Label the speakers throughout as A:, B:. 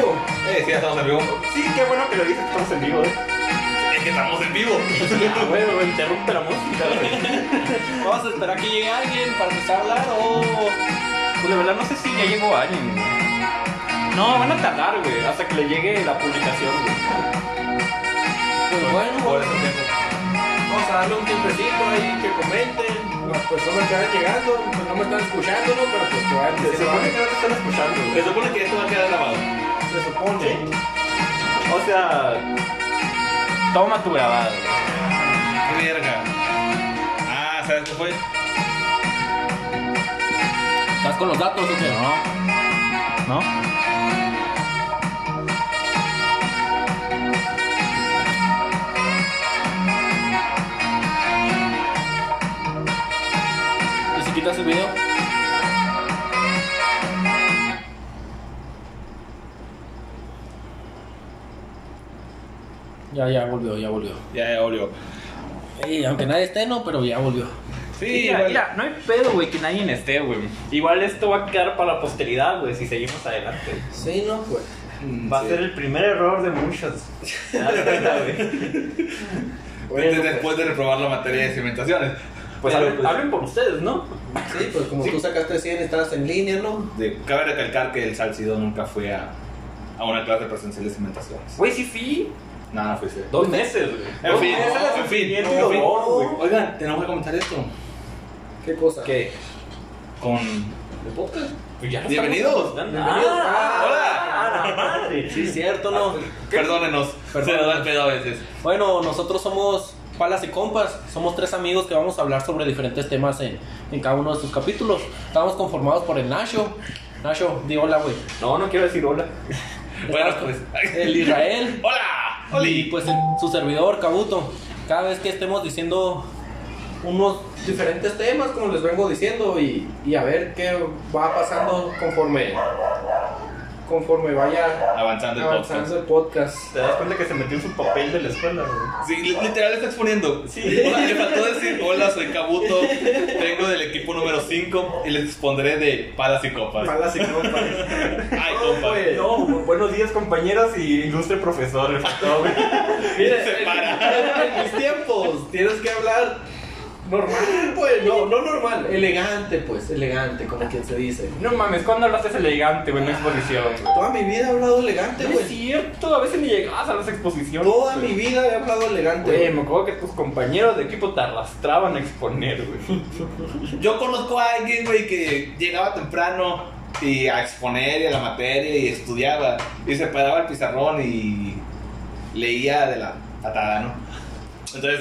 A: sí, ya estamos en vivo.
B: Sí, qué bueno que lo dices, estamos en vivo. ¿eh?
A: Es que estamos en vivo.
B: Ya, güey, Ah, interrumpe la música. güey.
C: Vamos a esperar que llegue alguien para empezar a hablar o...
B: Pues la verdad no sé si ya llegó alguien. güey. No, van a tardar, güey, hasta que le llegue la publicación, güey.
C: Pues bueno,
A: Por eso tiempo.
C: vamos a darle un tiempecito ahí que comenten.
D: Las personas que van llegando, pues no me están escuchando, ¿no? Pero pues que vayan
B: Se supone
D: diciendo,
B: que no te están escuchando, ¿eh? güey.
A: Se supone que esto va a quedar grabado.
D: "Ah, se supone.
B: O sea, toma tu grabado. güey.
A: Qué verga. Ah, ¿sabes qué fue?
C: ¿Estás con los datos o qué? No.
B: ¿No?
C: ¿Y si quitas el video? Ya, ya volvió, ya volvió.
A: Ya, ya volvió.
C: Ey, aunque nadie esté, no, pero ya volvió.
A: Sí,
B: mira,
A: vale.
B: mira, no hay pedo, güey, que nadie esté, güey. Igual esto va a quedar para la posteridad, güey, si seguimos adelante.
C: Sí, no, pues.
B: Va a ser el primer error de muchos. ¿Te das cuenta, güey?
A: Vete después de reprobar la materia de cimentaciones.
B: Pues
A: Pero,
B: hablen, hablen por ustedes, ¿no?
D: Sí, pues como tú sacaste 100, estabas en línea, ¿no?
A: de- cabe recalcar que el Salcido nunca fue a, a una clase presencial de cimentaciones.
B: Güey, sí fui.
A: No, no fuiste.
B: Dos meses, güey.
A: En
B: Dos
A: fin,
B: meses de
A: en fin,
B: sufrimiento y
A: en fin.
B: dolor, güey.
A: Oigan, tenemos que comentar esto.
D: ¿Qué cosa?
B: ¿Qué?
A: Con.
D: ¿De podcast?
B: Pues ya lo
A: Bienvenidos.
B: estamos contando.
D: Bienvenidos.
B: Ah,
A: Hola.
B: ah, la madre.
D: Sí, cierto, ¿no?
A: Perdónenos, se nos da el pedo a veces.
C: Bueno, nosotros somos Palas y Compas, somos tres amigos que vamos a hablar sobre diferentes temas en, en cada uno de sus capítulos. Estamos conformados por el Nacho. Nacho, di hola, güey.
B: No, no quiero decir hola.
A: Bueno,
C: Estamos con
A: pues.
C: El Israel.
A: ¡Hola!
C: Y
A: ¡Oli!
C: pues el- su servidor, Cabuto. Cada vez que estemos diciendo unos...
D: Diferentes temas, como les vengo diciendo, y, y a ver qué va pasando conforme, conforme vaya
A: Avanzando el
D: avanzando
A: podcast.
D: el podcast.
B: ¿Te das cuenta que se metió en su papel de la escuela, güey?
A: Sí, li- literal está exponiendo.
B: Sí.
A: Hola, le faltó decir: Hola, soy Kabuto, vengo del equipo número 5 y les expondré de palas y copas.
B: Palas y compas.
A: Ay, compas.
D: güey.
B: No, buenos días compañeros y ilustre profesor. No, güey.
D: Mira,
A: Se
D: en-
A: para.
D: En, mis tiempos tienes que hablar normal, pues, no, no normal, elegante, pues, elegante, como quien se dice.
B: No mames, ¿cuándo hablaste ese elegante, güey, en una exposición? güey?
D: Toda mi vida he hablado
B: No
D: elegante,
B: es
D: güey.
B: cierto, a veces ni llegabas a las exposiciones.
D: Toda
B: güey.
D: mi vida he hablado elegante.
B: Güey,
D: güey.
B: me acuerdo que tus compañeros de equipo te arrastraban a exponer, güey.
A: Yo conozco a alguien, güey, que llegaba temprano y a exponer y a la materia y estudiaba. Y se paraba al pizarrón y leía de la patada, ¿no? Entonces,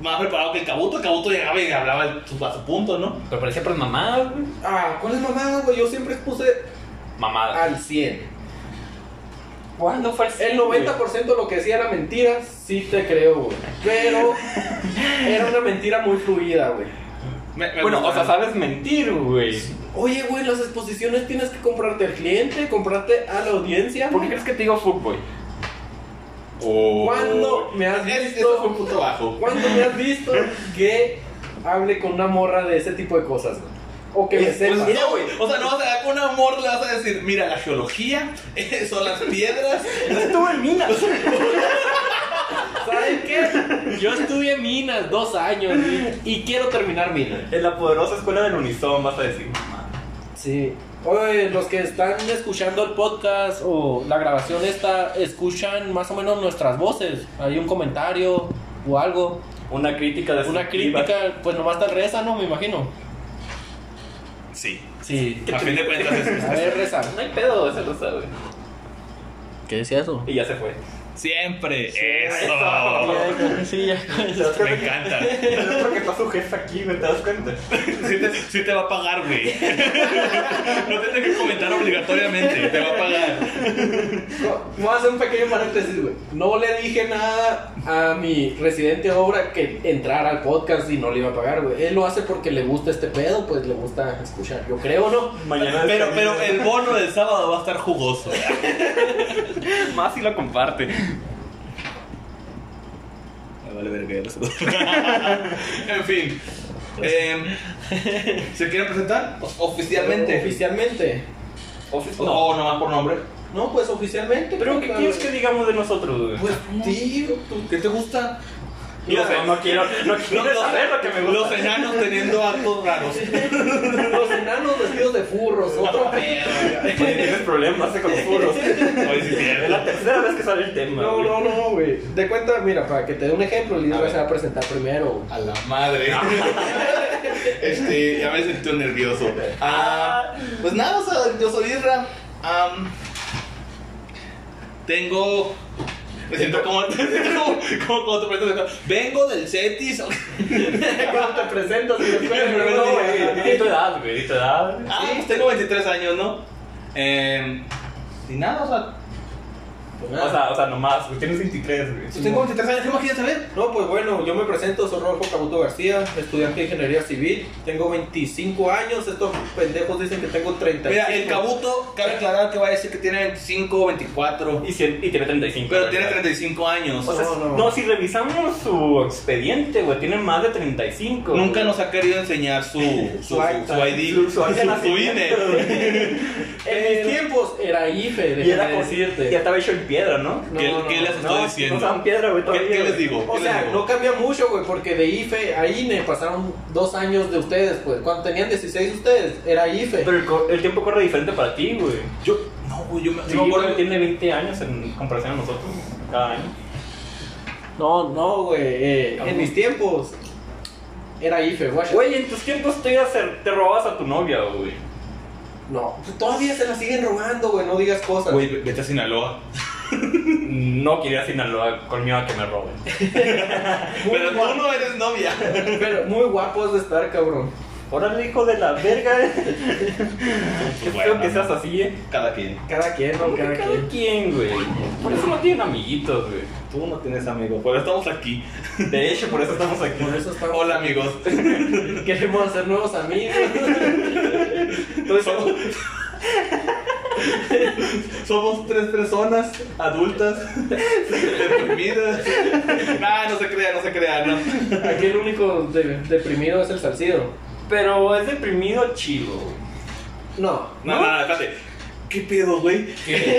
A: más preparado que el cabuto, el cabuto llegaba y hablaba el- su- a su punto, ¿no?
B: Pero parecía por mamadas, güey.
D: Ah, ¿cuál es mamada, güey? Yo siempre expuse
B: Mamadas.
D: al 100.
B: Ah, ¿Cuándo fue así,
D: El
B: güey?
D: 90% de lo que decía era mentira, sí te creo, güey. Pero era una mentira muy fluida, güey.
A: Me- me
B: Bueno, o
A: gustaba.
B: sea, sabes mentir, güey.
D: Oye, güey, las exposiciones tienes que comprarte al cliente, comprarte a la audiencia.
B: ¿Por qué crees que te digo fuckboy?
A: Oh.
D: ¿Cuándo me has
A: Es-
D: visto?
A: Eso fue un punto bajo.
D: ¿Cuándo me has visto que hable con una morra de ese tipo de cosas, güey? O que
B: Eh,
D: me
A: Pues,
D: sepa.
A: mira, güey, o sea, no vas a dar con amor, le vas a decir, mira, la geología eh, son las piedras.
B: Estuve en minas.
D: ¿Saben qué?
C: Yo estuve en minas dos años y, y quiero terminar minas.
B: En la poderosa escuela del Unison, vas a decir, mamá.
D: Sí. Oye, los que están...
C: están escuchando el podcast o la grabación esta, escuchan más o menos nuestras voces. Hay un comentario o algo,
B: Una crítica de
C: una crítica, pues nomás tal reza, ¿no? Me imagino.
A: Sí,
C: Sí.
A: a fin de cuentas es
C: A ver, reza.
B: No hay pedo, esa lo sabe.
C: ¿Qué decía eso?
B: Y ya se fue.
A: Siempre.
B: eso.
A: Eso.
C: Sí, ya con eso.
A: Me encanta.
B: Yo creo que está su jefe aquí, ¿me te das cuenta?
A: Sí te, sí te va a pagar, güey. No te tengo que comentar obligatoriamente. Te va a pagar.
D: Vamos a hacer un pequeño paréntesis, güey. No le dije nada a mi residente de obra que entrara al podcast y no le iba a pagar, güey. Él lo hace porque le gusta este pedo, pues le gusta escuchar. Yo creo, ¿no?
B: Mañana.
A: Pero, pero
D: eh,
A: el bono del sábado va a estar jugoso.
B: Más si lo comparte.
A: Me vale verga ya lo sé. En fin. Em, ¿Se quieren presentar? Oficialmente.
D: Oficialmente.
B: Office
A: O no, nomás por nombre.
D: No, pues oficialmente.
B: Pero
D: pues,
B: ¿qué
D: la-
B: quieres que digamos de nosotros, güey?
D: Pues tío, tú- ¿qué te gusta?
B: Yo sé, no quiero, no quiero saber lo que me gusta.
A: Los enanos teniendo actos raros.
D: Los enanos vestidos de furros, otro pedo.
B: Oye, Tienes problemas con los puros.
A: Oye, si
B: Es la tercera vez que sale el tema.
D: No,
B: güey.
D: no, no, güey. De cuenta, mira, para que te dé un ejemplo, el
A: A
D: líder
A: ver.
D: se va a presentar primero.
A: A la madre. este, ya me sentí nervioso. Ah, pues nada, o sea, yo soy Isra. Am, tengo. Me siento como. como, como, como te presentas. Vengo del CETIS.
D: Cuando te presentas y después
A: Pero
D: no,
A: no,
D: güey.
B: Di tu edad, güey, di tu edad.
A: Ah, pues tengo 23 años, ¿no? Em, y nada, o sea.
D: Ah.
B: O sea, o sea, nomás, güey, tienes 23, güey.
A: pues tengo 23 años, ¿qué más quieres saber?
D: No, pues bueno, yo me presento, soy Rodolfo Cabuto García, estudiante de Ingeniería Civil, tengo 25 años, estos pendejos dicen que tengo 35.
A: Mira, el cabuto, cabe aclarar que va a decir que tiene 25 o 24.
B: Y, cien- y tiene 35.
A: Pero
B: güey.
A: tiene 35 años.
B: O sea,
D: No,
B: no,
D: no.
B: si revisamos su expediente, güey, tiene más de 35. güey.
A: Nunca nos ha querido enseñar su, su, su,
D: Su acta.
A: su ID,
B: Su-
A: su,
B: su acta de
A: su INE.
B: nacimiento, güey.
D: En mis tiempos era IFE, déjame
B: Y era con
D: decirte.
B: Ya estaba hecho en piedra, ¿no?
D: No,
A: ¿Qué,
D: no,
A: qué
D: no.
A: les estoy
B: no,
A: diciendo?
B: No usaban piedra, güey,
A: ¿Qué,
B: todavía,
A: qué les
B: güey.
A: digo?
D: O
A: ¿Qué les
D: sea,
A: digo?
D: no cambia mucho, güey, porque de IFE a INE pasaron dos años de ustedes, pues. Cuando tenían 16 ustedes, era IFE.
B: Pero el, co- el tiempo corre diferente para ti, güey.
A: Yo, no, güey, yo me, yo
B: Sí,
A: me acuerdo
B: güey, tiene 20 años en comparación a nosotros, güey, cada año.
D: No, no, güey. eh,
B: ¿Cómo?
D: en mis tiempos era IFE, guacha.
B: Güey, en tus tiempos te, ibas a hacer- te robabas a tu novia, güey.
D: No, todavía se la siguen robando, güey, no digas cosas.
A: Güey, vete a Sinaloa.
B: No quería Sinaloa conmigo a que me roben.
D: Muy
A: Pero tú
D: guapo.
A: no eres novia.
D: Pero muy guapo has de estar, cabrón.
B: Órale, hijo de la verga. Qué
A: Bueno.
B: feo que seas así, eh.
A: Cada quien.
D: Cada quien, ¿no?
B: ¿Cómo que
D: Cada
B: Cada
D: quien.
B: quien, güey. Por eso no tienen amiguitos, güey.
A: Tú no tienes amigo, pero estamos aquí.
B: De hecho, por eso estamos aquí.
D: Por eso estamos.
A: Hola, amigos.
D: Queremos hacer nuevos amigos.
A: Somos, somos tres personas adultas, deprimidas. Nah, no se crea, no se crea, no.
D: Aquí el único de- deprimido es el salcido.
B: Pero es deprimido chido, güey.
D: No.
A: No, no, no, espérate. ¿Qué pedo, güey?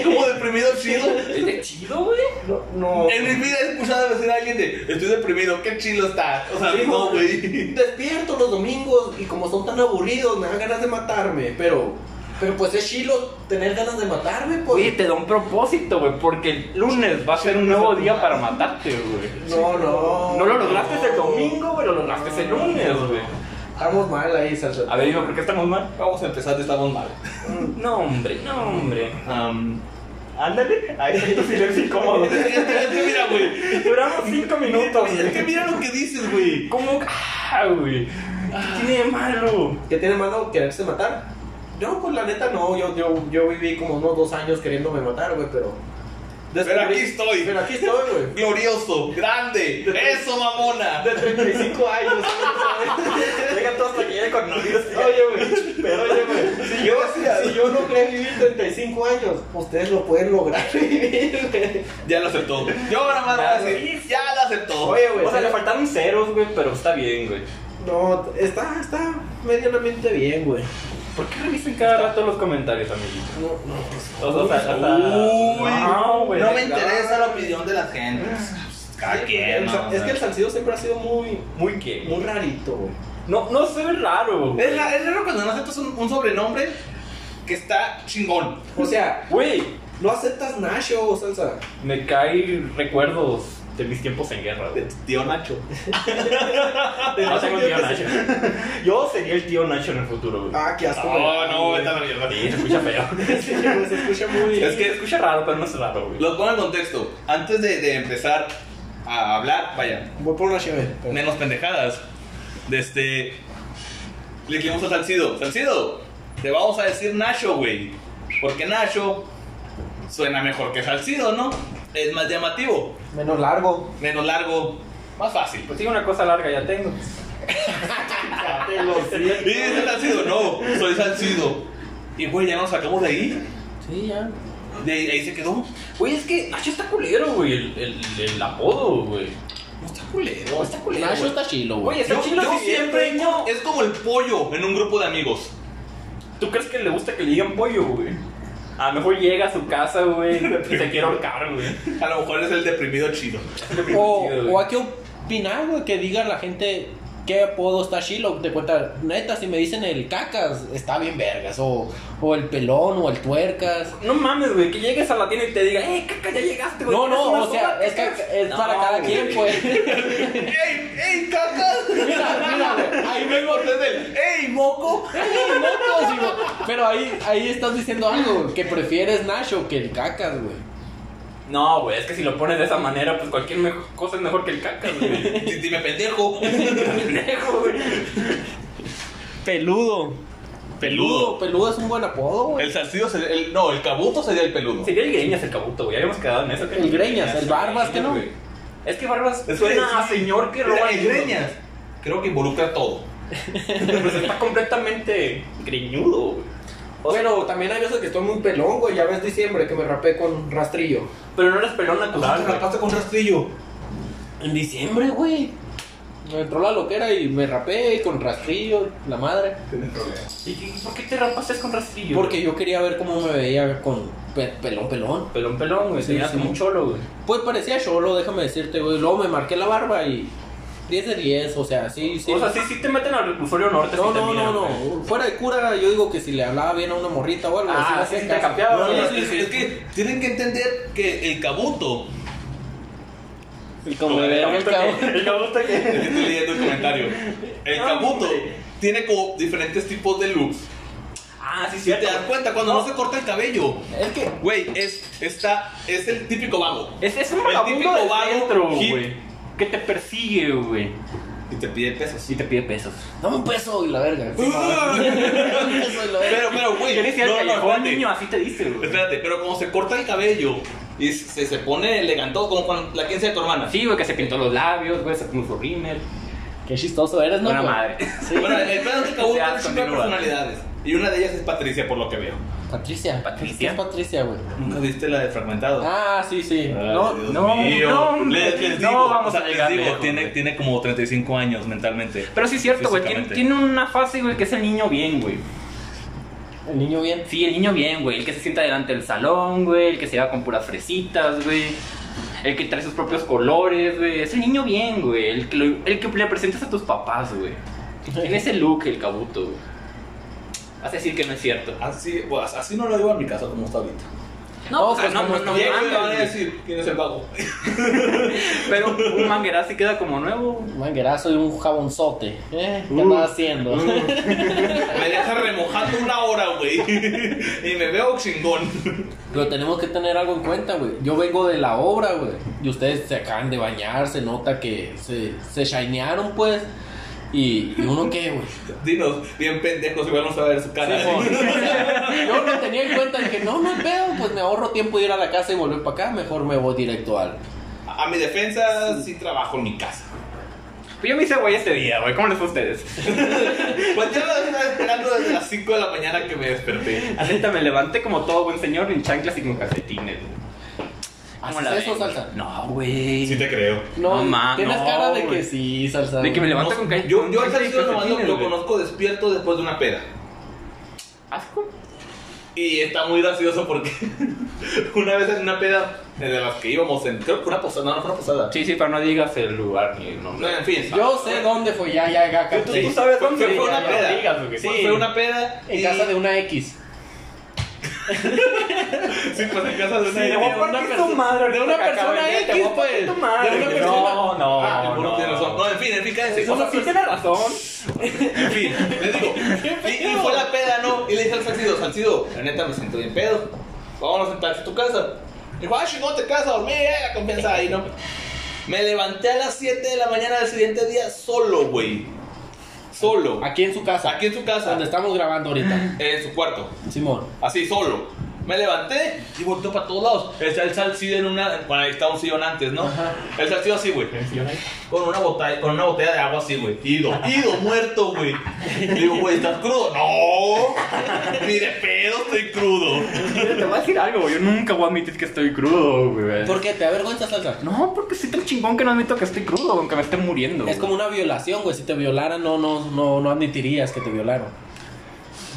A: ¿Cómo deprimido chido?
B: ¿Es de chido, güey?
D: No, no.
A: En mi vida he escuchado decir a alguien de estoy deprimido, qué chilo está. O sea,
D: Sí,
A: no, güey.
D: Despierto los domingos y como son tan aburridos me dan ganas de matarme, pero pero pues es chilo tener ganas de matarme,
B: Oye,
D: pues.
B: te da un propósito, güey, porque el lunes va a ser un nuevo día para matarte, güey.
D: No, no.
B: No lo lograste el
D: No.
B: domingo, güey, lo lograste el lunes, güey.
D: Estamos mal ahí, salsa.
B: A ver, dime, ¿por qué estamos mal?
A: Vamos a empezar, estamos mal.
B: No, hombre, no, hombre.
A: Am,
B: Ándale, ahí está tu silencio incómodo.
A: es que- es que- es que mira, güey.
B: Duramos cinco minutos.
A: Es que mira lo que dices, güey.
B: ¿Cómo? Ah, güey. ¿Qué tiene de malo?
D: ¿Qué tiene malo quererse matar? Yo, pues la neta, no. Yo, yo, yo viví como unos dos años queriéndome matar, güey, pero.
A: Pero aquí estoy.
D: Pero aquí estoy, güey.
A: Glorioso, grande. Eso, mamona.
D: De 35 años.
B: Llega todo hasta que llegue con novios.
D: Oye, güey. Pero, oye, güey. Si yo, si yo logré vivir 35 años, ustedes lo pueden lograr vivir, güey.
A: Ya lo aceptó. Yo ahora más voy a decir, ya lo aceptó.
D: Oye, güey.
B: O sea, le faltaron ceros, güey, pero está bien, güey.
D: No, está, está medianamente bien, güey.
B: ¿Por qué revisan cada rato los comentarios, amiguito?
D: No, pues, no.
B: O sea, hasta- hasta-
A: Uy,
B: no, güey.
A: no me interesa la opinión de la gente. Pues, Cada quien,
D: El
A: no,
D: sa- es que el salcido siempre ha sido muy,
B: Muy qué.
D: muy rarito, güey.
B: No, no se ve raro, güey.
A: Es, ra- es raro cuando no aceptas un, un sobrenombre que está chingón.
D: O sea,
B: Güey,
D: no aceptas Nacho, salsa.
B: me caen recuerdos de mis tiempos en guerra,
A: De
B: güey.
A: tu tío Nacho.
B: No tengo tío Nacho. Yo sería el tío Nacho en el futuro, güey.
D: Ah, qué asco.
A: No, no,
D: güey.
A: vete a la mierda.
B: Sí, se escucha feo.
D: Sí, güey, se escucha muy.
B: Es que se escucha raro, pero no es raro, güey.
A: Los pongo en contexto. Antes de, de empezar a hablar, vaya,
D: Voy por una cheve. pero-
A: menos pendejadas. De este. Le dijimos a Salcido: Salcido, te vamos a decir Nacho, güey. Porque Nacho suena mejor que Salcido, ¿no? Es más llamativo,
D: Menos largo.
A: menos largo, más fácil.
B: Pues sí, una cosa larga ya tengo.
A: Y dice Salcido: No, soy Salcido. Y güey, ya nos sacamos de ahí.
C: Sí, ya.
A: De ahí, ahí se quedó.
B: Güey, es que Nacho está culero, güey. El, el, el apodo, güey.
A: No está culero.
B: Está culero.
C: Nacho
B: güey.
C: está chilo,
B: Güey,
C: güey.
B: está
A: Yo,
B: chido
A: yo
B: si
A: siempre
B: bien, no.
A: es como el pollo en un grupo de amigos.
B: ¿Tú crees que le gusta que le digan pollo, güey? A lo mejor llega a su casa, güey, y se quiere ahorcar, güey.
A: A lo mejor es el deprimido chido.
C: O,
B: Sí, güey.
C: o hay que opinar, güey, que diga la gente qué apodo está chilo. De cuenta, neta, si me dicen el cacas, está bien vergas. O, o el pelón, o el tuercas.
B: No mames, güey, que llegues a la tienda y te diga, eh, caca, ya llegaste,
D: Pues,
B: güey.
C: No,
B: ¿quieres
C: no,
B: una
C: o sea,
B: soda,
C: es,
B: caca?"
C: que es
B: No,
C: para cada
B: güey.
C: quien, pues.
A: ¡Ey! ¡Ey, caca!
C: mira, mira, güey, ahí vengo desde el...
A: ¡Ey, moco!
C: ¡Ey, locos! digo, Pero ahí, ahí estás diciendo algo, güey, que prefieres Nacho que el cacas, güey.
B: No, güey, es que si lo pones de esa manera, pues cualquier mejo- cosa es mejor que el caca, güey.
A: D- Dime pendejo.
B: Pendejo, güey.
C: Peludo. Peludo, peludo es un buen apodo, güey.
A: El salcido sería. El, no, el cabuto sería el peludo.
B: Sería el greñas el cabuto, güey. Habíamos quedado en eso. que
C: El Greñas, el Barbas,
B: Greñas,
C: ¿qué no?
B: güey. Es que Barbas
A: Es
B: suena
A: que-
B: a señor que
A: Mira,
B: roba
A: el
B: libros.
A: greñas. Creo que involucra todo.
B: Pues está completamente greñudo, güey. O sea,
E: Bueno, también hay veces que estoy muy pelón, güey. Ya ves diciembre que me rapé con rastrillo.
B: pero no eres pelón natural,
A: Te
B: güey.
A: rapaste con rastrillo.
C: En diciembre, güey. Me entró la loquera y me rapé con rastrillo, la madre.
B: ¿Y qué- por qué te rapaste con rastrillo?
C: Porque
B: güey?
C: yo quería ver cómo me veía con pe- pelón, pelón.
B: Pelón, pelón, güey.
C: Sí,
B: Tenías
C: sí.
B: como un cholo, güey.
C: Pues parecía solo, déjame decirte, güey. Luego me marqué la barba y 10 de 10, o sea, sí, sí.
B: O sea, sí, sí te meten al reclusorio norte.
C: no,
B: si te
C: no, no,
B: miran,
C: no,
B: güey.
C: Fuera de cura, yo digo que si le hablaba bien a una morrita o algo,
B: Ah,
C: así le
B: sí,
C: hacía
B: sí,
C: caso.
B: te capeaba,
C: No,
B: güey.
C: no,
A: No,
C: sí,
A: es,
C: sí.
A: es que tienen que entender que el cabuto.
C: Y como me veía el cabrón.
B: El cabuto
A: Es que
B: que...
A: Estoy leyendo el comentario. El
B: No,
A: cabuto
B: hombre.
A: tiene como diferentes tipos de looks.
B: Ah, sí, sí.
A: Si te das cuenta, cuando no se corta el cabello,
C: Es que
A: güey, es, está, es el típico vago.
B: Es, es
A: El
B: un vagabundo
A: típico
B: del
A: vago
B: centro,
A: hip.
B: güey. Que te persigue, güey.
A: Y te pide pesos.
B: Y te pide pesos.
C: dame un peso y la verga. Sí, dame un peso y la verga.
A: Pero, pero, güey.
B: ¿Quieres ir al
A: no, no,
B: callejón,
A: espérate.
B: niño? Así te dice, güey.
A: Espérate, pero como se corta el cabello y se, se pone elegantón, como con la quince de tu hermana.
B: Sí, güey, que se pintó los labios, güey, se puso rímel.
C: Qué chistoso eres, ¿no?
B: Buena
C: güey?
B: madre.
C: Sí.
A: Bueno, el pedo es que
B: Ya,
A: Kabuto tiene un chingo de
B: ah, continúa.
A: personalidades. Y una de ellas es Patricia, por lo que veo.
C: Patricia.
B: Patricia.
C: Es Patricia, güey.
A: ¿Nunca viste la de Fragmentado?
C: Ah, sí, sí.
A: Ay,
C: No,
A: Dios
B: no,
A: mío.
B: no,
A: Les- les
B: no
A: digo,
B: vamos
A: o sea,
B: a
A: les
B: llegar
A: digo,
B: lejos,
A: tiene,
B: güey.
A: tiene como 35 años mentalmente.
B: Pero sí es cierto, güey, tiene,
A: Físicamente.
B: tiene una fase, güey, que es el niño bien, güey.
C: el niño bien.
B: Sí, el niño bien, güey, el que se sienta delante del salón, güey, el que se va con puras fresitas, güey. El que trae sus propios colores, güey. Es el niño bien, güey. El que, lo- el que le presentas a tus papás, güey. Tiene ese look, el cabuto, güey. Vas a decir que no es cierto.
A: Así, pues, así no lo digo en mi casa como está ahorita.
C: No,
B: o sea,
C: pues, como
A: No, y ellos me van a
B: mames, güey.
A: decir quién es el vago.
B: Pero un manguerazo sí queda como nuevo, güey.
C: Manguerazo y un jabonzote. ¿eh? ¿Qué
B: Uh.
C: andaba haciendo?
A: Me deja remojando una hora, güey. Y me veo chingón.
C: Pero tenemos que tener algo en cuenta, güey. Yo vengo de la obra, güey. Y ustedes se acaban de bañar, se nota que se, se shinearon, pues. Y, y uno qué, güey.
A: Dinos, bien pendejos, igual no a ver su cara.
C: Sí, pues, o sea, yo no tenía en cuenta, dije, no, no hay pedo, pues me ahorro tiempo de ir a la casa y volver para acá, mejor me voy directo al.
A: A mi defensa, sí trabajo en mi casa.
B: Pues yo me hice güey este día, güey. ¿Cómo les fue a ustedes?
A: Pues ya lo estaba esperando desde las 5 de la mañana que me desperté.
B: La neta, me levanté como todo buen señor en chanclas y con calcetines, güey. ¿Cómo
C: ¿Haces
B: la
C: eso,
B: ven?
C: Salsa?
B: No, güey.
A: Sí te creo.
B: No, ma,
C: tienes
B: no,
C: cara de
B: güey.
C: que sí, salsa.
B: De que me levanto con calcetines.
A: Yo, yo al salido nomás lo, lo conozco despierto después de una peda.
B: ¿Asco?
A: Y está muy gracioso porque una vez en una peda de las que íbamos en, creo que una posada, no, no fue una posada.
B: Sí, sí, pero no digas el lugar ni el
A: No,
B: nombre.
A: en fin.
C: Yo sé dónde fue, ya, ya, ya,
B: tú
C: capté.
B: sabes. dónde,
A: Fue, fue
B: ya,
A: una
B: ya,
A: peda.
B: digas, güey.
A: Fue-
B: Sí.
A: Fue una peda.
C: En
A: y-
C: casa de una X.
A: Sí, pues en casa de una.
B: Sí, de
C: una
B: una
C: perso-
B: madre,
C: de una
B: ahorita que
C: persona
B: acabe el día, te
C: X,
B: voy a partir
C: pues.
B: tu madre.
C: De una
B: No,
C: persona-
B: No,
A: Ah, el burro
B: no.
A: tiene razón. No, en fin, en fin, cállense.
B: Eso
A: O sea,
B: no
C: pues,
B: sí tiene razón.
A: En fin, les digo. Y, y fue la peda, ¿no? Y le dije al Salcido, Salcido, la neta me siento bien pedo. Vámonos en taxi a tu casa. Dijo, ah, chingón, te casa, dormí, eh, la confianza ahí, ¿no? Me levanté a las 7 de la mañana del siguiente día solo, güey. Solo.
C: Aquí en su casa.
A: Aquí en su casa.
C: Donde estamos grabando ahorita.
A: En su cuarto.
C: Simón.
A: Así, solo. Me levanté y volteo para todos lados. Está el Salcido en una... Bueno, ahí está un sillón antes, ¿no?
C: Ajá.
A: El Salcido así, güey. Con una botella, con una botella de agua así, güey. Ido, ido, muerto, güey. Le digo, güey, ¿estás crudo? No. Ni de pedo estoy crudo.
B: Mira, Te voy a decir algo, güey. Yo nunca voy a admitir que estoy crudo, güey.
C: ¿Por qué te avergüenza, salsa?
B: No, porque soy tan chingón que no admito que estoy crudo, aunque me esté muriendo.
C: Es
B: güey.
C: como una violación, güey. Si te violaran, no, no, no, no admitirías que te violaron.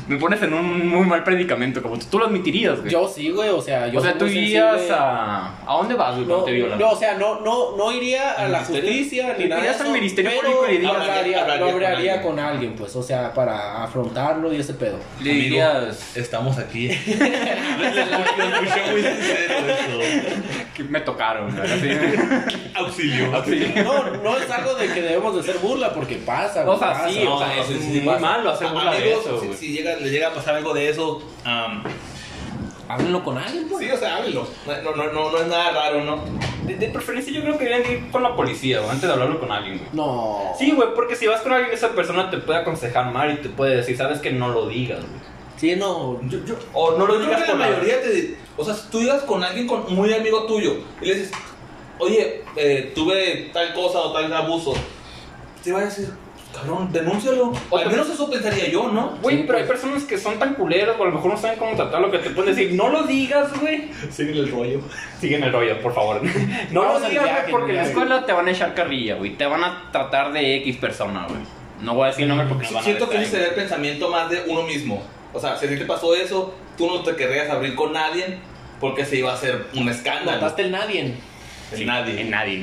B: Me pones en un muy mal predicamento, como tú, tú lo admitirías, güey.
C: Yo sí, güey, o sea, yo
B: o sea,
C: soy
B: tú
C: muy
B: irías
C: sensible.
B: a... ¿A dónde vas, güey,
C: No,
B: cuando te violan?
C: no, o sea, no, no, no iría a
A: ¿Al
C: la
A: ministerio?
C: justicia ni
B: Irías
C: nada. de
B: al
C: eso,
B: ministerio
C: pero
B: público y dirías-
C: hablaría,
A: Hablaría-
C: lo
A: hablaría
C: hablaría
A: con
C: con alguien, pues, o sea, para afrontarlo y ese pedo.
B: Le
A: Amigo,
B: dirías
A: Estamos aquí. escuché muy sincero eso.
B: que me tocaron, güey, así.
A: Auxilio.
B: Auxilio.
C: No, no es algo de que debemos de hacer burla porque pasa.
B: O
C: güey,
B: sea,
C: pasa.
B: sí, o
A: no,
B: sea,
A: no, sí,
B: es
A: sí,
B: muy
A: pasa.
B: malo hacer burla de
A: Amigos,
B: eso,
A: si,
B: güey.
A: si llega, le llega a pasar algo de eso, am,
C: Háblenlo con alguien, pues.
A: sí, o sea, háblenlo. No, no, no, no es nada raro, ¿no?
B: De, de preferencia yo creo que deberían ir con la policía, güey, antes de hablarlo con alguien, güey.
C: No.
B: Sí, güey, porque si vas con alguien, esa persona te puede aconsejar mal y te puede decir, sabes que no lo digas, güey.
C: Sí, no.
B: O no
A: Pero
B: lo
A: yo creo
B: digas
A: que la
B: con la
A: mayoría te. O sea, si tú llegas con alguien con, muy amigo tuyo y le dices, oye, eh, tuve tal cosa o tal abuso, te va a decir, cabrón, denúncialo.
B: O
A: Al
B: te-
A: menos eso pensaría yo, ¿no?
B: Güey,
C: Sí,
B: pero hay
C: pues.
B: personas que son tan culeras o a lo mejor no saben cómo tratarlo que te pueden decir, no lo digas, güey.
A: Sigue el rollo.
B: Siguen el rollo, por favor. No
C: Vamos
B: lo
C: al
B: digas,
C: viaje,
B: güey, porque en la
C: güey.
B: escuela te van a echar carrilla, güey. Te van a tratar de X persona, güey. No voy a decir nombre porque nos van a
A: Siento que ese
B: detener.
A: sería el pensamiento más de uno mismo. O sea, si a ti te pasó eso, tú no te querrías abrir con nadie porque se iba a hacer un escándalo.
C: Mataste el nadie.
A: En
B: Sí,
A: nadie.
B: En nadie.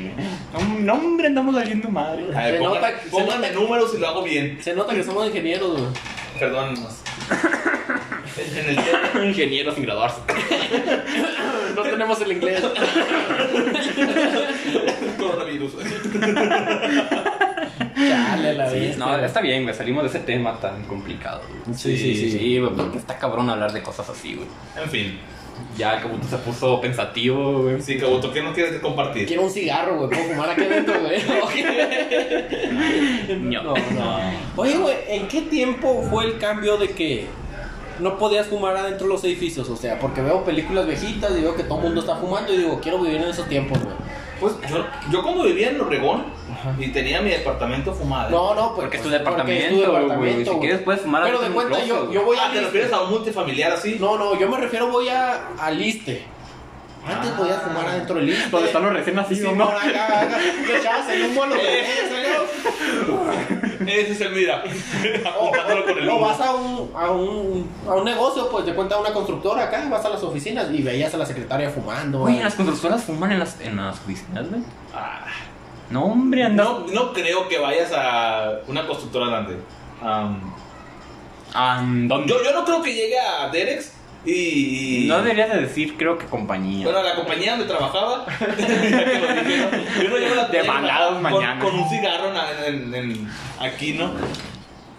B: güey. No, no, hombre, andamos saliendo madre.
A: A ver,
C: Se nota-
A: pongan-
C: se
A: pónganme
C: nota-
A: números y lo hago bien.
C: Se nota que somos ingenieros, güey.
A: Perdón. nomás. en el tema.
B: Ingeniero sin graduarse.
C: No tenemos el inglés.
A: Coronavirus.
C: Chale, la
B: Sí,
C: bestia.
B: no, está bien, güey. Salimos de ese tema tan complicado, güey.
C: Sí, sí, sí.
B: Sí, güey, porque está cabrón hablar de cosas así, güey.
A: En fin.
B: Ya, como tú se puso pensativo, güey.
A: Sí, Cabuto, ¿qué nos quieres compartir?
C: Quiero un cigarro, güey. Puedo fumar aquí adentro, güey. No, no. Oye, güey, ¿en qué tiempo fue el cambio de que no podías fumar adentro de los edificios? O sea, porque veo películas viejitas y veo que todo el mundo está fumando y digo, quiero vivir en esos tiempos, güey.
A: Pues yo, yo como vivía en Obregón
C: Ajá.
A: y tenía mi departamento fumado.
C: No, no, pues,
B: Porque es tu
C: pues,
B: departamento,
C: es tu departamento,
B: güey. Si
C: güey.
B: quieres puedes fumar
C: Pero
B: adentro
C: de
B: de un
C: cuenta, yo,
B: closet,
C: yo voy
A: Ah,
C: a.
A: ¿te refieres a un multifamiliar así?
C: No, no, yo me refiero voy a, a Liste. Antes
A: Ah.
C: podías fumar adentro del Liste.
B: Donde están los recién
C: Sí,
B: nacidos,
C: no,
B: ¿no?
C: acá, acá. Le echabas ahí un bolo.
A: Ese es el mira.
C: O,
A: Apuntándolo con el
C: o
A: humo.
C: Oh, vas a un, a, un, a un negocio, pues te cuenta una constructora acá, vas a las oficinas y veías a la secretaria fumando. eh.
B: Oye,
C: al-
B: las constructoras fuman en las, en las oficinas, güey.
A: Ah,
B: No, hombre, anda.
A: no, no creo que vayas a una constructora grande. Am,
B: Andón.
A: yo, yo no creo que llegue a Derex y...
B: No deberías de decir, creo que compañía.
A: Bueno, a la compañía donde trabajaba. ya que lo dije, ¿no? yo no llevo la
B: Demandados
A: con-
B: mañana.
A: Con, un cigarro en- en- en- aquí, ¿no?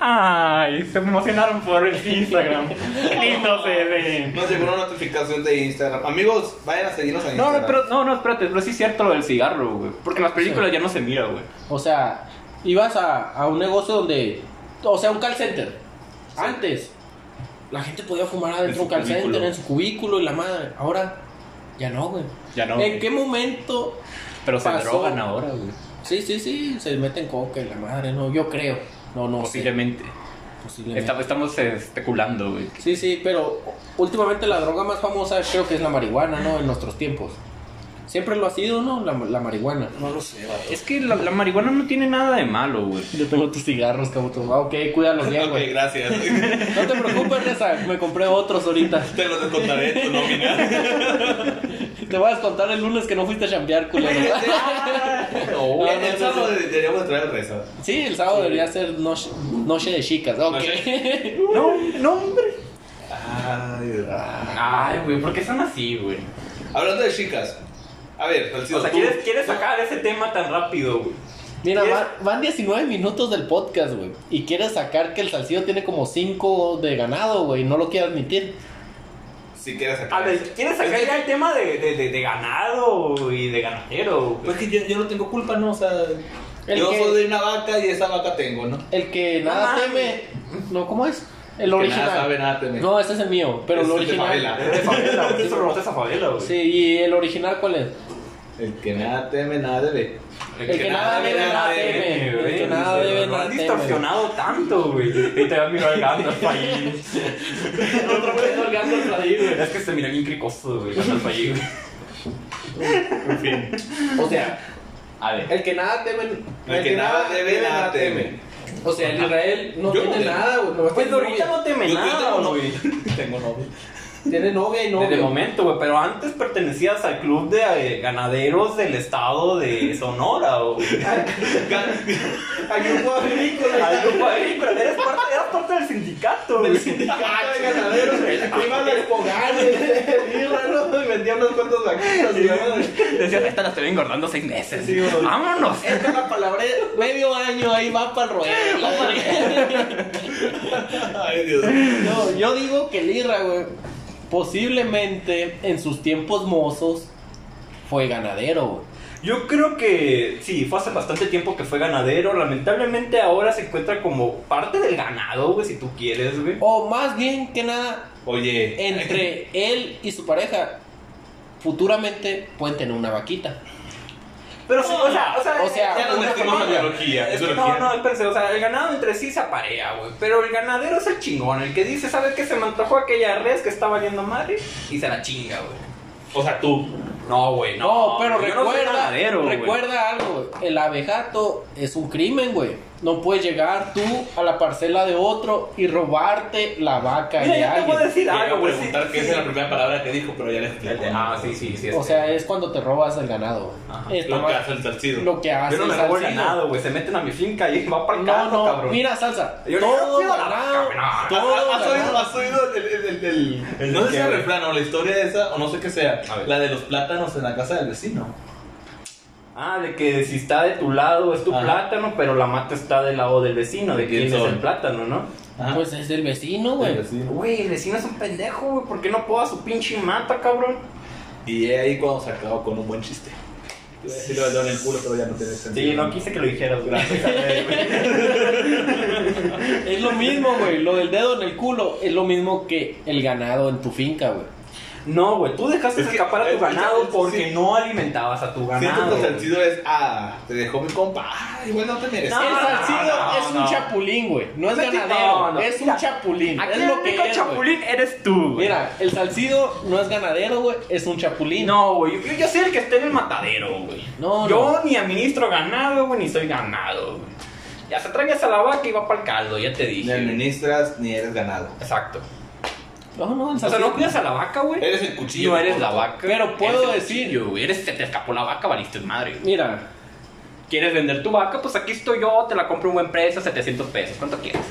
B: Ay, se emocionaron por el Instagram. Qué lindo se ve.
A: Nos llegó una notificación de Instagram. Amigos, vayan a seguirnos a
B: No,
A: Instagram.
B: no, pero, no, no, espérate, pero sí es cierto lo del cigarro, güey. Porque en las películas ya no se mira, güey.
C: O sea, ibas a, a un negocio donde. O sea, un call center. Antes, la gente podía fumar
B: En
C: adentro
B: su
C: de un call center,
B: cubículo.
C: en su cubículo y la madre. Ahora, ya no, güey.
B: Ya no.
C: ¿En qué momento?
B: Pero se
C: pasó?
B: drogan ahora, güey.
C: Sí, sí, sí, se meten coca y la madre, no, yo creo. No, no, sé,
B: Posiblemente.
C: posiblemente.
B: Esta- estamos eh, especulando, güey.
C: Sí, sí, pero últimamente la droga más famosa creo que es la marihuana, ¿no? En nuestros tiempos. Siempre lo ha sido, ¿no? La, la marihuana.
A: No lo sé, vato.
B: Es que la, la marihuana no tiene nada de malo, güey.
C: Yo tengo tus cigarros, cabrón. Ah, ok, cuídalos bien,
A: Ok,
C: güey.
A: gracias.
C: No te preocupes, Reza. Me compré otros ahorita.
A: Te los descontaré en tu nómina.
C: Te voy a descontar el lunes que no fuiste a chambear, culero.
A: No, el,
C: no, no,
A: sábado
C: no.
A: deberíamos entrar al reza.
C: Sí, el sábado debería ser noche, noche de chicas. Ok.
B: No, no, hombre.
A: Ay, ah.
B: Ay, güey, ¿por qué son así, güey?
A: Hablando de chicas. A ver, Salcido,
B: O sea,
A: tú-
B: ¿quieres, quieres sacar ese tema tan rápido, güey?
C: Mira, van, van 19 minutos del podcast, güey. Y quieres sacar que el salcido tiene como 5 de ganado, güey. No lo quiero admitir.
A: si quieres
B: A
A: sacar.
B: ver, ¿quieres sacar ya el tema de, de, de, de ganado y de ganadero? güey?
A: Pues que yo, yo no tengo culpa, ¿no? O sea,
C: El
A: yo
C: que-
A: soy de una vaca y esa vaca tengo, ¿no?
C: El que nada
B: mames.
C: teme. No, ¿cómo es? El
A: Que
C: original.
A: nada sabe, nada teme.
C: No, ese es el mío, pero
A: Es
C: el
A: el de
C: original.
A: Favela.
B: De favela, güey. Eso robaste esa favela, güey.
C: Sí, ¿y el original cuál es?
A: El que nada teme, nada debe.
C: El que nada debe, nada teme, güey. El que nada debe,
B: Lo
C: nada
B: han
C: teme.
B: distorsionado tanto, güey. Y te va a mirar el gato ahí.
C: Otro pedo el gato al salir, güey.
B: Es que se mira bien cricoso, güey. Gato ahí, güey. En fin.
C: O sea,
B: A ver.
C: el que nada teme.
A: El que nada debe, nada teme.
D: O sea, el Israel no
A: Yo no
D: tiene
A: tengo.
D: nada, güey. nomás
B: Pues
D: tiene
B: ahorita
D: novia.
B: no teme
A: Yo- yo
B: nada,
A: tengo novia.
B: güey.
A: Tengo novio.
D: Tiene novia y novia.
B: Desde el momento, güey, pero antes pertenecías al club de eh, ganaderos del estado de Sonora, güey.
D: Hay un juego agrícola.
B: Al grupo agrícola, eres parte, eras parte del sindicato, güey.
D: Cacho de ganaderos, güey. Iban al Pogán, güey, el Irra, ¿no? Y vendía unos cuantos vaquitos, güey.
B: Decías, esta la estoy engordando seis meses.
D: Sí, güey.
B: Vámonos.
D: Esta es la palabra.
C: Medio año ahí va para el ruedo.
A: Ay, Dios mío.
C: No, yo digo que el Irra, güey, posiblemente en sus tiempos mozos fue ganadero, güey.
B: Yo creo que sí, fue hace bastante tiempo que fue ganadero. Lamentablemente ahora se encuentra como parte del ganado, güey, si tú quieres, güey.
C: O más bien que nada,
A: Oye.
C: entre él y su pareja, futuramente pueden tener una vaquita.
B: Pero sí, o sea, o sea,
C: O sea,
B: ya nos
A: una
B: metimos
A: familia.
B: en biología,
A: Es
B: es que
A: biología.
B: no, no, espérense, o sea, el ganado entre sí se aparea, güey. Pero el ganadero es el chingón, el que dice, ¿sabes qué? Se me antojó aquella res que está valiendo madre y se la chinga, güey.
A: O sea, tú.
B: No, güey, no.
C: No, pero
B: güey, yo no soy
C: recuerda,
B: ganadero, güey.
C: recuerda algo, güey. el abejato es un crimen, güey. No puedes llegar tú a la parcela de otro y robarte la vaca
B: Mira, yo
C: de
B: te voy a
C: alguien.
B: decir
A: Iba
B: algo,
A: a
B: güey.
A: preguntar
B: sí,
A: qué
B: sí.
A: es la primera palabra que dijo, pero ya le expliqué.
B: Ah, sí, sí, sí.
C: O
B: es-
C: sea, es cuando te robas el ganado. güey.
B: Ajá.
C: Está
A: Lo que
C: mal.
A: hace el salcido.
C: lo que hace
B: Yo no me
C: el
B: robo el
C: salsino.
B: ganado, güey. Se meten a mi finca y va para el
C: No, no,
B: cabrón.
C: mira, salsa.
B: Yo le
C: todo
B: digo, "Cuida la
C: ganado,
B: vaca,
A: ¿Has,
C: todo
A: has oído,
C: ganado.
A: has oído el, el, el, el-
B: El
A: no
B: de
A: sé si
B: qué,
A: el
B: güey.
A: refrán o la historia esa, o no sé qué sea,
B: A ver.
A: la de los plátanos en la casa del vecino.
B: Ah, de que si está de tu lado es tu
A: Ajá.
B: plátano, pero la mata está del lado del vecino, de
A: ¿De quién
B: quién es
A: son?
B: el plátano, ¿no?
A: Ajá.
C: Pues es del vecino,
A: El
C: güey.
A: vecino.
B: Güey, el vecino es un pendejo, güey. ¿Por qué no puedo a su pinche mata, cabrón?
A: Y ahí cuando se acabó con un buen chiste. Sí, lo en el culo, pero ya no tiene sentido.
B: Sí, no quise que lo dijeras, gracias.
C: Es lo mismo, güey. Lo del dedo en el culo es lo mismo que el ganado en tu finca, güey.
B: no, güey, tú dejaste
A: Es que-
B: escapar a
A: es
B: tu
A: que-
B: ganado
A: sí.
B: porque no alimentabas a tu
A: Siento
B: ganado.
A: que el sentido es, ah, te dejó mi compa. Ah, igual no te mereces.
B: No,
C: el salcido
B: no,
C: es un
B: no.
C: chapulín, güey. No es
B: Ese tipo,
C: ganadero,
B: no.
C: es un
B: Mira,
C: chapulín.
B: Aquí
C: es
B: el
C: lo que
B: único
C: es, güey.
B: chapulín eres tú, güey.
C: Mira, el salcido no es ganadero, güey. Es un chapulín.
B: No, güey, yo, yo soy el que esté en el matadero, güey.
C: No,
B: yo ni administro ganado, güey, ni soy ganado, güey. Ya se trañas a la vaca y va para el caldo, ya te
A: Ni
B: dije. güey.
A: administras ni eres ganado.
B: Exacto.
C: No, no, el
B: O sea,
C: salcido.
B: no cuidas a la vaca, güey.
A: Eres el cuchillo.
B: No
A: de
B: eres la
A: corto.
B: vaca.
C: Pero puedo
B: Eres el
C: decir-
B: cuchillo, güey. Eres, se te escapó la vaca, valiste madre, güey.
C: Mira,
B: ¿Quieres vender tu vaca? Pues aquí estoy yo, te la compro a un buen precio, 700 pesos. ¿Cuánto quieres?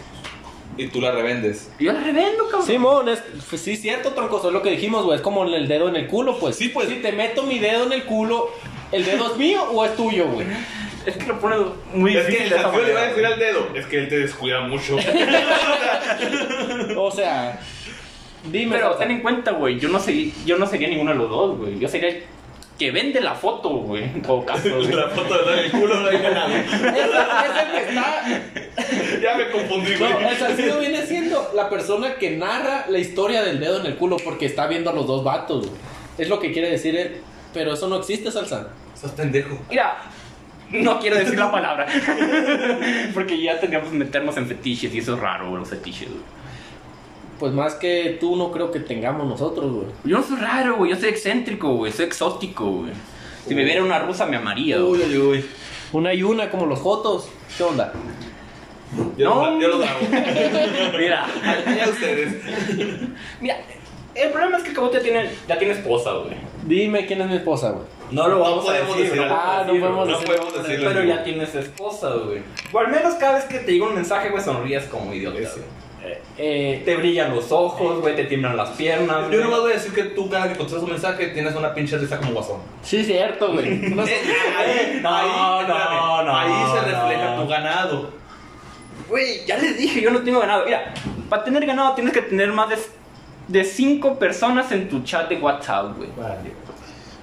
A: Y tú la revendes.
B: Yo la revendo, cabrón.
C: Simón, es, pues sí, cierto, troncoso, es lo que dijimos, güey. Es como el dedo en el culo, pues.
A: Sí, pues.
C: Si te meto mi dedo en el culo, ¿el dedo es mío o es tuyo, güey?
B: Es que lo pones muy
A: es que
B: difícil
A: el
B: de esa
A: salcido le va
B: manera,
A: a decir
B: güey.
A: al dedo. Es que él te descuida mucho.
C: O sea, dime.
B: Pero
C: Salsa.
B: ten en cuenta, güey, yo no sería, yo no sería ninguno de los dos, güey. Yo sería el que vende la foto, güey. En todo caso, güey.
A: la foto del culo no hay ganado.
C: Es, es el que está.
A: Ya me confundí, güey.
C: No, el salcido viene siendo la persona que narra la historia del dedo en el culo porque está viendo a los dos vatos, güey. Es lo que quiere decir él. Pero eso no existe, Salsa.
A: Sos pendejo.
B: Mira, no quiero decir la palabra. Porque ya tendríamos que meternos en fetiches y eso es raro, güey, los fetiches, güey.
C: Pues más que tú, no creo que tengamos nosotros, güey.
B: Yo no soy raro, güey. Yo soy excéntrico, güey. Soy exótico, güey. Si me viera una rusa, me amaría, güey.
A: uy, uy.
C: Una y una, como los jotos. ¿Qué onda?
A: Yo,
B: No.
A: lo, yo lo grabo.
B: Mira,
A: Ya ustedes.
B: mira. El problema es que Cabote tiene, ya tiene esposa, güey.
C: Dime quién es mi esposa, güey.
B: No lo
A: No
B: vamos a
A: podemos
B: decir.
A: decir
B: lo
A: algo.
C: Ah, no
B: decir,
C: podemos
B: güey.
A: No
C: sé,
A: podemos
C: hombre,
A: decirlo.
B: Pero
A: güey.
B: ya tienes esposa, güey. O al menos cada vez que te llega un mensaje, güey, sonríes como idiota.
A: Ese.
B: güey.
C: Eh,
B: Te brillan los ojos, güey, te tiemblan las piernas.
A: Yo
B: güey.
A: nomás voy a decir que tú cada que contestas un mensaje tienes una pinche risa como guasón. Eh,
C: sí, cierto, güey. No sé.
A: Ahí,
B: No, no,
A: espérame,
B: no,
A: ahí se refleja
B: no.
A: tu ganado.
B: Güey, ya les dije, yo no tengo ganado. Mira, para tener ganado tienes que tener más de, de cinco personas en tu chat de WhatsApp, güey.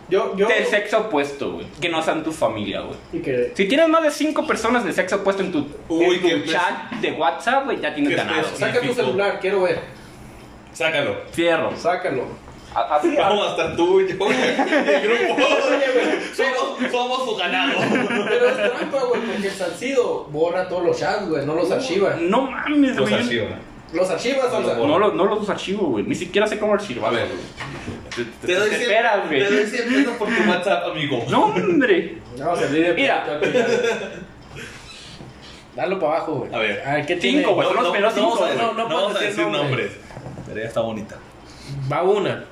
D: Yo, yo.
B: Del sexo opuesto, güey. Que no sean tu familia, güey.
D: Y que.
B: Si tienes más de cinco personas de sexo opuesto en tu,
A: Uy,
B: en
A: qué
B: tu
A: pes-
B: chat de WhatsApp, güey, ya tienes
A: Qué
B: ganado.
A: pes-
D: Saca tu
A: Típico.
D: celular, quiero ver.
A: Sácalo.
B: Fierro.
D: Sácalo.
B: A- Así,
A: Vamos a estar tú y yo güey, en el grupo.
D: Oye, güey.
A: somos, somos su ganado.
D: Pero es trampa, güey, porque el salcido borra todos los chats, güey, no los archiva.
B: No mames,
A: Los
B: güey.
A: archiva.
D: Los archivas, salsa.
B: No, lo- no los archivo, güey. Ni siquiera sé cómo archivar.
A: A ver.
B: Te,
A: Te doy cien-
B: esperas, güey.
A: Te doy 100 pesos por tu WhatsApp, amigo.
B: No, hombre.
D: No, se olvide.
B: Mira.
D: Dalo para abajo, güey.
A: A ver.
D: A ver,
B: Cinco,
D: ¿qué tiene?
B: güey. Son los primeros
D: no,
B: cinco,
D: no,
B: güey.
D: no, no
A: vamos a
D: puedes
A: decir nombres. Pero ya está bonita.
D: Va una.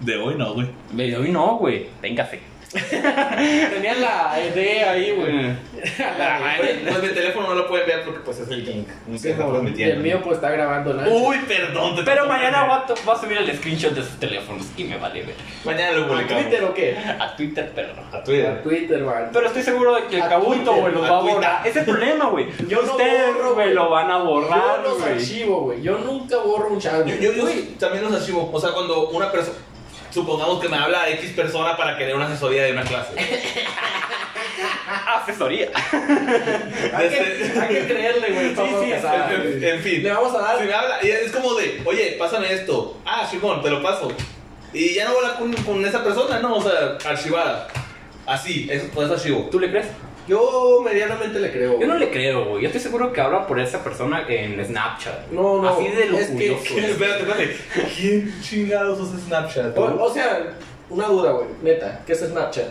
A: De hoy no, güey.
B: Le doy no, güey. Véngase.
D: Tenía la
C: E
D: idea ahí,
B: Mm. Eh.
D: güey.
A: Pues mi teléfono no lo pueden ver porque pues es el link. No se está
D: Y el
A: transmitiendo.
D: mío pues está grabando nada.
A: Uy, perdón. te
B: Pero
A: tengo
B: mañana
A: que-
B: voy a, to- voy a subir el screenshot de sus teléfonos y me vale ver.
A: Mañana lo
D: ¿A
A: publicamos.
D: Twitter o qué?
B: A Twitter, perro.
A: A
D: A
A: Twitter.
D: Twitter, man.
B: Pero estoy seguro de que el
D: A
B: cabuto,
D: Twitter,
B: güey, los
A: a
B: va a
A: Twitter.
B: borrar. Es el problema, güey.
D: Yo no borro,
B: Ustedes, güey,
D: güey.
B: lo van a
D: Yo
B: borrar,
D: los
B: güey.
D: archivo, güey. Yo nunca borro un chat.
A: Yo,
D: güey.
A: yo, yo también los archivo. O sea, cuando una persona. Supongamos que me habla a X persona para que dé una asesoría de una clase.
B: Ah, Asesoría.
D: Hay que,
A: Desde-
D: hay que creerle, güey. Pablo
B: sí,
D: Casado,
A: en- en-
D: güey.
A: en fin.
D: Le vamos a
A: Ah,
D: dar.
A: Si me habla, y es como de, oye, pásame esto. Ah, Simón, te lo paso. Y ya no voy a hablar con, con esa persona, no, o sea, archivada. Así, es, pues archivo.
B: ¿Tú le crees?
D: Yo medianamente le creo.
B: Yo
D: güey.
B: no le creo, güey. Yo estoy seguro que habla por esa persona en Snapchat. güey.
D: No, no.
B: Así de
D: Es que-
B: lujurioso. güey.
A: Espérate, espérate. ¿Quién chingados usa Snapchat?
D: O, o sea, una duda, güey. Neta, ¿qué es Snapchat?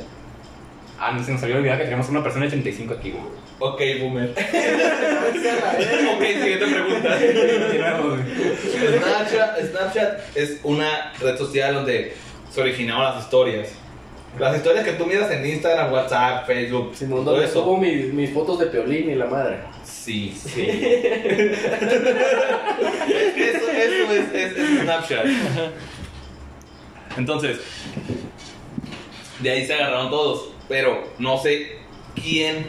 B: Ah, no, se nos había olvidado que tenemos una persona de 35 aquí, güey.
A: Ok, boomer. ok,
D: Ok.
A: siguiente pregunta. Snapchat, Snapchat es una red social donde se originaron las historias. Las historias que tú miras en Instagram, WhatsApp, Facebook,
D: Sin mundo
A: todo
D: le
A: eso.
D: subo mis, mis fotos de Peolín y la madre.
A: Sí, sí. eso eso es, es- es Snapchat. Entonces, de ahí se agarraron todos, pero no sé quién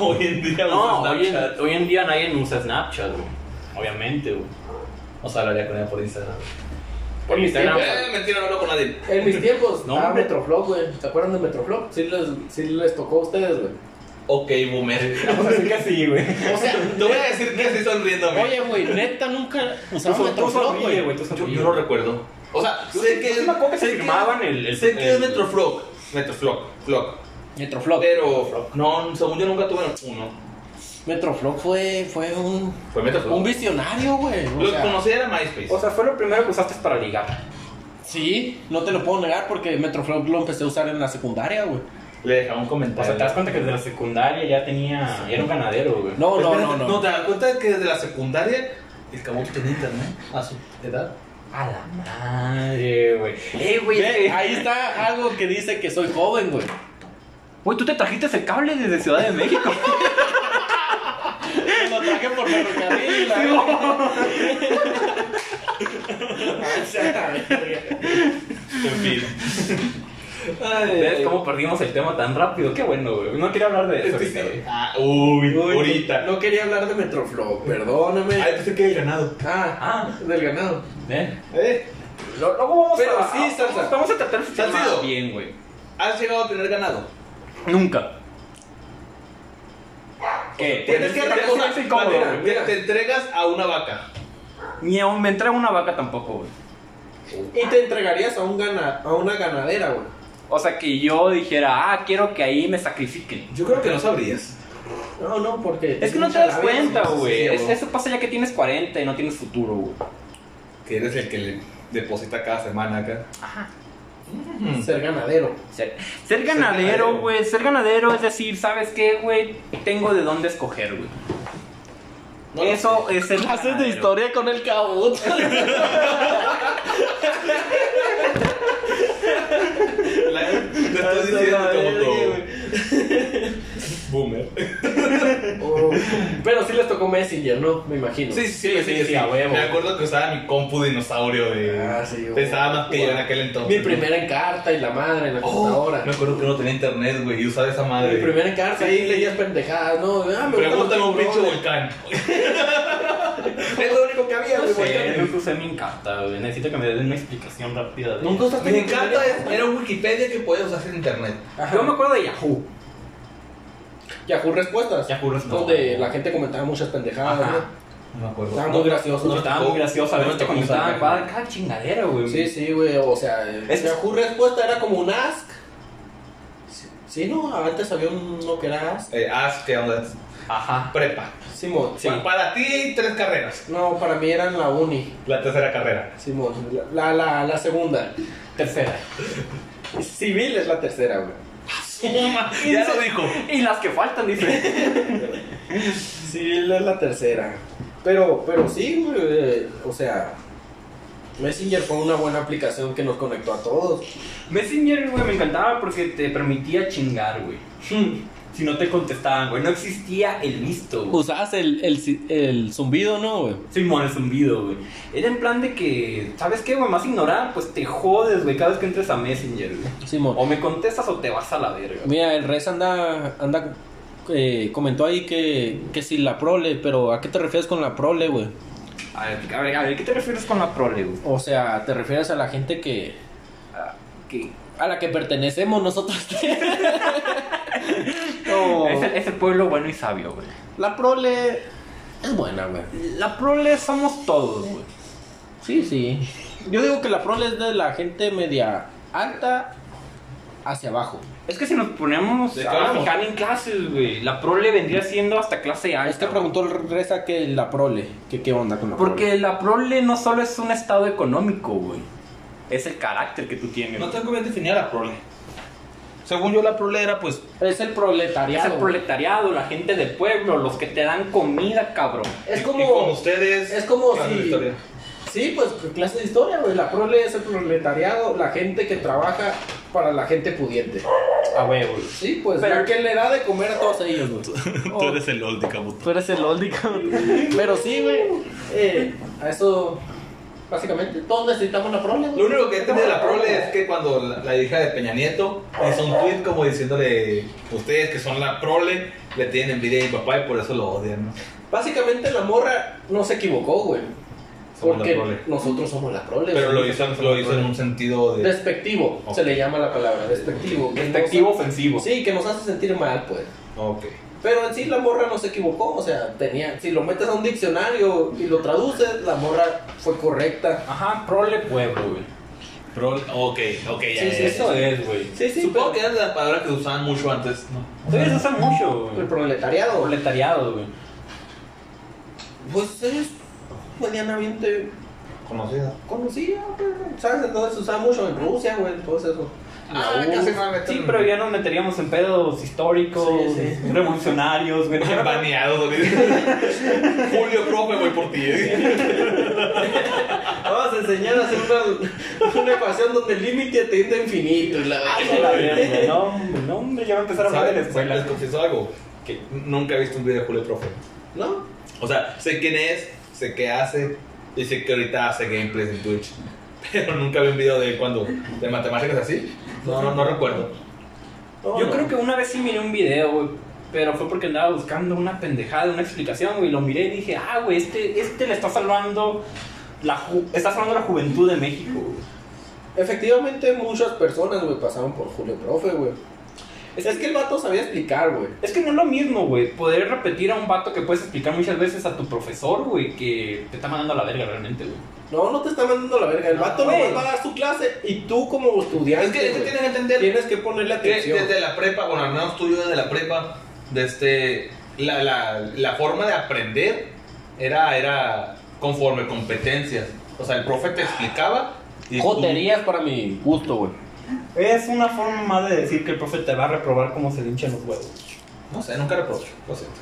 A: hoy en día usa
B: No, hoy en,
A: Snapchat.
B: hoy en día nadie usa Snapchat, güey. Obviamente, güey.
A: O sea, hablaría con él por Instagram.
B: Por Instagram.
A: Eh, mentira, no hablo con nadie.
D: En mis tiempos,
B: No,
D: no, estaba
B: hombre.
D: Metroflop, güey. ¿Se acuerdan de Metroflop? Sí les, sí les tocó a ustedes, güey.
A: Ok, boomer.
B: Vamos a decir que sí, güey.
D: O sea,
A: Te voy a decir que estoy sonriéndome.
C: Oye, güey, neta nunca usaba
B: Tú
C: Metroflog,
B: sonríe,
C: güey.
B: güey. Tú
A: yo,
B: sonríe.
A: yo no recuerdo. O sea, sé que
B: yo sí
A: es.
B: me acuerdo que se
A: sé
B: firmaban
A: es-
B: el- el-
A: Sé que es
B: el-
A: Metroflog. Metroflog. Flog.
C: Metroflog.
D: Eh.
A: Pero. No, según yo nunca tuve uno.
C: Metroflog fue, fue un,
A: Fue Metroflog.
C: un visionario, güey. o
A: Lo que
C: sea,
A: conocí era MySpace.
B: O sea, fue lo primero que usaste para ligar.
C: sí, no te lo puedo negar porque Metroflog lo empecé a usar en la secundaria, güey.
A: Le dejaba un
B: O
A: comentario.
B: sea, te das cuenta que desde la secundaria ya tenía. Ya era un ganadero, güey.
C: No, no,
A: Espérate,
C: no, no.
A: te das cuenta que desde la secundaria el cabrón tenía internet a su edad.
B: A la madre, güey. Eh, güey.
C: Ve,
B: eh.
C: ahí está algo que dice que soy joven, güey.
B: Güey, tú te trajiste el cable desde Ciudad de México.
C: Lo traje por ferrocarril, la
A: Ah, En fin.
B: ¿Ves cómo perdimos el tema tan rápido? Qué bueno, güey. No quería hablar de eso ahorita, güey.
A: Ah, uy,
D: Uy,
A: ahorita.
D: No quería hablar de Metroflop, perdóname.
A: Ay, pensé que había ganado.
D: Ah,
B: Ah.
D: del ganado.
B: ¿Eh?
A: ¿Eh?
B: Lo- Luego vamos
D: Pero
B: a. ah,
D: sí, Salsa.
B: Vamos a tratar el tema
A: Salcido.
B: bien, güey.
A: ¿Has llegado a tener ganado?
B: Nunca. ¿Qué?
A: Tienes Pues, que
B: Tienes
A: o sea,
B: ser incómodo,
A: mira,
B: güey.
A: mira, Te entregas a una vaca.
B: Ni aún me entré a una vaca tampoco, güey.
D: Y te entregarías a, un gana, a una ganadera, güey.
B: O sea, que yo dijera, ah, quiero que ahí me sacrifiquen.
A: Yo creo que no sabrías.
D: No, no, porque.
B: Es que no te das
D: mucha labia,
B: cuenta,
D: sí, sí, sí,
B: güey. Es-
D: güey.
B: Eso pasa ya que tienes 40 y no tienes futuro, güey.
A: Que eres el que le deposita cada semana acá.
B: Ajá.
A: Mm.
D: Ser ganadero.
B: Ser, ser ganadero,
A: ganadero.
B: güey. Ser ganadero es decir, ¿sabes qué, güey? Tengo de dónde escoger, güey.
A: No lo
B: Eso es ser
C: Clases de
B: ganadero.
C: historia con el cabut.
A: La- Te estoy diciendo como todo. Boomer.
D: O- Pero sí les tocó Messenger, ¿no? Me imagino.
A: Sí, sí, sí, sí, sí.
B: a huevo.
A: Me acuerdo que usaba mi compu dinosaurio de.
D: Ah, sí, güey.
A: Pesaba más que yo en
D: Güey.
A: aquel entonces.
D: Mi primera encarta y la madre en la
A: Oh,
D: computadora.
A: me acuerdo que no tenía internet, güey, y usaba esa madre.
D: Mi primera encarta, ahí leías pendejadas, ¿no? Ah, me
A: Pregúntame a
D: gustan
A: un
D: los
A: pinche
D: tiburones.
A: volcán.
D: Es lo único que había,
B: No
D: güey.
B: sé,
D: volcán.
B: nunca usé mi encanta, güey. Necesito que me den una explicación rápida. de-
D: Nunca usaste
A: Me
D: mi primera
A: encanta, es-
D: encarta.
A: era un Wikipedia que podías usar en internet.
D: Ajá.
B: Yo me acuerdo de Yahoo.
D: Yahoo Respuestas.
B: Yahoo Respuestas.
D: Donde la gente comentaba muchas pendejadas,
B: Ajá.
D: ¿no?
A: No me acuerdo.
D: Estaba muy gracioso.
B: No,
D: ¿no?
B: estaba muy graciosa, a
D: No
B: veces te
D: tocó usar
B: comentaban cada,
D: Yahoo.
B: cada chingadera, güey.
D: Sí, sí, güey. O sea, eh,
B: Es-
D: Yahoo Respuesta era como un ask. Sí- Sí, no, antes había uno que era ask.
A: Eh, Ask, ¿qué onda?
B: Ajá.
A: Prepa.
D: Simón.
B: Sí.
A: Pa- Para ti, tres carreras.
D: No, para mí eran la uni.
A: La tercera carrera.
D: Simón, la, la, la segunda.
B: Tercera.
D: Civil es la tercera, güey.
A: Fuma, ya lo dijo.
B: Y las que faltan, dice.
D: Sí, la es la tercera. Pero, pero sí, güey, eh, o sea, Messenger fue una buena aplicación que nos conectó a todos.
B: Messenger, güey, me encantaba porque te permitía chingar, güey. Hmm. Si no te contestaban, güey. No existía el visto, güey.
C: Usabas el, el, el zumbido, ¿no, güey?
B: Simón, el zumbido, güey. Pues, Era en plan de que, ¿sabes qué, güey? Más ignorar, pues te jodes, güey, cada vez que entres a Messenger, güey.
C: Simón.
B: O me contestas o te vas a la verga.
C: Mira, el Res anda, anda, eh, comentó ahí que, que si la prole, pero ¿a qué te refieres con la prole, güey?
B: A ver, a ver, a ver, ¿qué te refieres con la prole, güey?
C: O sea, ¿te refieres a la gente que,
B: Ah, ¿Qué?
C: a la que pertenecemos nosotros? No.
B: Es, el, es el pueblo bueno y sabio, güey.
C: La prole es buena, güey.
B: La prole somos todos, güey.
C: Sí, sí. Yo digo que la prole es de la gente media alta hacia abajo.
B: Es que si nos ponemos
A: ¿De qué
B: a
A: hablamos?
B: fijar en clases, güey, la prole vendría siendo hasta clase alta.
C: Es que
B: güey.
C: preguntó el Reza que la prole, que qué onda con la prole.
B: Porque la prole no solo es un estado económico, güey. Es el carácter que tú tienes.
A: No
B: güey.
A: tengo bien definida la prole. Según yo, la prole era pues.
C: Es el proletariado.
B: Es el
C: güey.
B: proletariado, la gente del pueblo, los que te dan comida, cabrón.
D: Es
A: Y con
D: como,
A: ustedes.
D: es como
A: clase de
D: si...
A: historia.
D: Sí, pues clase de historia, güey. La prole es el proletariado, la gente que trabaja para la gente pudiente.
C: A huevo.
D: Sí, pues
B: Pero-
D: la que le da de comer a todos ellos, güey.
A: Tú eres el oldie, cabuto.
C: Tú eres el oldie, cabrón. Pero sí, güey.
D: Eh, a eso, básicamente, todos necesitamos la prole, güey.
A: Lo único que entendí de la prole es que cuando la, la hija de Peña Nieto hizo un tweet como diciéndole, ustedes que son la prole, le tienen envidia a mi papá y por eso lo odian, ¿no?
D: Básicamente la morra no se equivocó, güey.
A: Somos la
D: Porque
A: prole.
D: nosotros somos la prole.
A: Pero
D: güey.
A: lo hizo, lo hizo en un sentido de...
D: Despectivo,
A: Ok.
D: se le llama la palabra, despectivo. que
B: Despectivo,
D: nos-
B: ofensivo.
D: Sí, que nos hace sentir mal, pues.
A: Ok.
D: Pero en sí la morra no se equivocó, o sea, tenía, si lo metes a un diccionario y lo traduces, la morra fue correcta.
B: Ajá, prole pueblo, güey.
A: Prole, ok, ok, ya,
D: Sí,
A: ya,
D: sí,
A: ya.
B: Eso es, güey.
D: Sí, sí,
A: Supongo que
D: pero
A: era la palabra que usaban mucho antes, ¿no?
B: Ustedes usan mucho,
D: el
B: güey.
D: proletariado.
B: Proletariado, güey.
D: Pues ellos medianamente
A: Conocida.
D: conocía, güey. ¿sabes? Entonces se usaba mucho en Rusia, güey, todo eso.
A: Ah, casi me meten-
B: Sí, pero ya nos meteríamos en pedos históricos,
D: Sí, sí.
B: revolucionarios, güey.
A: Baneado, Julio profe, voy por ti. ¿eh?
D: Vamos a enseñar a hacer una, una ecuación donde el límite tiende a infinito. y la
B: No, la verga, güey. No, hombre, no, hombre, ya va a empezar a hablar de la
A: ¿Sabes?
B: escuela.
A: Les confieso algo, que nunca he visto un video de Julio profe.
D: ¿No?
A: O sea, sé quién es, sé qué hace y sé que ahorita hace gameplays en Twitch. Pero nunca vi un video de él cuando de matemáticas así. No, no, no recuerdo.
B: Yo creo que una vez sí miré un video, güey. Pero fue porque andaba buscando una pendejada, una explicación, güey. Lo miré y dije, ah, güey, este, este le está salvando la, ju- está salvando la juventud de México, güey.
D: Efectivamente, muchas personas, güey, pasaron por Julio Profe, güey. Es, que el vato sabía explicar, güey.
B: Es que no es lo mismo, güey. Poder repetir a un vato que puedes explicar muchas veces a tu profesor, güey, que te está mandando a la verga realmente, güey.
D: No, no te está mandando la verga. El
B: No,
D: vato
B: güey.
D: nomás va a dar su clase y tú como estudiante
A: Es que, es que
D: güey,
A: tienes que entender
D: tienes que ponerle
A: que
D: atención.
A: desde la prepa, bueno, al menos tú y yo desde la prepa, desde la, la, la forma de aprender era, era conforme competencias. O sea, el profe te explicaba y tú-
C: Joterías para mi gusto, güey.
B: Es una forma más de decir que el profe te va a reprobar como se hinchan los huevos.
A: No sé, nunca reprocho, lo siento.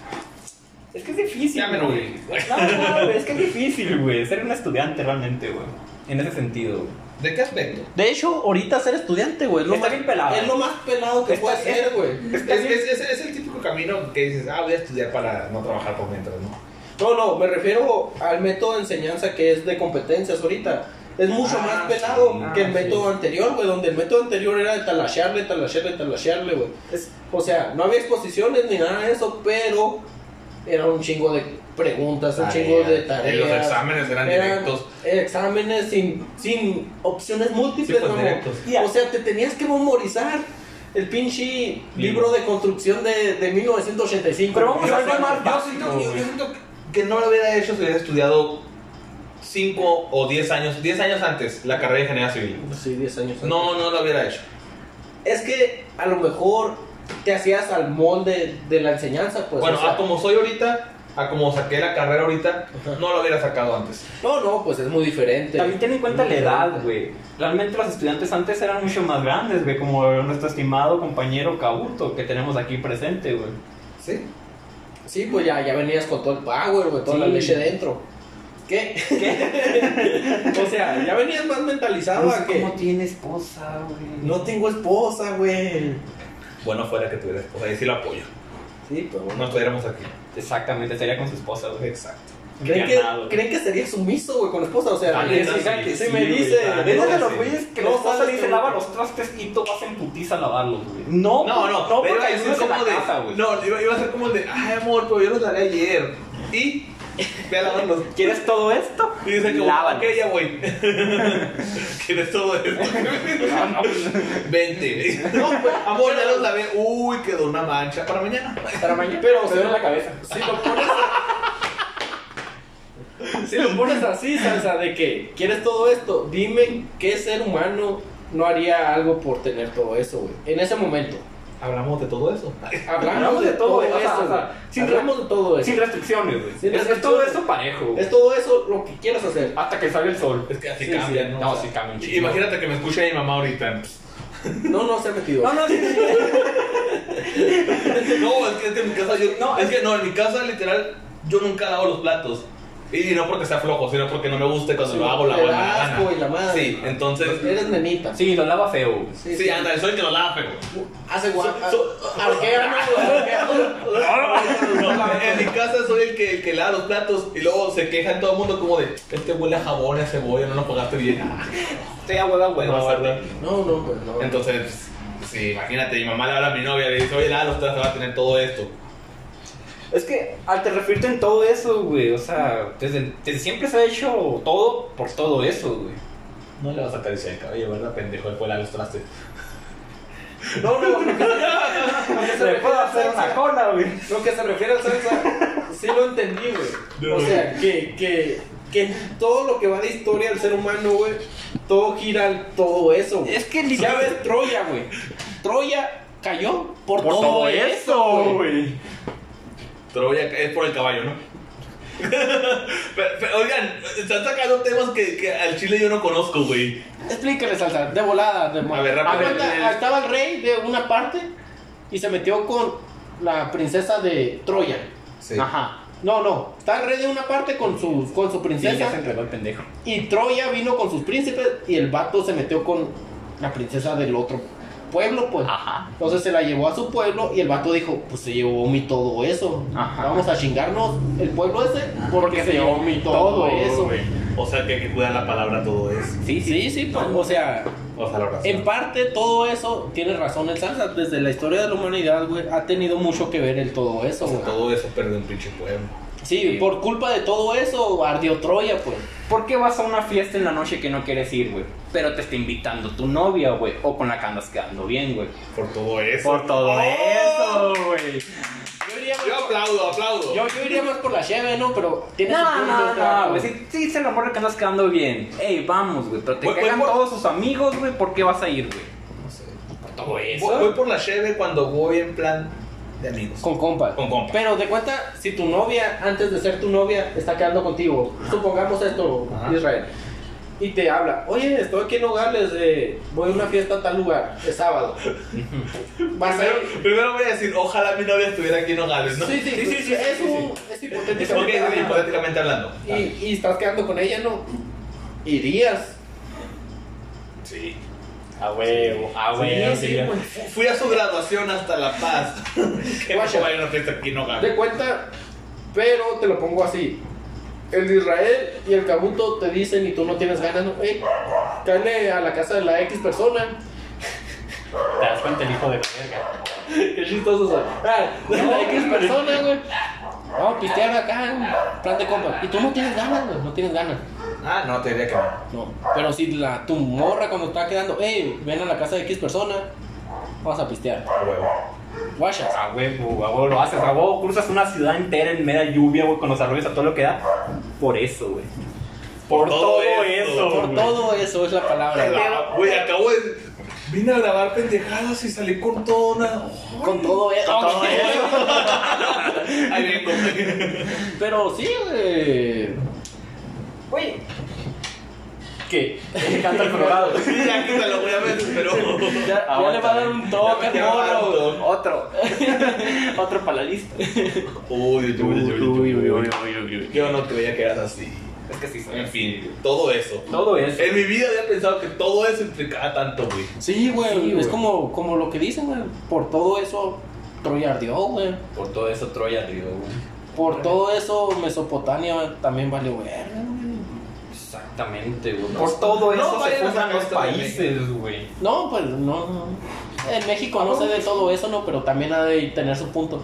B: Es que es difícil,
A: Ya me
B: güey. No, no, güey, es que es difícil, güey. Ser un estudiante realmente, güey. En ese sentido, güey.
A: ¿De qué aspecto?
C: De hecho, ahorita ser estudiante, güey, es lo
B: Está
C: más-
B: bien pelado.
D: Es lo más pelado que
B: Está-
D: puede hacer, güey.
A: Es, es- es- es el típico camino que dices, ah, voy a estudiar para no trabajar por mientras, ¿no?
D: No, no, me refiero al método de enseñanza que es de competencias ahorita. Es mucho
A: Ah,
D: más pelado
B: sí.
D: que el
B: Ah,
D: método anterior, güey, donde el método anterior era de talashearle, talashearle, talashearle, güey. O sea, no había exposiciones ni nada de eso, pero era un chingo de preguntas, un chingo de tareas.
A: Y los exámenes eran directos.
D: Exámenes sin, sin opciones múltiples,
A: Sí, pues,
D: mamón.
A: directos.
D: O sea, te tenías que memorizar el pinche libro
A: Libro.
D: de construcción de, de 1985.
B: Pero vamos
A: Yo
B: a algo
A: siento-
B: más
A: yo
B: básico,
A: siento- yo-
B: güey.
A: yo siento que no lo hubiera hecho si hubiera estudiado 5 o 10 años, 10 años antes la carrera de ingeniería civil.
D: Sí, 10 años. antes.
A: No, no lo hubiera hecho.
D: Es que a lo mejor te hacías al molde de la enseñanza, pues.
A: bueno,
D: o sea,
A: ah, como soy ahorita, a como saqué la carrera ahorita, no la hubiera sacado antes.
C: No, no, pues es muy diferente.
B: También ten en cuenta la edad, güey. Realmente los estudiantes antes eran mucho más grandes, güey, como nuestro estimado compañero Kabuto que tenemos aquí presente, güey.
A: Sí.
C: Sí, pues ya, ya venías con todo el power, güey, toda la
B: Sí.
C: leche dentro. ¿Qué? o sea, ya venías más mentalizado a que
B: Pues, tiene esposa, güey?
C: no tengo esposa, güey.
A: Bueno, fuera que tuviera esposa, ahí sí lo apoyo.
C: Sí, pero
A: No estuviéramos aquí.
B: Exactamente, estaría con su esposa, güey.
A: Exacto.
C: ¿Creen que,
B: Ganado.
C: ¿Creen que sería sumiso, güey, con esposa? O sea,
B: Ah,
C: que
B: neta,
C: diga
B: sí,
C: que
B: sí,
C: sí me
B: güey,
C: dice.
A: ah,
B: Es
A: neta,
B: de los
A: sí.
B: güeyes que
C: No,
B: la esposa le
C: sales,
B: dice
C: güey.
B: lava los trastes y tú vas en putiza a lavarlos, güey. No, pues,
A: No, no,
B: no, porque
A: pero iba a decir
B: ayudas en la
A: como de.
B: casa, güey.
A: no, iba, iba a ser como el de, ay amor, pero yo los daré ayer. Y ve a lavar los.
B: ¿Quieres todo esto?
A: Y dice como,
B: Lávalos.
A: ok, ya voy. ¿Quieres todo esto?
B: No, no, pues,
A: Vente. No, pues, amor, ya los lavé. Uy, quedó una mancha para mañana.
C: Para mañana. Pero, o
B: se duele
C: sea,
B: la cabeza.
C: si lo pones. si lo pones así, salsa, de que quieres todo esto, dime qué ser humano no haría algo por tener todo eso, güey. En ese momento.
A: Hablamos de todo eso.
C: Hablamos,
B: Hablamos
C: de, todo,
B: o sea,
C: eso,
B: o sea,
C: güey.
B: sin
C: Hablamos de todo eso.
B: Sin restricciones, güey.
C: Sin
B: Es- Es todo
C: restricciones.
B: esto parejo, güey.
C: Es todo eso lo que quieras hacer.
B: Hasta que salga el sol.
A: Es que así
C: Sí,
A: cambia,
C: sí.
A: ¿no?
B: No,
A: O sea,
B: sí cambia un chingo.
A: Imagínate que me escuche mi mamá ahorita.
C: No, no se ha metido.
B: no, sí, sí.
A: No, es que es que en mi casa yo. No, es que no, en mi casa literal yo nunca lavo los platos. Y no porque sea flojo, sino porque no me guste cuando
C: Sí,
A: lo hago la
C: el
A: buena
C: asco y la madre.
A: Sí, entonces.
C: Eres nenita.
B: Sí, lo lava feo, güey.
A: Sí, anda, soy el que lo lava feo.
C: Hace guapa.
A: So-
C: Arqueano, arqueano.
A: En mi casa soy el que, el que lava los platos y luego se queja en todo el mundo como de este huele a jabón, a cebolla, no lo pagaste bien.
B: Te da hueva, güey.
A: Bueno, ¿verdad?
C: No, no, pues no.
A: Entonces, sí, imagínate, mi mamá le habla a mi novia y le dice, oye, lava los platos, va a tener todo esto.
B: Es que al te referirte en todo eso, güey. O sea, desde, desde siempre se ha hecho todo por todo eso, güey.
A: No le vas a acariciar el cabello, ¿verdad, pendejo? Después la lustraste.
C: No, no, lo que, lo que se
B: Le puedo
C: refiere al
B: hacer una
C: salsa-
B: cola, güey.
C: Lo que se refiere al salsa, sí lo entendí, güey. O sea, que, que, que en todo lo que va de historia del ser humano, güey, todo gira al todo eso, güey.
B: Es que
C: Ya ves Troya, güey. Troya cayó por,
B: Por
C: todo,
B: todo
C: eso,
B: eso,
C: güey.
B: güey.
A: Pero voy a- es por el caballo, ¿no? Pero- pero, oigan, están sacando temas que, que al chile yo no conozco, güey.
C: Explícale, salsa, de volada. De mo-
A: A ver, rápido.
C: Haz cuenta,
A: A ver.
C: Estaba el rey de una parte y se metió con la princesa de Troya.
A: Sí.
C: Ajá. No, no. Está el rey de una parte con su, con su
B: Sí, ya
C: princesa.
B: se entregó el pendejo.
C: Y Troya vino con sus príncipes y el vato se metió con la princesa del otro pueblo, pues.
B: Ajá.
C: Entonces se la llevó a su pueblo y el vato dijo, pues se llevó mi todo eso.
B: Ajá.
C: Vamos a chingarnos el pueblo ese porque,
B: Porque
C: se llevó mi todo, eso.
B: güey.
A: O sea que hay que cuidar la palabra todo eso.
B: Sí, sí.
C: Sí, sí, pues, o sea,
A: O sea, la oración.
C: en parte todo eso tiene razón el salsa. Desde la historia de la humanidad, güey, ha tenido mucho que ver el todo eso,
A: O sea,
C: güey.
A: todo eso perdió un pinche pueblo.
C: Sí, por culpa de todo eso ardió Troya, pues.
B: ¿Por qué vas a una fiesta en la noche que no quieres ir, güey? Pero te está invitando tu novia, güey. O con la que andas quedando bien, güey.
A: Por todo eso.
B: Por todo
A: ¡Oh!
B: eso, güey.
C: Yo diría
A: Yo aplaudo, aplaudo.
C: Yo, yo iría más por la cheve, ¿no? Pero tiene su
B: No,
C: punto,
B: no,
C: claro.
B: no, güey. Si, si se lo que andas quedando bien. Ey, vamos, güey. Pero te
A: Voy- voy
B: cagan
A: por-
B: todos sus amigos, güey. ¿Por qué vas a ir, güey? Por todo
A: Voy, voy por la cheve cuando voy en plan de amigos.
C: Con compas.
A: Con compas.
C: Pero de cuenta, si tu novia, antes de ser tu novia, está quedando contigo. Supongamos esto,
A: Ajá.
C: Israel. Y te habla, oye, estoy aquí en Nogales, eh, voy a una fiesta a tal lugar, es sábado. Vas a
A: Primero,
C: ir.
A: primero voy a decir, ojalá mi novia estuviera aquí en Nogales, ¿no?
C: Sí, sí,
A: sí, sí.
C: es,
A: sí,
C: un, es
A: sí.
C: hipotético.
A: Ok, sí, hipotéticamente hablando.
C: y, y estás quedando con ella, ¿no? Irías.
A: Sí.
B: A huevo, a huevo.
C: Sí, sí,
B: sí,
C: Ah, güey.
A: Fui a su graduación hasta La Paz. Qué
C: Guacha.
A: guacho va a ir a una fiesta aquí en Nogales.
C: de cuenta, pero te lo pongo así. El de Israel y el Cabuto te dicen y tú no tienes ganas, ¿no? Ey, cáele a la casa de la X persona.
B: Te das cuenta el hijo de verga.
C: Qué chistoso son. Ah, de la X persona, güey. Vamos a pistear acá, güey, plan de compa. Y tú no tienes ganas, güey, no tienes ganas.
A: Ah, no, te diría que no.
C: No, pero si la, tu morra cuando está quedando, ey, ven a la casa de X persona, vas a pistear.
B: Ah,
A: A huevo.
C: Guachas.
B: A huevo, Ah, a huevo lo haces, a huevo cruzas una ciudad entera en media lluvia, güey, con los arroyos a todo lo que da. Por eso, güey. Por,
A: todo
B: todo,
A: eso,
B: eso.
C: Por
B: güey.
C: todo eso es la palabra. güey.
A: La- Güey, acabo de. Vine a grabar pendejadas y salí con todo una.
C: Con todo eso.
A: Con todo eso. Ahí vengo.
C: Pero sí, güey.
D: Güey. ¿Qué? Me encanta el colorado.
A: Sí, ya quítalo, güey, a veces, pero.
C: Ya, ya
B: Aguanta,
C: le va a dar
B: güey.
C: un toque,
A: Ya me quedaba
C: morro.
A: harto.
B: Otro. Otro para la lista.
A: Uy, uy, uy, uy, uy, uy.
B: uy.
A: Yo no creía que eras así.
B: Es que sí, soy.
A: En fin, todo eso.
B: Todo eso.
A: En mi vida había pensado que todo eso implicaba tanto, güey.
C: Sí, güey.
D: Sí,
C: es
D: güey.
C: como, como lo que dicen, güey. Por todo eso, Troya ardió, güey.
B: Por todo eso, Troya río, güey.
C: Por todo eso, Mesopotamia también valió verga, güey.
B: Exactamente, güey.
A: Por todo eso se
B: vayan a
A: fundan
B: sacar
A: los
B: esto
A: países,
B: de mí. güey.
C: No, pues no. no. En México no sé de todo eso, no, pero también ha de tener su punto.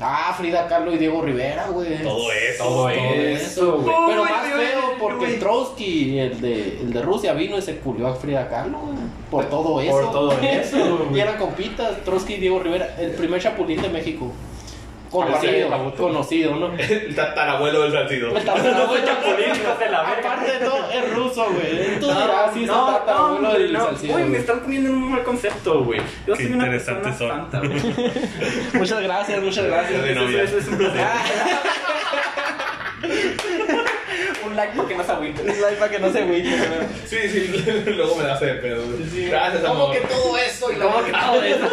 C: Ah, Frida Kahlo y Diego Rivera, güey.
A: Todo eso.
B: Todo
C: eso,
B: eso, güey.
C: Pero
A: Uy,
C: más
A: güey,
C: feo porque
A: güey.
C: Trotsky, el de, el de Rusia, vino y se culió a Frida Kahlo, güey. Por todo eso.
B: Por todo eso,
C: y
B: güey.
C: eran compitas, Trotsky y Diego Rivera, el primer chapulín de México.
B: Así
C: Conocido,
B: es, Pabuto.
C: conocido, ¿no?
A: El tatarabuelo del nacido.
C: El tatarabuelo-
B: hijos de la verga.
C: Aparte de todo, es ruso, güey. Tú dirás, sí, es el
B: no,
C: tatarabuelo del
B: no,
C: Salcido,
B: Güey, me
C: güey.
B: están poniendo en un mal concepto, güey. Yo
F: Qué
B: soy una
F: interesantes
B: persona
F: son.
B: santa, güey.
C: Muchas gracias, muchas gracias.
A: De
B: Eso,
A: novia.
B: eso es un placer. un like para que no se agüiten.
C: Es like para que no se agüite, güey.
A: Sí, sí, luego me la hace de pedo. güey. Gracias, amor.
B: todo eso? y ¿Cómo que todo eso?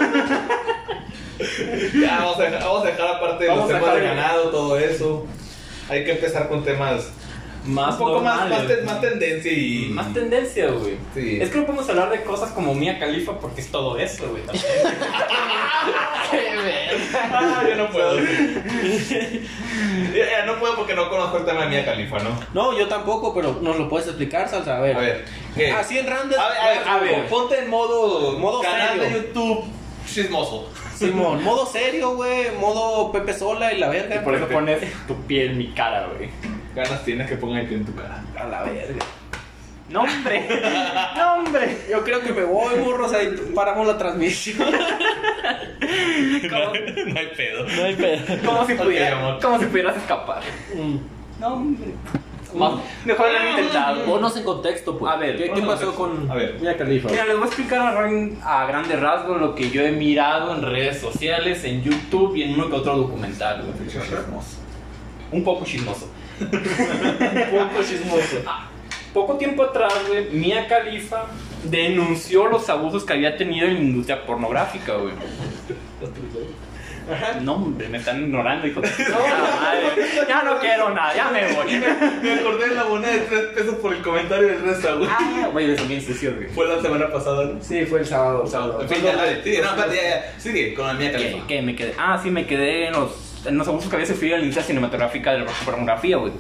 A: Ya, vamos a, dejar, vamos a dejar aparte
B: Vamos
A: los
B: a
A: temas de
B: dejar-
A: ganado, todo eso. Hay que empezar con temas
B: Más
A: un poco más, más,
B: normales. Mm.
A: ten- más tendencia y.
B: Más tendencia, güey.
A: Sí.
B: Es que no podemos hablar de cosas como Mia Califa porque es todo eso, güey. también.
A: Ah, yo no puedo. Ya, ya, no puedo porque no conozco el tema de Mía Califa, ¿no?
C: No, yo tampoco, pero nos lo puedes explicar, Salsa. A ver.
A: A ver. ¿qué?
C: Así en Randes.
A: A ver, a ver, a ver, ponte en modo,
C: Ah, Modo
A: canal
C: serio.
A: de YouTube chismoso.
C: Simón, modo serio, güey. Modo Pepe Sola y la
B: Y
C: verga.
B: por eso pones tu piel en mi cara, güey.
A: Ganas tienes que pongan en tu cara.
C: A la verga.
B: ¡No, hombre! ¡No, hombre!
C: Yo creo que me voy, morros. Ahí paramos la transmisión.
B: Como,
F: No hay pedo.
C: No hay pedo.
B: como si
A: Ok,
B: pudiera,
A: amor.
B: como si pudieras escapar. No, hombre. Mm. Más- mejor lo han intentado.
C: Ponos en contexto, pues.
B: A ver,
C: ¿qué, qué
A: ponnos en
C: pasó
A: contexto.
C: con
A: A ver.
C: Mia Khalifa?
B: Mira, les voy a explicar a, gran- a grandes rasgos lo que yo he mirado en redes sociales, en YouTube y en uno que otro documental. güey. Chismoso. Un poco chismoso. Ah,
D: Poco chismoso.
B: Poco tiempo atrás, güey, Mia Khalifa denunció los abusos que había tenido en la industria pornográfica, güey. No, hombre, me están ignorando, hijo de puta madre. Ya no quiero nada, ya me voy.
A: Me acordé de la moneda de 3 pesos por el comentario del resto, güey.
B: Ah, güey, son bien sucios, güey.
A: Fue la semana pasada, ¿no?
D: Sí, fue el sábado.
A: En fin, ya, dale, sigue, no, espérate, ya, ya. Sigue con la mía
B: ¿Qué,
A: califa.
B: qué me quedé? Ah, sí, me quedé en los, en los abusos que había sufrido en la industria cinematográfica de la pornografía, güey.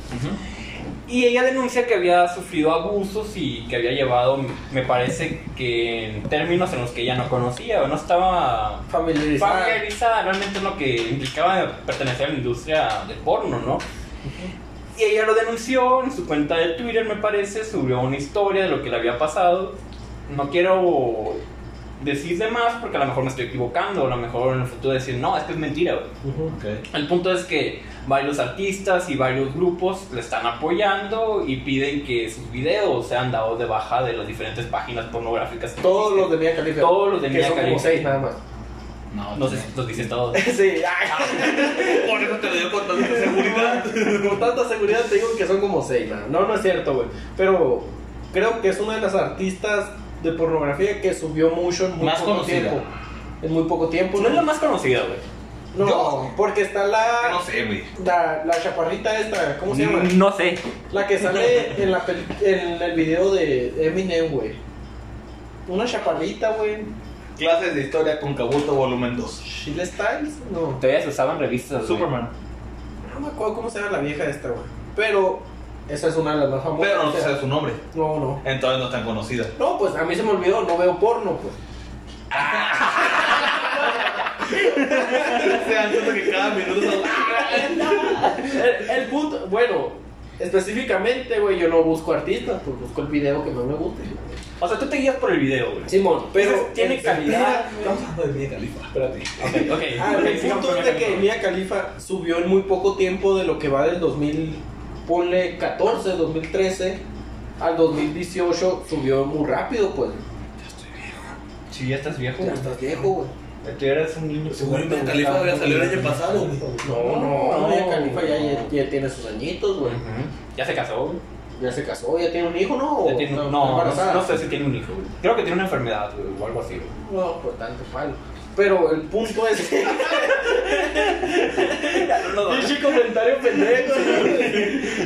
B: Y ella denuncia que había sufrido abusos y que había llevado, me parece que en términos en los que ella no conocía o no estaba
D: Familiarizado.
B: familiarizada realmente es lo que implicaba pertenecer a la industria del porno, ¿no? Y ella lo denunció en su cuenta de Twitter, me parece, subió una historia de lo que le había pasado. No quiero decir de más porque a lo mejor me estoy equivocando, o a lo mejor en el futuro decir, no, es que es mentira. güey". El punto es que varios artistas y varios grupos le están apoyando y piden que sus videos sean dados de baja de las diferentes páginas pornográficas. que
D: Todos los
B: existen.
D: de Mia Khalifa.
B: Todos los de
D: Que
B: Mia
D: son como
B: Khalifa.
D: seis nada más.
B: No sé si los dices todos.
D: Sí, ay,
A: Por eso te lo digo con tanta seguridad.
D: con tanta seguridad te digo que son como seis nada. No, no es cierto, güey. Pero creo que es una de las artistas de pornografía que subió mucho en muy
A: Más
D: poco
A: conocida.
D: tiempo. En muy poco tiempo.
B: No es la más conocida, güey.
D: No,
A: Yo-
D: porque está la,
A: No sé, güey.
D: la la chaparrita esta, ¿cómo se llama?
B: No sé.
D: La que sale en, la peli- en el video de Eminem, güey. Una chaparrita, güey.
A: Clases de historia con Cabuto volumen 2.
D: Sheila Styles, no.
B: Todavía se usaban revistas.
F: Superman.
D: No me acuerdo cómo se llama la vieja esta, güey. Pero esa es una de las más famosas.
A: Pero no se sabe su nombre.
D: No, no.
A: Entonces no es tan conocida.
D: No, pues a mí se me olvidó, no veo porno, pues.
A: O sea, antes de que cada minuto
D: El, el punto, bueno, específicamente, güey, yo no busco artistas, pues busco el video que más me guste.
B: O sea, tú te guías por el video, güey.
D: Simón, pero.
B: Entonces, tiene calidad.
A: Estamos hablando de Mía Califa. Espérate.
B: Ok, ok.
D: Ah,
B: ok,
D: el
B: sigamos
D: punto
B: con
D: es
B: la
D: de que
B: canción.
D: Mia Khalifa subió en muy poco tiempo de lo que va del 2000, ponle 14, 2013 al 2018, subió muy rápido, pues.
G: si ya estás viejo.
D: Ya estás viejo, güey.
G: Tú eras un niño.
H: Según Mia Califa había salido el año pasado, güey.
D: No, no, no, ya Califa ya, ya- ya tiene sus añitos, güey.
B: Ya se casó, güey.
D: Ya se casó, ya tiene un hijo, ¿no?
B: Ya
D: ¿O
B: tiene-
D: está
B: no, no,
D: embarazada?
B: no sé si tiene un hijo, güey. Creo que tiene una enfermedad, güey, o algo así, güey.
D: No, por tanto palo. Pero el punto es. Pinche comentario pendejo.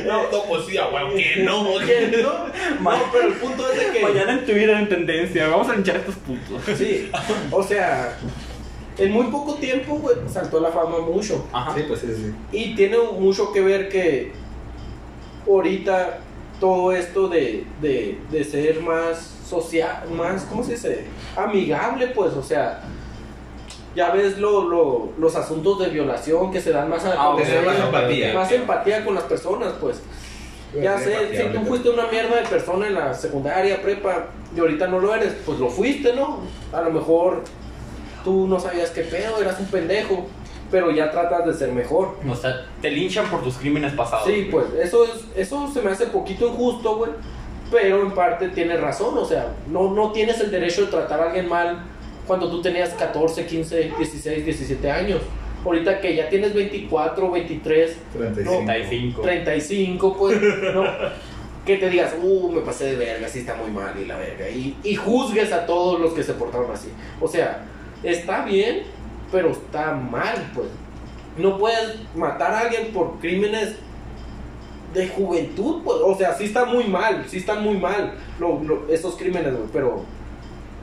H: No, no, pues sí,
A: ah,
H: a huevo, que no,
D: Oye,
H: güey.
D: no, no, pero el punto es de que.
B: Mañana en Twitter en tendencia, vamos a linchar a estos putos.
D: Sí, o sea, en muy poco tiempo, güey, saltó a la fama mucho.
B: Ajá.
G: Sí, pues sí, sí.
D: Y tiene mucho que ver que ahorita todo esto de, de, de ser más social, más, ¿cómo se dice? Amigable, pues, o sea, ya ves lo, lo- los asuntos de violación que se dan más a
B: Ah, ok,
D: conocer,
A: más empatía.
D: más empatía con las personas, pues. Ya sé, si tú fuiste una mierda de persona en la secundaria, prepa, y ahorita no lo eres, pues lo fuiste, ¿no? A lo mejor tú no sabías qué pedo, eras un pendejo, pero ya tratas de ser mejor.
B: O sea, te linchan por tus crímenes pasados.
D: Sí,
B: güey.
D: pues eso es, eso se me hace poquito injusto, güey. Pero en parte tiene razón, o sea, no, no tienes el derecho de tratar a alguien mal cuando tú tenías 14, 15, 16, 17 años. Ahorita que ya tienes 24, 23,
G: 35.
B: 35.
D: 35, pues, no. Que te digas, uh, me pasé de verga, sí está muy mal y la verga. Y, y juzgues a todos los que se portaron así. O sea, está bien, pero está mal, pues. No puedes matar a alguien por crímenes de juventud, pues. O sea, sí está muy mal, sí están muy mal lo- lo- esos crímenes, güey, Pero,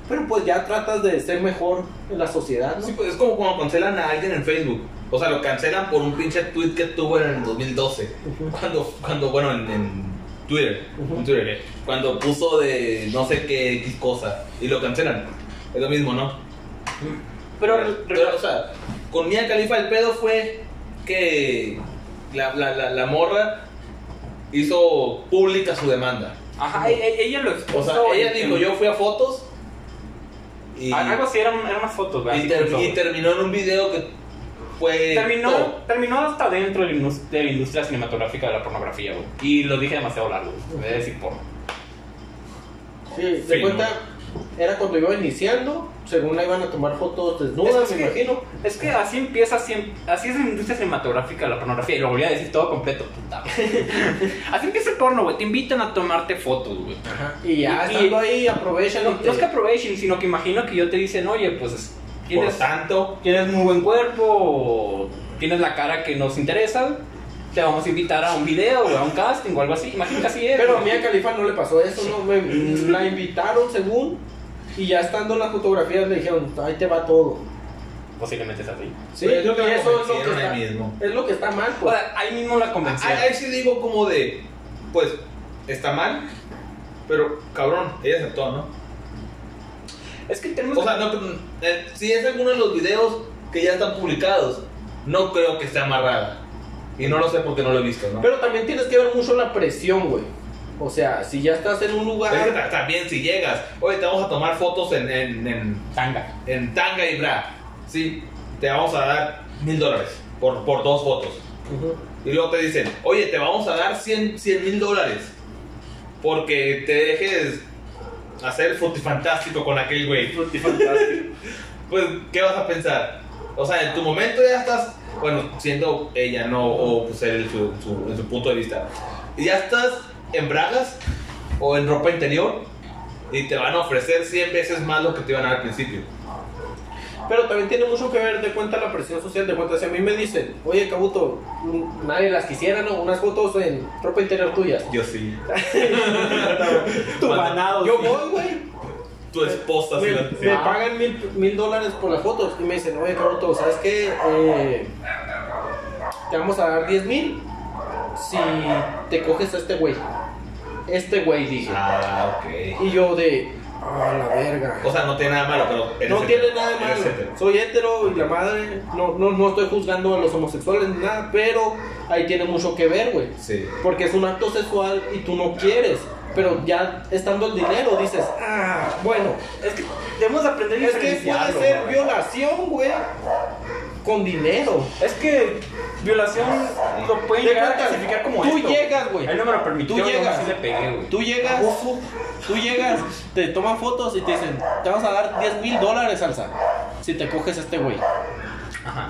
D: pero pues ya tratas de ser mejor en la sociedad, ¿no?
A: Sí, pues, es como cuando cancelan a alguien en Facebook. O sea, lo cancelan por un pinche tweet que tuvo en el 2012. Cuando, cuando bueno, en, en Twitter.
D: Ujú.
A: en Twitter eh, Cuando puso de no sé qué X cosa. Y lo cancelan. Es lo mismo, ¿no?
B: Pero,
A: o sea, con Mia Califa el pedo fue que la, la, la, la morra hizo pública su demanda.
B: Ajá, e- e- ella lo expuso.
A: O sea, ella
B: en-
A: dijo, yo fui a fotos y,
B: Algo así, eran, eran unas fotos, güey,
A: y
B: así
A: ter-
B: con todo.
A: y terminó en un video que fue...
B: Terminó,
A: todo.
B: terminó hasta dentro de la, indus- de la industria cinematográfica de la pornografía, güey. Y lo dije demasiado largo, güey. Voy a decir porno.
D: Sí, de
B: Sí,
D: cuenta, era cuando iba iniciando, según la iban a tomar fotos desnudas,
B: Es que-
D: me imagino.
B: Es que así empieza, así, em, así es la industria cinematográfica, la pornografía, y lo volví a decir todo completo, puta. madre. así empieza el porno, güey, te invitan a tomarte fotos, güey.
D: Y ya
B: Y-
D: estando ahí, aprovechan.
B: No,
D: y te-
B: no es que aprovechen, sino que imagino que yo te dicen, oye, pues
A: Por
B: tienes,
A: tanto,
B: tienes muy buen cuerpo, o tienes la cara que nos interesa, güey, te vamos a invitar a un video, güey, a un casting o algo así, imagino que así es.
D: Pero a
B: güey.
D: Mia Califa no le pasó eso, ¿no? Me-
B: Mm.
D: la invitaron, según, y ya estando en las fotografías le dijeron, ahí te va todo.
B: posiblemente es así.
D: Sí,
A: Pero yo creo
D: y
A: Pues que la
D: eso es lo que,
A: convencieron
D: está,
A: ahí mismo.
D: es lo que está mal,
B: O
D: pues.
B: sea, ahí mismo la convención.
A: ahí, ahí sí digo como de, pues, está mal, pero cabrón, ella aceptó, ¿no?
B: ah, Es que tenemos
A: O sea, no, eh, si es alguno de los videos que ya están publicados, no creo que esté amarrada. Y no lo sé porque no lo he visto, ¿no?
D: Pero también tienes que ver mucho la presión, güey. O sea, si ya estás en un
A: Es que
D: lugar...
A: ta- también si llegas, oye, te vamos a tomar fotos en, en, en,
B: tanga.
A: en tanga y bra, ¿sí? Te vamos a dar mil dólares por, por dos fotos.
D: Ujú.
A: Y luego te dicen, oye, te vamos a dar 100 mil dólares porque te dejes hacer fantástico con aquel güey. pues, ¿qué vas a pensar? O sea, en tu momento ya estás, bueno, siendo ella, no, o pues él, su, su- en su punto de vista, y ya estás en bragas o en ropa interior y te van a ofrecer 100 veces más lo que te iban a dar al principio.
D: Pero también tiene mucho que ver de cuenta la presión social, de cuenta, si a mí me dicen, oye Cabuto, mm, nadie las quisiera, ¿no? Unas fotos en ropa interior tuyas.
A: Yo sí.
B: Tu
A: Cuando
B: ganado.
D: Yo
B: sí.
D: voy, güey.
A: Tu esposa sí
D: Me,
A: la-
D: me pagan mil, mil dólares por las fotos y me dicen, oye Cabuto, ¿sabes qué? Eh, te vamos a dar 10 mil si te coges a este güey. Este güey, dije.
A: Ah, ok.
D: Y yo de, ah, la verga.
A: O sea, no tiene nada malo, pero... eres
D: No
A: hetero,
D: tiene nada de
A: eres
D: malo.
A: hetero.
D: Soy hetero y la madre. No, no, no estoy juzgando a los homosexuales ni nada, pero ahí tiene mucho que ver, güey.
A: Sí.
D: Porque es un acto sexual y tú no quieres. Pero ya estando el dinero dices, ah, bueno.
B: Es que debemos de aprender a
D: Es que puede
B: diferenciarlo,
D: ser
B: güey.
D: violación, güey. Con dinero.
B: Es que violación lo pueden
D: Te
B: llegar a
D: cuentas,
B: clasificar como
C: tú
B: esto.
C: llegas, güey.
B: Él no me lo permitió,
C: Tú
B: yo
C: llegas.
B: sí le pegué, güey.
C: Tú llegas, tú llegas, te toman fotos y te dicen, te vas a dar 10 mil dólares, salsa, si te coges a este güey.
B: Ajá.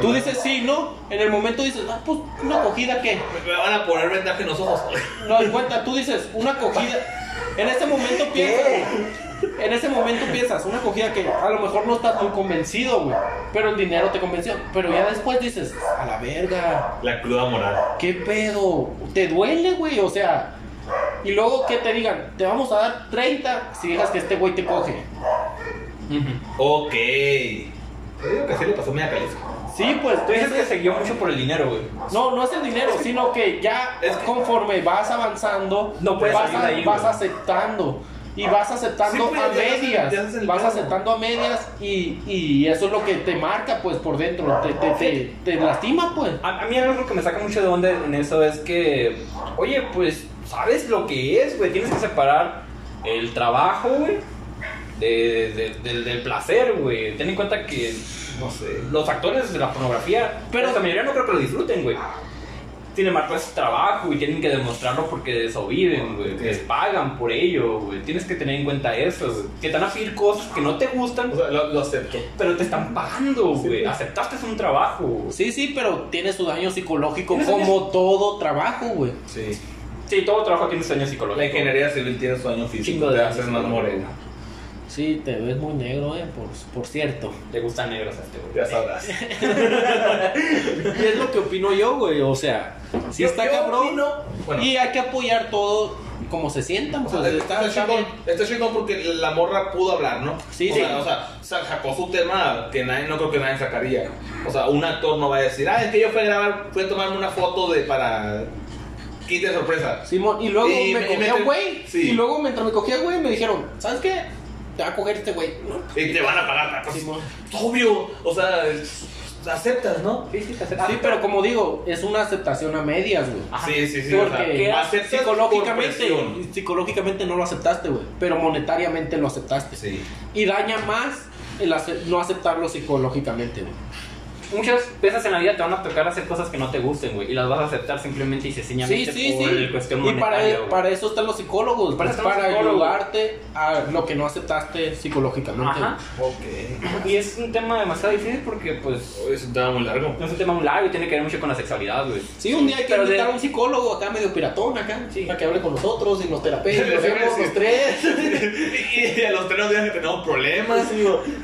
C: Tú dices sí, no, en el momento dices, ah, pues, una cogida, ¿qué?
I: Me van a poner vendaje en los ojos.
C: No, en cuenta, tú dices, una cogida. En ese momento piensas. En ese momento piensas, una cogida que a lo mejor no estás muy convencido, güey. Pero el dinero te convenció. Pero ya después dices, a la verga,
I: La cruda moral.
C: ¿qué pedo? ¿Te duele, güey? O sea. Y luego que te digan, te vamos a dar 30 si dejas que este güey te coge.
A: Ok. Yo digo que sí le pasó media califa.
C: Sí, pues
B: Tú
C: tú
B: dices que
C: dices-
B: se guió mucho por el dinero, güey.
C: No, no es el dinero, sino que ya
A: Es que-
C: conforme vas avanzando,
B: No puedes
C: vas,
B: salir de ahí,
C: vas
B: güey.
C: aceptando. Y vas aceptando
A: Sí, pues,
C: a
A: ya haces-
C: medias.
A: ya haces el
C: vas
A: pedo.
C: aceptando a medias y, y eso es lo que te marca, pues, por dentro. Te, te, te, te lastima, pues.
B: A, a mí algo que me saca mucho de onda en eso es que, oye, pues, ¿sabes lo que es, güey? Tienes que separar el trabajo, güey, de- de- del, del placer, güey. Ten en cuenta que, no sé, los actores de la pornografía,
C: Pero-
B: pero la mayoría no creo que lo disfruten, güey. Sin embargo, es trabajo y tienen que demostrarlo porque de eso viven, güey. Les pagan por ello, güey. Tienes que tener en cuenta eso, güey. Que te van a pedir cosas que no te gustan,
I: O sea, lo, lo acepto.
B: pero te están pagando, güey. Aceptaste es un trabajo, güey.
C: Sí, sí, pero tiene su daño psicológico
B: Tiene su
C: como todo trabajo, güey.
A: Sí.
B: Sí, todo trabajo tiene sueño psicológico.
A: La ingeniería civil tiene su año físico.
B: Chingo de
A: te
B: años,
A: haces más
B: ¿no?
A: morena.
C: Sí, te ves muy negro, eh, por, por cierto.
B: Le gustan negros a este güey.
A: Ya sabrás.
C: Y es lo que opino yo, güey. O sea, si
I: Yo-
C: está
I: yo
C: cabrón.
I: opino- bueno.
C: Y hay que apoyar todo como se sientan, pues.
A: Está,
C: está- está
A: chingón,
C: bien.
A: está chingón porque la morra pudo hablar, ¿no?
C: Sí,
A: o
C: sí.
A: Sea, o sea, sa- sacó su tema que nadie, no creo que nadie sacaría. O sea, un actor no va a decir, ah, es que yo fui a grabar, fui a tomarme una foto de para kit de sorpresa.
C: Simón, y luego
A: Y
C: me
A: me- y
C: cogía
A: me-
C: güey.
A: sí.
C: Y luego mientras me cogía güey, me dijeron, ¿sabes qué? Te va a coger este güey. No,
A: Y te van a pagar tacos.
C: Simón.
A: Obvio, o sea, es- aceptas, ¿no?
B: Sí, sí, te acepto.
C: Sí, pero como digo, es una aceptación a medias, güey.
B: Ajá.
A: Sí, sí, sí. o sea,
C: Porque
A: aceptas Ah, por
C: psicológicamente,
A: presión.
C: psicológicamente no lo aceptaste, güey. Pero monetariamente lo aceptaste.
A: Sí.
C: Y daña más el ace- no aceptarlo psicológicamente, güey.
B: Muchas veces en la vida te van a tocar hacer cosas que no te gusten, güey. Y las vas a aceptar simplemente y
C: Sí,
B: sencillamente
C: sí,
B: por
C: sí.
B: el cuestión
C: Y
B: monetaria,
C: para,
D: e-
B: güey.
C: para eso están los psicólogos,
B: Para
C: para,
B: eso están los
C: para
B: psicólogos.
C: ayudarte a lo que no aceptaste psicológicamente.
B: Ajá.
A: Ok.
B: Y es un tema demasiado difícil porque, pues,
A: Es un tema muy largo.
B: no es un tema muy largo y tiene que ver mucho con la sexualidad, güey.
C: Sí, un día hay que
B: Pero de-
C: invitar a un psicólogo acá medio piratón acá,
B: Sí.
C: para que hable con nosotros y nos terapie,
A: Les
C: nos
A: iba a
C: vemos
A: decir.
C: los tres.
A: y a los tres días que tenemos problemas.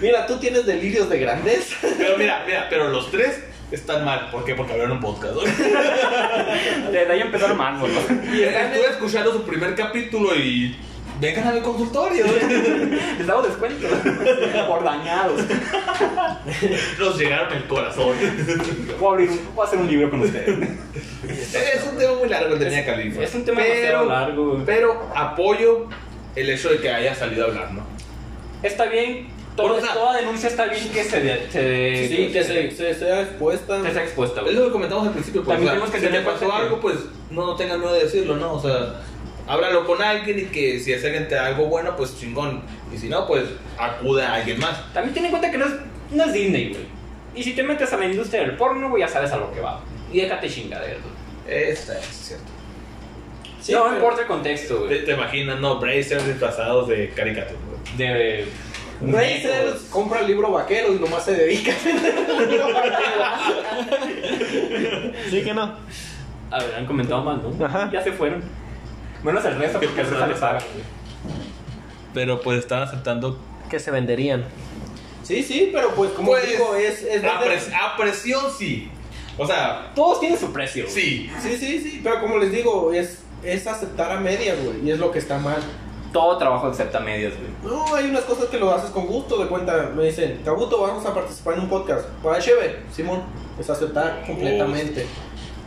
C: Mira, tú tienes delirios de grandeza.
A: Pero mira, mira, pero los tres están mal. ¿Por qué? Porque hablaron un podcast.
B: Desde ahí empezaron mal, güey.
A: Y estuve escuchando su primer capítulo y. Vengan al consultorio.
B: Les damos descuento. por dañados.
A: Nos llegaron el corazón.
B: Voy a abrir un- voy a hacer un libro con ustedes.
A: es un tema muy largo el de Mia Khalifa.
B: es un tema demasiado largo, güey.
A: Pero apoyo el hecho de que haya salido a hablar, ¿no?
B: Está bien. todo-
A: Por una-
B: toda denuncia está bien que se... de- se de-
D: Sí, que se, se sea expuesta.
B: que sea expuesta,
A: Es
B: güey.
A: lo que comentamos al principio. Pues,
B: También
A: o sea,
B: tenemos que
A: si
B: tener
A: te pasó
B: presente.
A: algo, pues no, no tengas miedo de decirlo, ¿no? O sea, háblalo con alguien y que si es alguien te da algo bueno, pues chingón. Y si no, pues acude a alguien más.
B: También ten en cuenta que no es, no es Disney, güey. Y si te metes a la industria del porno, güey, ya sabes a lo que va. Y déjate chingaderos. güey.
A: Esta es cierto.
D: Sí,
B: no
D: pero-
B: importa el contexto,
A: Te,
B: güey.
A: te imaginas, no, bracers disfrazados de caricatura. güey.
B: De.
D: Razer compra el libro vaquero y nomás se dedica.
J: Sí que no.
B: A ver, han comentado más, ¿no?
J: Ajá.
B: Ya se fueron. Menos el resto, porque el resto les paga.
A: Pero pues están aceptando.
J: Que se venderían.
D: Sí, sí, pero pues como
A: Pues,
D: digo, es, es
A: A,
D: vender-
A: pres- a presión sí. O sea,
B: Todos tienen su precio. güey.
A: sí.
D: Sí, sí, sí, pero como les digo, es, es aceptar a medias, güey, y es lo que está mal.
B: Todo trabajo excepta medias, güey.
D: No, hay unas cosas que lo haces con gusto, de cuenta, me dicen, Tabuto, vamos a participar en un podcast. Para chévere, Simón, es aceptar completamente.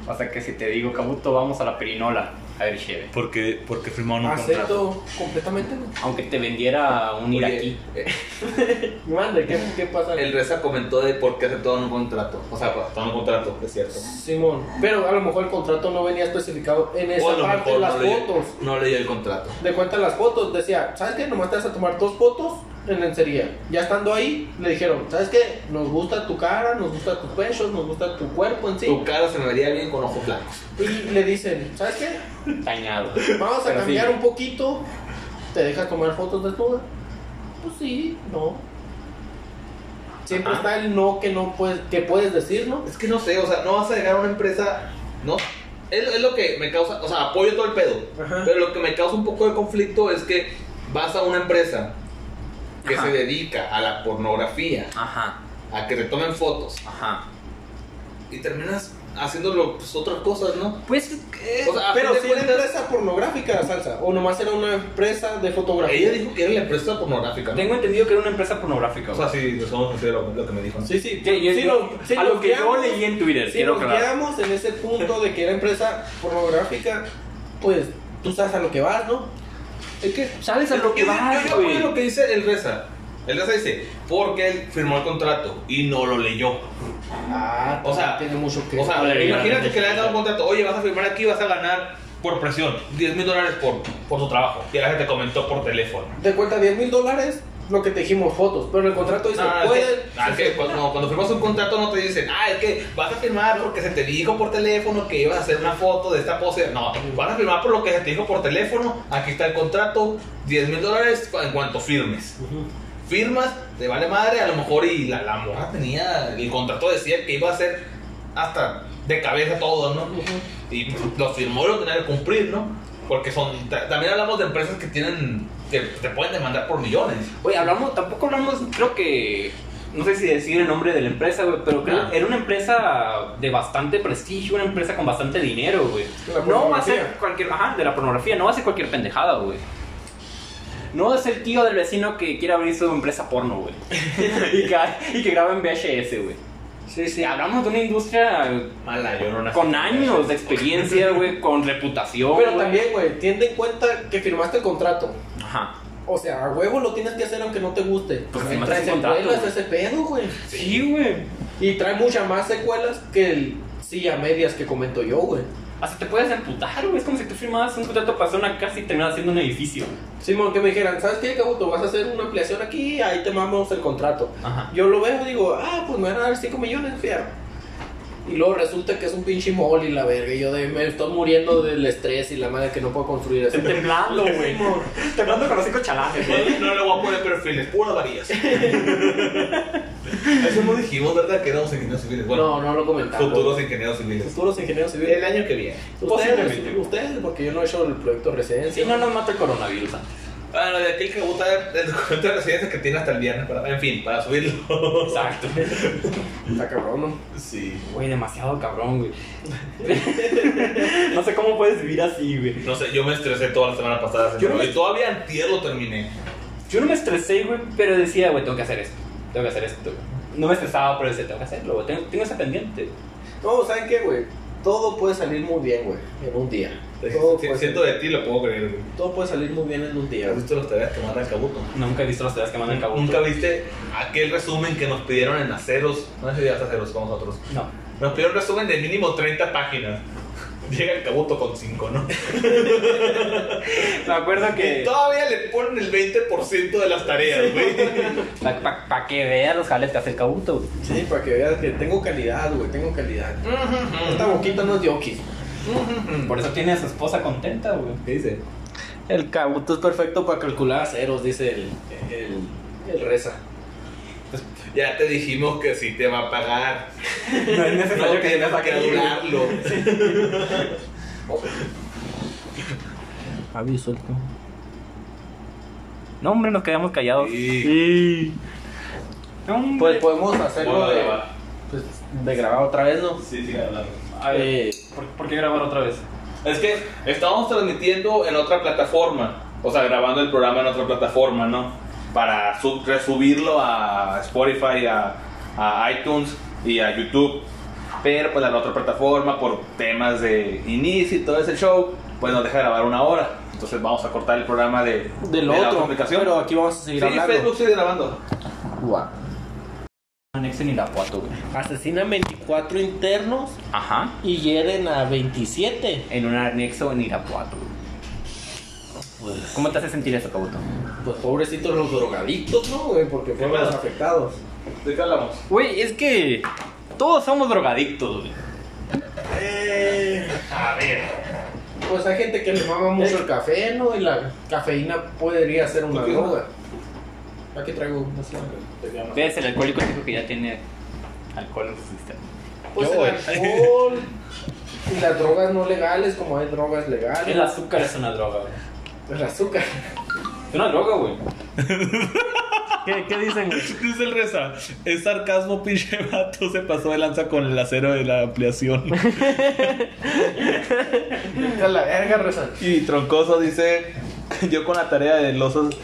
B: O sea que si te digo, Kabuto, vamos a la perinola. A ver, chévere.
A: Porque, porque firmaron
D: Acepto completamente. güey.
B: Aunque te vendiera un iraquí.
A: eh,
D: Mande, ¿qué, qué pasa?
A: El Reza comentó de por qué aceptaron un contrato. O sea, aceptaron un contrato, es cierto.
D: Simón, pero a lo mejor el contrato no venía especificado en esa
A: O a lo
D: parte de
A: mejor
D: las
A: no leí-
D: fotos.
A: no leí el contrato.
D: De cuenta las fotos, decía, ¿sabes qué? Nomás te vas a tomar dos fotos en lencería. Ya estando ahí, le dijeron, ¿sabes qué? Nos gusta tu cara, nos gusta tus pechos, nos gusta tu cuerpo en sí.
K: Tu cara se me vería bien con ojos blancos.
D: Y le dicen, ¿sabes qué?
B: Tañado.
D: Vamos a
B: Pero
D: cambiar
B: sí.
D: un poquito. ¿Te dejas tomar fotos desnuda? Pues sí, no. Siempre
B: Ajá.
D: está el no que no puedes, que puedes decir, ¿no?
A: Es que no sé, o sea, no vas a llegar a una empresa, ¿no? Es, es lo que me causa, o sea, apoyo todo el pedo.
D: Ajá.
A: Pero lo que me causa un poco de conflicto es que vas a una empresa que
B: Ajá.
A: se dedica a la pornografía,
B: Ajá,
A: a que te tomen fotos,
B: ajá.
A: y terminas haciéndolo pues, otras cosas, ¿no?
B: Pues eh,
A: O sea, a
D: Pero
A: fin de
D: si era
A: cuentas,
D: empresa pornográfica, Salsa, o nomás era una empresa de fotografía.
A: ella dijo que era la empresa pornográfica. ¿no?
B: tengo entendido que era una empresa pornográfica.
A: O
B: güey.
A: sea, sí, nos vamos a hacer lo, lo que me dijo.
D: Sí, sí.
B: Sí, yo-
D: Sí,
B: yo-
D: lo- sí,
B: a
D: lo
B: lo que yo
D: guiamos.
B: leí en Twitter,
D: Si
B: quiero
D: nos
B: aclarar.
D: quedamos en ese punto de que era empresa pornográfica, pues tú sabes a lo que vas, ¿no?
A: Es que
B: ¿Sabes a
A: Yo-
B: lo que
A: yo-
B: vas,
A: Yo apoyo
B: güey?
A: lo que dice el Reza. El Reza dice, porque él firmó el contrato y no lo leyó.
D: Ah,
A: O sea,
D: tiene mucho que
A: O sea,
B: Vale,
A: imagínate
B: vale.
A: que le han dado un contrato, oye, vas a firmar aquí, vas a ganar por presión 10 mil dólares por, por tu trabajo. Y la gente comentó por teléfono.
D: te cuenta 10 mil dólares, lo que te dijimos, fotos, pero en el contrato dice, "Pues,
A: Ah,
D: puedes...
A: es que- ah, es que cuando, no, cuando firmas un contrato no te dicen, ah, es que vas a firmar porque se te dijo por teléfono que ibas a hacer una foto de esta pose. No, vas a firmar por lo que se te dijo por teléfono. Aquí está el contrato, 10 mil dólares en cuanto firmes. Firmas, te vale madre, a lo mejor y la, la morra tenía, el contrato decía que iba a ser hasta de cabeza todo, ¿no? Y pues, lo firmó y lo tenía que cumplir, ¿no? Porque son, ta- también hablamos de empresas que tienen, que te pueden demandar por millones.
B: Oye, hablamos, tampoco hablamos, creo que. No sé si decir el nombre de la empresa, güey, pero creo
A: Ah.
B: era una empresa de bastante prestigio, una empresa con bastante dinero, güey.
D: La
B: No va a ser
D: pornografía.
B: cualquier. Ajá, de la pornografía, no va a ser cualquier pendejada, güey. No es el tío del vecino que quiere abrir su empresa porno, güey. y, que, y que graba en VHS, güey. Sí, sí. Hablamos de una industria
A: Mala, yo no nací
B: con
A: con
B: años de experiencia, güey, con reputación.
D: Pero
B: güey.
D: también, güey, ten en cuenta que firmaste el contrato.
B: Ajá.
D: O sea, a huevo lo tienes que hacer aunque no te guste.
B: Pues
D: Ahí
B: firmaste
D: trae
B: el contrato,
D: secuelas
B: güey.
D: ese pedo, güey.
B: Sí, güey.
D: Y trae muchas más secuelas que el sí a medias que comento yo, güey.
B: Hasta te puedes amputar, güey. Es como si tú firmabas un contrato para hacer una casa y terminas haciendo un edificio.
D: Simón, que me dijeran, ¿sabes qué, Cabuto? Vas a hacer una ampliación aquí, ahí te mamamos el contrato.
B: Ajá.
D: Yo lo veo y digo, ah, pues me van a dar 5 millones, fíjate. Y luego resulta que es un pinche mall y la verga. Y yo de, me estoy muriendo del estrés y la madre que no puedo construir eso.
B: Estoy temblando, güey. temblando con los cinco chalajes, güey.
A: No, no le voy a poner perfiles, puras varillas. Eso no dijimos, ¿verdad? Que éramos ingenieros civiles. Bueno,
D: no, no lo comentamos.
A: futuros ingenieros civiles.
D: Futuros ingenieros civiles.
A: El año que viene.
D: Ustedes,
B: Posiblemente.
D: ustedes, porque yo no he hecho el proyecto de
B: Si
D: residencia.
B: no nos mata el coronavirus antes.
A: Ah, lo de aquel que gusta el documento de residencia que tiene hasta el viernes, para, en fin, para subirlo.
B: Exacto.
D: Está cabrón, ¿no?
A: Sí.
B: Güey, demasiado cabrón, güey. no sé cómo puedes vivir así, güey.
A: No sé, yo me estresé toda la semana pasada.
B: Yo no
A: señor,
B: me-
A: Y todavía antier lo terminé.
B: Yo no me estresé, güey, pero decía, güey, tengo que hacer esto. Tengo que hacer esto. No me estresaba, pero decía, tengo que hacerlo, güey. Tengo, tengo ese pendiente.
D: No, ¿saben qué, güey? Todo puede salir muy bien, güey, en un día. Todo
A: Si-
D: puede,
A: Siento de ti, lo puedo creer. güey.
D: todo puede salir muy bien en un día.
A: ¿Has visto las tareas que manda el cabuto?
B: Nunca he visto las tareas que mandan el cabo.
A: ¿Nunca viste aquel resumen que nos pidieron en aceros? No sé si hasta aceros con nosotros.
B: No.
A: Nos pidieron un resumen de mínimo 30 páginas. Llega el cabuto con 5, ¿no?
B: Me acuerdo que.
A: Y todavía le ponen el 20% de las tareas, güey.
B: Para que vea los jales que hace el cabuto, güey.
D: Sí, para que veas que tengo calidad, güey, tengo calidad. Esta boquita no es de Oki.
B: Por eso tiene a su esposa contenta, güey.
A: ¿Qué dice?
D: El cabuto es perfecto para calcular ceros, dice el, el, el reza.
A: Ya te dijimos que sí te va a pagar.
B: No es
A: No
B: necesario que
A: tienes
B: tengas a
A: que calcularlo.
L: Javi, suelto.
B: No, hombre, nos quedamos callados.
A: Y
L: Sí.
B: No, hombre.
D: Pues podemos hacerlo
A: Bueno,
D: de,
A: grabar.
D: pues, de grabar otra vez, ¿no?
A: Sí, sí, hablando.
B: A ver,
D: Eh,
B: ¿por, por qué grabar otra vez?
A: Es que estamos transmitiendo en otra plataforma. O sea, grabando el programa en otra plataforma, ¿no? Para sub- resubirlo a Spotify, a, a iTunes y a YouTube. Pero pues la otra plataforma, por temas de inicio y todo ese show, pues nos deja grabar una hora. Entonces vamos a cortar el programa de,
D: del
A: de la
D: otro,
A: aplicación.
D: pero aquí vamos a seguir
A: sí,
D: hablando.
A: Facebook sigue grabando.
D: Guau.
B: Anexen Irapuato, güey.
D: Asesinan 24 internos
B: Ajá.
D: y hieren a 27.
B: En un anexo en Irapuato, güey. ¿Cómo te hace sentir eso, Kabuto?
D: Pues pobrecitos los drogadictos, ¿no, güey? Porque fueron los afectados.
A: ¿De qué hablamos?
B: Güey, es que todos somos drogadictos, güey.
A: A ver.
D: Pues hay gente que le mama mucho
L: Eh.
D: el café, ¿no? Y la cafeína podría ser una
A: ¿Por qué no?
D: droga. Aquí traigo una sola.
B: ¿Ves? El alcohólico dijo que ya tiene alcohol en su sistema.
D: Pues el alcohol y las drogas no legales, como hay drogas legales.
B: El azúcar es una droga, güey.
D: El azúcar.
B: Es una droga, güey.
L: ¿Qué, qué dicen, güey?
M: Dice el Reza, es sarcasmo, pinche vato, se pasó de lanza con el acero de la ampliación.
D: A la verga, rezan.
M: Y Troncoso dice, yo con la tarea de los osos...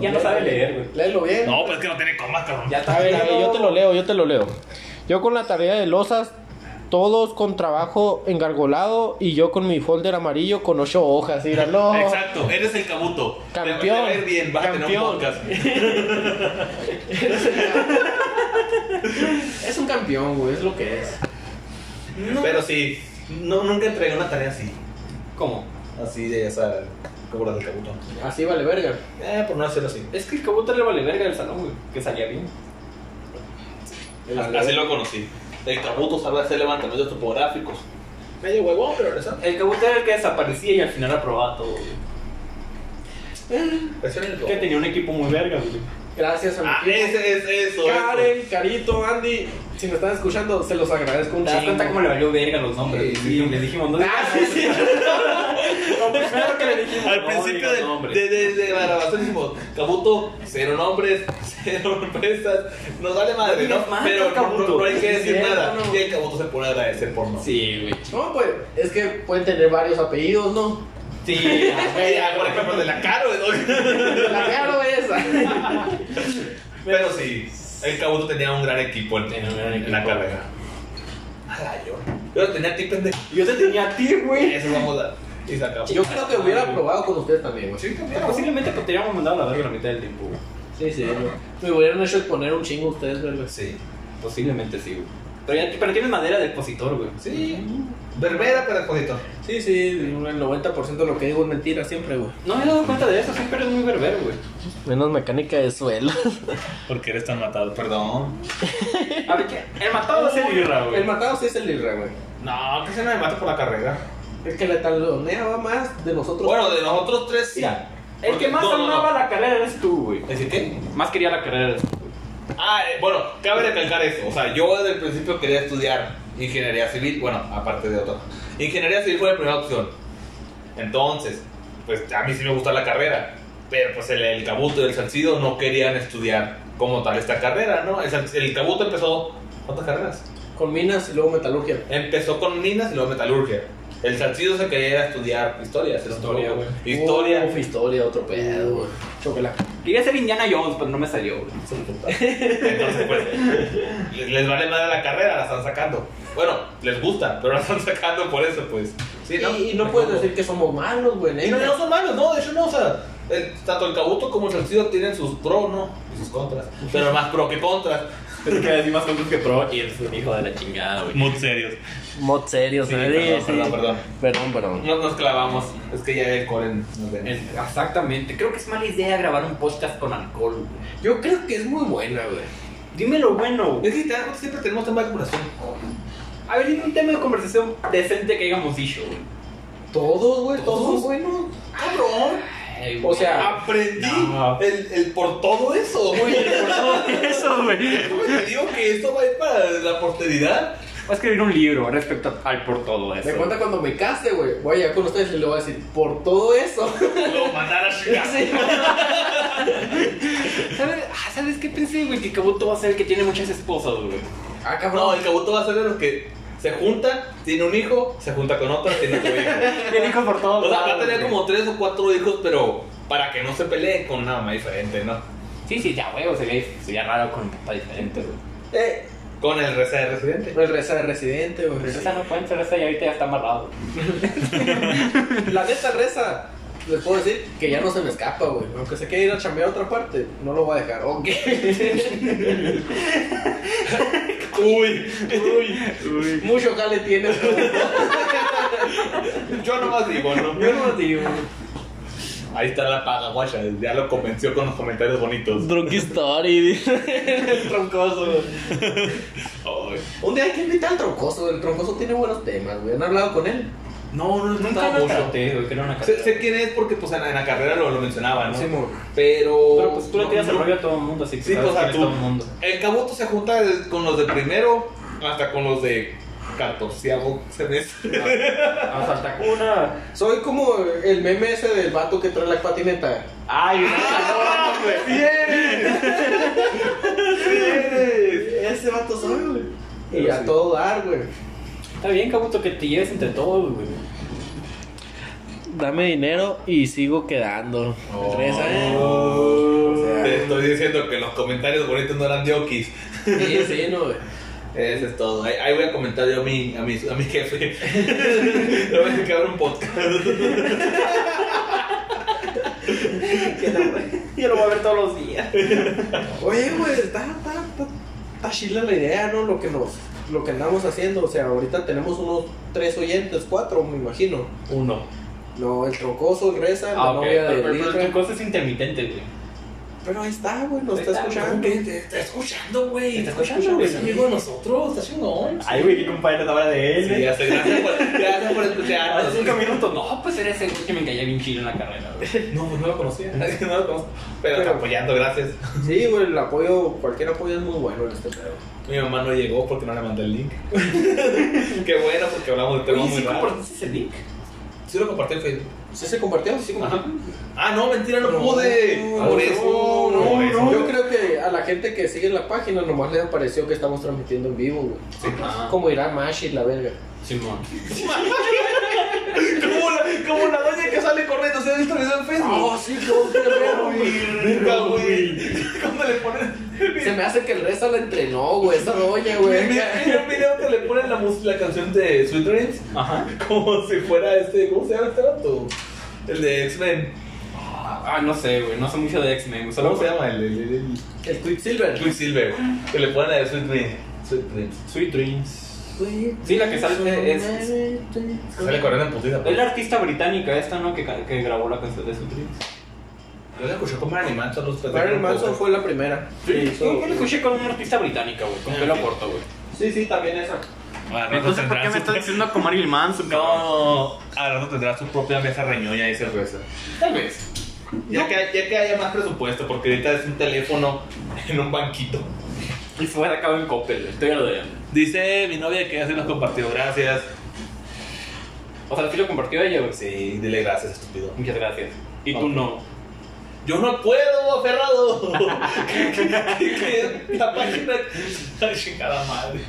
B: ya no sabe leer, güey.
D: Léelo bien.
A: No, pues es que no tiene comas, cabrón.
B: Ya
L: A
B: está.
L: ver, a ver, Eh, yo te lo leo, yo te lo leo. Yo con la tarea de losas, todos con trabajo engargolado y yo con mi folder amarillo con ocho hojas. Mira, no.
A: Exacto, eres el cabuto. Te- Te
L: Campeón,
A: va a ir bien, vas a tener un
L: campeón.
A: podcast.
D: Es un campeón, güey, es lo que es.
A: Pero sí, no, nunca entregué una tarea así.
B: ¿Cómo?
A: Así de esa. Como la del cabuto.
D: Así vale verga.
A: Eh, por no hacerlo así.
B: Es que el Kabuto le vale verga del salón, güey. Que salía bien.
D: El
A: Así lo conocí. El cabuto sabe hacer levantamientos topográficos. Medio huevón, pero regresando.
B: El Kabuto era el que desaparecía y al final aprobaba todo, güey. Que tenía un equipo muy verga, güey.
D: Gracias a mi
A: Ah,
D: equipo.
A: ese es eso. eso.
D: Karen, Carito, Andy, si me están escuchando, se los agradezco un
B: ¿Te das cuenta cómo
D: chingo.
B: le valió verga los nombres?
A: Sí.
B: Le dijimos, no
D: Ah, sí, sí.
B: Lo primero que le dijimos.
A: Al
B: no
A: principio
B: digas
A: del-
B: nombres.
A: de, de, de la grabación dijimos, Cabuto, cero nombres, cero empresas, nos vale madre,
B: No
A: ¿no?
B: nos mata,
A: Pero no, no-
B: Cabuto.
A: no hay que decir
D: Cierto,
A: nada.
D: no.
A: Y el Cabuto se pone a agradecer por no.
B: Sí, güey.
D: No, pues, es que pueden tener varios apellidos, ¿no?
B: Sí,
A: Ey, ah, por ejemplo, de la caro. ¿no?
D: La caro esa.
A: Pero sí, el Cabuto tenía un gran equipo en,
B: Tenía un gran
A: en la
B: equipo.
A: carrera. A la yo. Yo tenía ti, pendejo.
B: yo te tenía a ti, güey.
A: Eso vamos a. Y se acabó.
D: Yo creo que hubiera aprobado con ustedes también, güey.
A: Sí, también.
B: Posiblemente pues, te habíamos mandado a la verga la mitad del tiempo, güey.
D: Sí, sí, güey. Me hubieran hecho exponer un chingo ustedes, verga.
A: Sí.
B: Posiblemente sí, güey. Pero, ya, pero tienes madera de expositor, güey.
A: Sí. Berbera para Cabuto.
D: Sí, sí, el 90% de lo que digo es mentira siempre, güey.
B: No me he dado cuenta de eso, siempre eres muy berbero, güey.
L: Menos mecánica de suelo.
M: Porque eres tan matado.
A: Perdón.
B: A ver, ¿qué? El matado es el birra,
D: El
B: güey.
D: matado sí es el Lirra, güey.
A: No, que se me mata por la carrera.
D: El que la taloneaba más de nosotros.
A: Bueno, de nosotros tres, sí.
D: Mira,
B: El que más
A: No, no, no.
B: amaba la carrera eres tú, güey.
A: ¿Es decir, qué?
B: Más quería la carrera eres tú.
A: Ah, eh, bueno, cabe recalcar eso. O sea, yo desde el principio quería estudiar ingeniería civil. Bueno, aparte de otra. Ingeniería civil fue la primera opción. Entonces, pues a mí sí me gusta la carrera. Pero pues el, el Cabuto y el Salcido no querían estudiar como tal esta carrera, ¿no? El, Sal- el Cabuto empezó. ¿Cuántas carreras?
D: Con minas y luego metalurgia.
A: Empezó con minas y luego metalurgia. El Salcido se quería ir a estudiar historia. si no me
B: Historia,
A: equivoco.
B: güey.
A: Historia.
D: Uf, historia, otro pedo, güey. Chócala.
B: Quería ser Indiana Jones, pero no me salió, güey.
A: Entonces, pues, les, les vale madre la carrera, la están sacando. Bueno, les gusta, pero la están sacando por eso, pues. Sí, ¿no?
D: Y, y no puedes decir que somos malos, güey,
A: Y no,
D: neta.
A: no son malos, no, de hecho no, o sea, el- tanto el Cabuto como el Salcido tienen sus pros, ¿no? Y sus contras. Pero más pro que contras.
B: Es que decir más cosas que pro y eres un hijo de la chingada, güey.
M: Muy serios.
L: Mod serio,
A: Sí,
L: ¿sabes?
A: perdón,
L: Sí,
A: perdón,
L: sí.
A: perdón.
L: Perdón, perdón.
A: Nos, nos clavamos. Es que ya el Coren nos ven.
B: El- Exactamente. Creo que es mala idea grabar un podcast con alcohol, güey.
D: Yo creo que es muy buena, güey.
B: Dime lo bueno.
A: Es que te das cuenta, siempre tenemos tema de curación.
B: A ver, dime un tema de conversación decente que hayamos dicho, güey.
D: Todos, güey,
A: ¿Todos?
D: todos, güey, no.
A: ¡Cabrón!
B: Ay,
D: O
B: güey.
D: sea,
A: Aprendí
B: No.
A: el, el por todo eso, güey. Por todo
B: eso, güey.
A: eso, güey, Te digo que esto va a ir para la posteridad.
B: Voy a escribir un libro respecto al por todo eso.
D: me cuenta cuando me case, güey. Voy a llegar con ustedes y le voy a decir, por todo eso.
A: Lo mandar a su casa.
B: ¿Sabes, ah, ¿sabes qué pensé, güey? Que Kabuto va a ser el que tiene muchas esposas, güey.
D: Ah,
A: No,
D: cabrón.
A: el cabuto va a ser de los que se junta, tiene un hijo, se junta con otro, tiene otro hijo.
B: Tiene hijos por todos
A: O sea, va a
B: lados,
A: tener
B: güey.
A: como tres o cuatro hijos, pero para que no se pelee con una mamá diferente, ¿no?
B: Sí, sí, ya, güey. Sería, sería raro con un papá diferente, güey.
D: Eh,
A: Con el reza de residente.
D: el pues reza de residente, güey.
B: Esa no puede ser esa y ahorita ya está amarrado.
D: La neta reza. Les puedo decir que ya no se me escapa, güey. Aunque se quiera ir a chambear a otra parte, no lo voy a dejar. Ok.
A: Uy, uy.
D: Mucho jale tienes, güey.
K: Yo nomás digo, ¿no?
D: Yo no digo.
A: Ahí está la paga, guacha. Ya lo convenció con los comentarios bonitos.
M: Drunk Story.
D: El troncoso.
A: Ay.
D: Un día hay que invitar al troncoso. El troncoso tiene buenos temas, güey. ¿Han hablado con él?
A: No, no, no
B: Nunca
A: estaba
B: lo
A: mucho.
B: traté, güey, que era una
A: Sé,
B: carta.
A: sé quién es porque pues en la, en la carrera lo, lo mencionaba, ¿no?
D: Sí, mo.
A: Pero.
B: Pero pues tú le tiras
A: no,
B: el
A: no.
B: rollo a todo el mundo, así que
A: Sí,
B: sabes
A: pues a
B: quién es
A: tú.
B: todo el mundo.
A: El cabuto se junta de- con los de primero hasta con los de catorceavo semestre.
B: Vamos al Tacuna.
D: Soy como el meme ese del vato que trae la patineta.
B: Ay, güey, no, güey.
D: Ese vato soy, güey. Y
B: Pero
D: a
B: sí.
D: todo dar, güey.
B: Está bien, Kabuto, que te lleves entre todos, güey.
L: Dame dinero y sigo quedando. Tres
A: Oh.
L: años.
A: Te estoy diciendo que los comentarios bonitos no eran de Okis.
D: Sí, sí, no, güey.
A: Eso es todo. Ahí, ahí voy a comentar yo a mi, a mi, a mi jefe. Le voy a decir que abra un podcast.
B: Yo lo voy a ver todos los días.
D: Oye, güey, está, está, está, está chila la idea, ¿no? Lo que nos, lo que andamos haciendo. O sea, ahorita tenemos unos tres oyentes, cuatro, me imagino.
B: Uno.
D: No, el trocoso, Reza,
B: Ah,
D: la
B: ok.
D: novia
B: Pero,
D: de
B: pero, pero
D: Lisa.
B: tu cosa es intermitente, güey.
D: Pero ahí está, güey, nos está,
B: Ahí está,
D: escuchando.
A: ¿Qué? Te está escuchando, güey.
B: Te está escuchando, güey.
A: Es amigo de nosotros. Está chingón.
B: Ay, güey, qué compadre estaba de
A: Sí, ya sé. Gracias por, gracias por escucharnos.
B: Hace cinco minutos. No, pues eres el güey que me caía bien chido en la carrera, güey.
A: No, pues no lo conocía. No lo conozco. Pero, está apoyando, gracias.
D: Sí, güey, el apoyo, cualquier apoyo es muy bueno en este pedo.
A: Mi mamá no llegó porque no le mandé el link. Qué bueno, porque hablamos de temas
B: Oye,
A: muy
B: ¿sí
A: raros.
B: compartiste ese link?
A: Sí lo compartí en Facebook.
D: ¿Sí se compartió? Sí, compartió.
B: Ajá.
A: Ah, no, mentira, no, pude. Por eso.
D: no,
A: Ah, por eso.
D: no. Yo creo que a la gente que sigue la página nomás le apareció que estamos transmitiendo en vivo, güey. Ah.
B: Ajá.
D: Como irá Mashi, la verga.
B: Ah, Simón.
A: Como la, como la doña que sale corriendo, ¿se ha visto eso en Facebook?
D: Oh, sí, todo
A: Ah,
D: perrero,
A: Nunca, güey. ¿Cómo le ponen?
D: Se me hace que el Reza la entrenó, güey, esa doña,
A: Mira,
D: güey.
A: mira, mira un video que le ponen la, mus- la canción de Sweet Dreams
B: Ajá.
A: como si fuera este, ¿cómo se llama este vato? El de X-Men.
B: Ah, no sé, güey. No sé mucho de X-Men. Solo
A: ¿Cómo se llama? El, el, el,
D: El Quicksilver.
A: Silver. Que le ponen la de Sweet Dreams. Sweet Dreams.
B: Sweet Dreams. Sí, la que sale es- es-
A: Sale corriendo en pues. putita.
B: Es la artista británica esta, ¿no? Que, ca- que grabó la canción de Sweet Dreams.
A: Yo la escuché con Marilyn Manson. los tres de
D: Marilyn
A: grupo.
D: Manson fue la primera.
B: Yo la escuché con una artista británica, güey. Con pelo corto, güey.
D: sí, sí, también esa.
B: Ah,
M: Al rato tendrá su-
B: diciendo con Marilyn Manson?
M: No, al rato tendrá su propia mesa reñoña de cerveza.
B: Tal vez.
A: Ya, que, ya que haya más presupuesto, porque ahorita es un teléfono en un banquito.
B: Y fue de cabo en Coppel, güey. Estoy rodeando.
M: Dice mi novia que ya se los compartió.
A: Gracias. Pues
B: O sea, sí lo compartió ella, güey.
A: Sí, dile gracias, estúpido.
B: Muchas gracias. Y tú
A: Ok.
B: no.
A: Yo no puedo, aferrado. Que- que- que la página. Ay, chingada madre.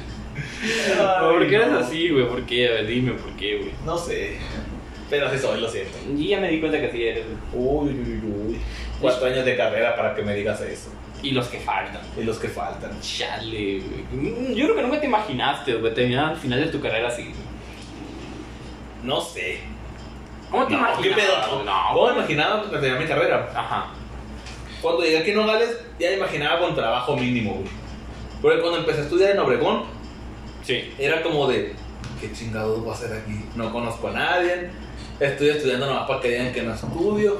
A: Ay,
B: ¿Por qué eres
A: no.
B: así, güey? ¿Por qué? A ver, dime por qué, güey.
A: No sé. Pero sí soy, lo siento.
B: Y ya me di cuenta que así eres, güey.
A: Uy, uy, uy, uy. Cuatro años de carrera para que me digas eso.
B: Y los que faltan.
A: Y los que faltan.
B: Chale, güey. Mm, Yo creo que nunca te imaginaste, güey, terminar al final de tu carrera así. güey.
A: No sé.
B: ¿Cómo te
A: No,
B: imaginas?
A: ¿Qué pedo?
B: güey?
A: No,
B: No,
A: no
B: güey.
A: me imaginaba que terminar mi carrera.
B: Ajá.
A: Cuando llegué aquí en Nogales, ya imaginaba con trabajo mínimo, güey. Porque cuando empecé a estudiar en Obregón,
B: Sí.
A: era como de, ¿qué chingados voy a hacer aquí? No conozco a nadie, estoy estudiando nomás para que digan que no estudio.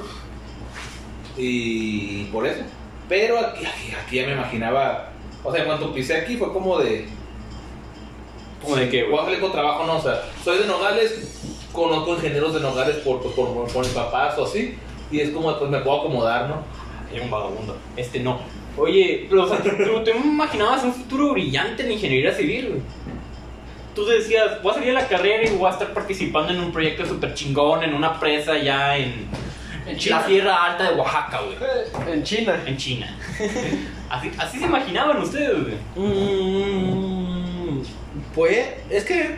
A: Y por eso. Pero aquí, aquí, aquí ya me imaginaba, o sea, cuando pisé aquí fue como de,
B: ¿Cómo de qué,
A: voy a
B: güey?
A: salir con trabajo, no, o sea, soy de Nogales, conozco ingenieros de Nogales por, pues, por, por, por mis papás o así, y es como, pues me puedo acomodar, ¿no?
B: Era un vagabundo. Este no. Oye, pero, o sea, tú te imaginabas un futuro brillante en la ingeniería civil, güey. Tú decías, voy a salir a la carrera y voy a estar participando en un proyecto súper chingón, en una presa ya en, la Sierra Alta de Oaxaca, güey.
D: En China.
B: En China. así, así se imaginaban ustedes, güey.
D: Mm, pues es que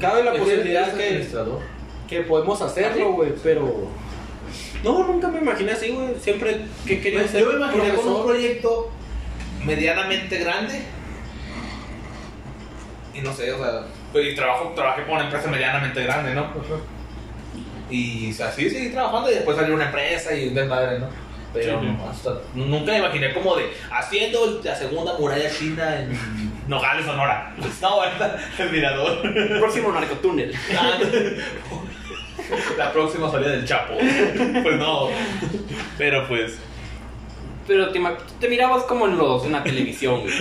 D: cabe la
A: Yo
D: posibilidad
A: soy
D: que,
A: administrador.
D: que podemos hacerlo, güey, pero no, nunca me imaginé así, güey. Siempre que quería
A: Pues,
D: ser
A: yo me imaginé con un
D: profesor.
A: proyecto medianamente grande. Y no sé, o sea. pues, Y trabajo, trabajé con una empresa medianamente grande, ¿no? Y o sea, sí, seguí trabajando y después salió una empresa y un desmadre, ¿no? Pero
B: Sí, sí.
A: no, hasta- nunca me imaginé como de haciendo la segunda muralla china en Nogales, Sonora. No, ahorita el mirador.
B: El próximo narcotúnel.
A: Ah, La próxima salida del Chapo. Pues no.
M: Pero pues,
B: Pero te, ima- te mirabas como en los en la televisión, güey.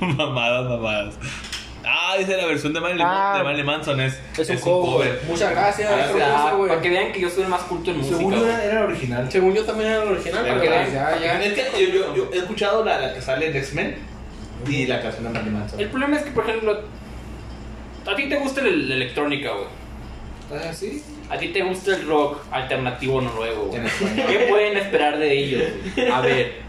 M: mamadas, mamadas. Ah, esa es la versión de Marilyn,
L: Ah.
M: de Marilyn Manson. Es,
L: Es un
D: Muchas gracias.
B: O
D: otra cosa,
B: sea,
D: güey.
B: para que vean que yo soy el más culto en música.
K: Según yo
B: güey.
K: era, era original.
D: Según yo también era el original.
B: Pero
D: pero
B: era-
D: ya, ya.
A: Es que yo, yo- yo he escuchado la, la que sale en X-Men y la canción de Marilyn Manson.
B: El problema es que, por ejemplo, a ti te gusta la, la electrónica, güey.
A: Ah, sí.
B: A ti te gusta el rock alternativo noruego, güey.
A: En español.
B: ¿Qué pueden esperar de ellos? güey? A ver.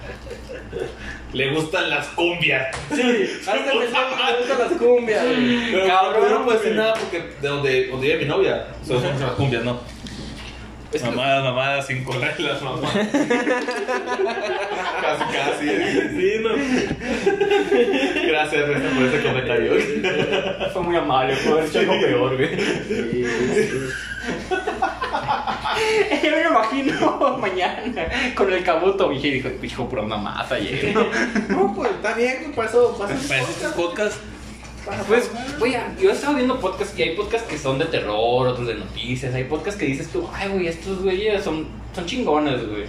A: Le gustan las cumbias.
D: Hasta que se me gustan las cumbias. güey.
A: Pero
B: Cabrón,
A: yo no puedo decir
B: güey.
A: nada porque de donde, donde vive mi novia, solo son las cumbias, ¿no?
B: Es que-
M: Mamadas, mamadas, sin correr las mamadas.
A: Casi, casi. Gracias, Ernesto, por ese comentario.
B: Fue muy amable, fue haber hecho algo peor, güey. Yo me lo imagino mañana con el cabuto. Y dijo, hijo, por una masa ayer.
D: No, pues está bien, güey, pasó. pasó el
M: Parece estos podcasts.
B: Pues, güey, yo he estado viendo podcasts y hay podcasts que son de terror, otros de noticias. Hay podcasts que dices tú, ay, güey, estos güeyes son, son chingones, güey.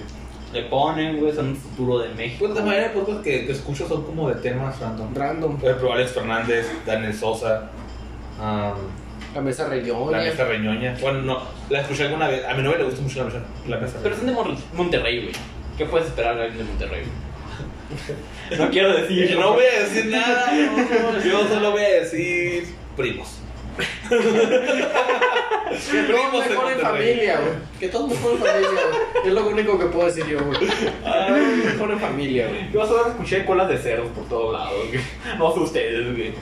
B: Le ponen, güey, son el futuro de México.
A: Pues la mayoría de podcasts que, que escucho son como de temas random.
D: Random.
A: Por ejemplo, Alex Fernández, Daniel Sosa, ah,
D: La mesa rellona.
A: la mesa reñoña. Bueno, no, la escuché alguna vez. A mi novia le gusta mucho la mesa, la mesa
B: Pero son de Mon- Monterrey, güey. ¿Qué puedes esperar de alguien de Monterrey, güey? No quiero decir.
A: No voy a decir nada, no, yo solo voy a decir primos.
D: Que todos
A: Primos
D: mejor
A: de
D: en
A: Monterrey.
D: familia, güey. Que todos mejor en familia, güey. Es lo único que puedo decir yo, güey. Todos mejor en familia, güey.
B: Yo solo escuché colas de cerdos por todos lados, güey. No sé ustedes, güey.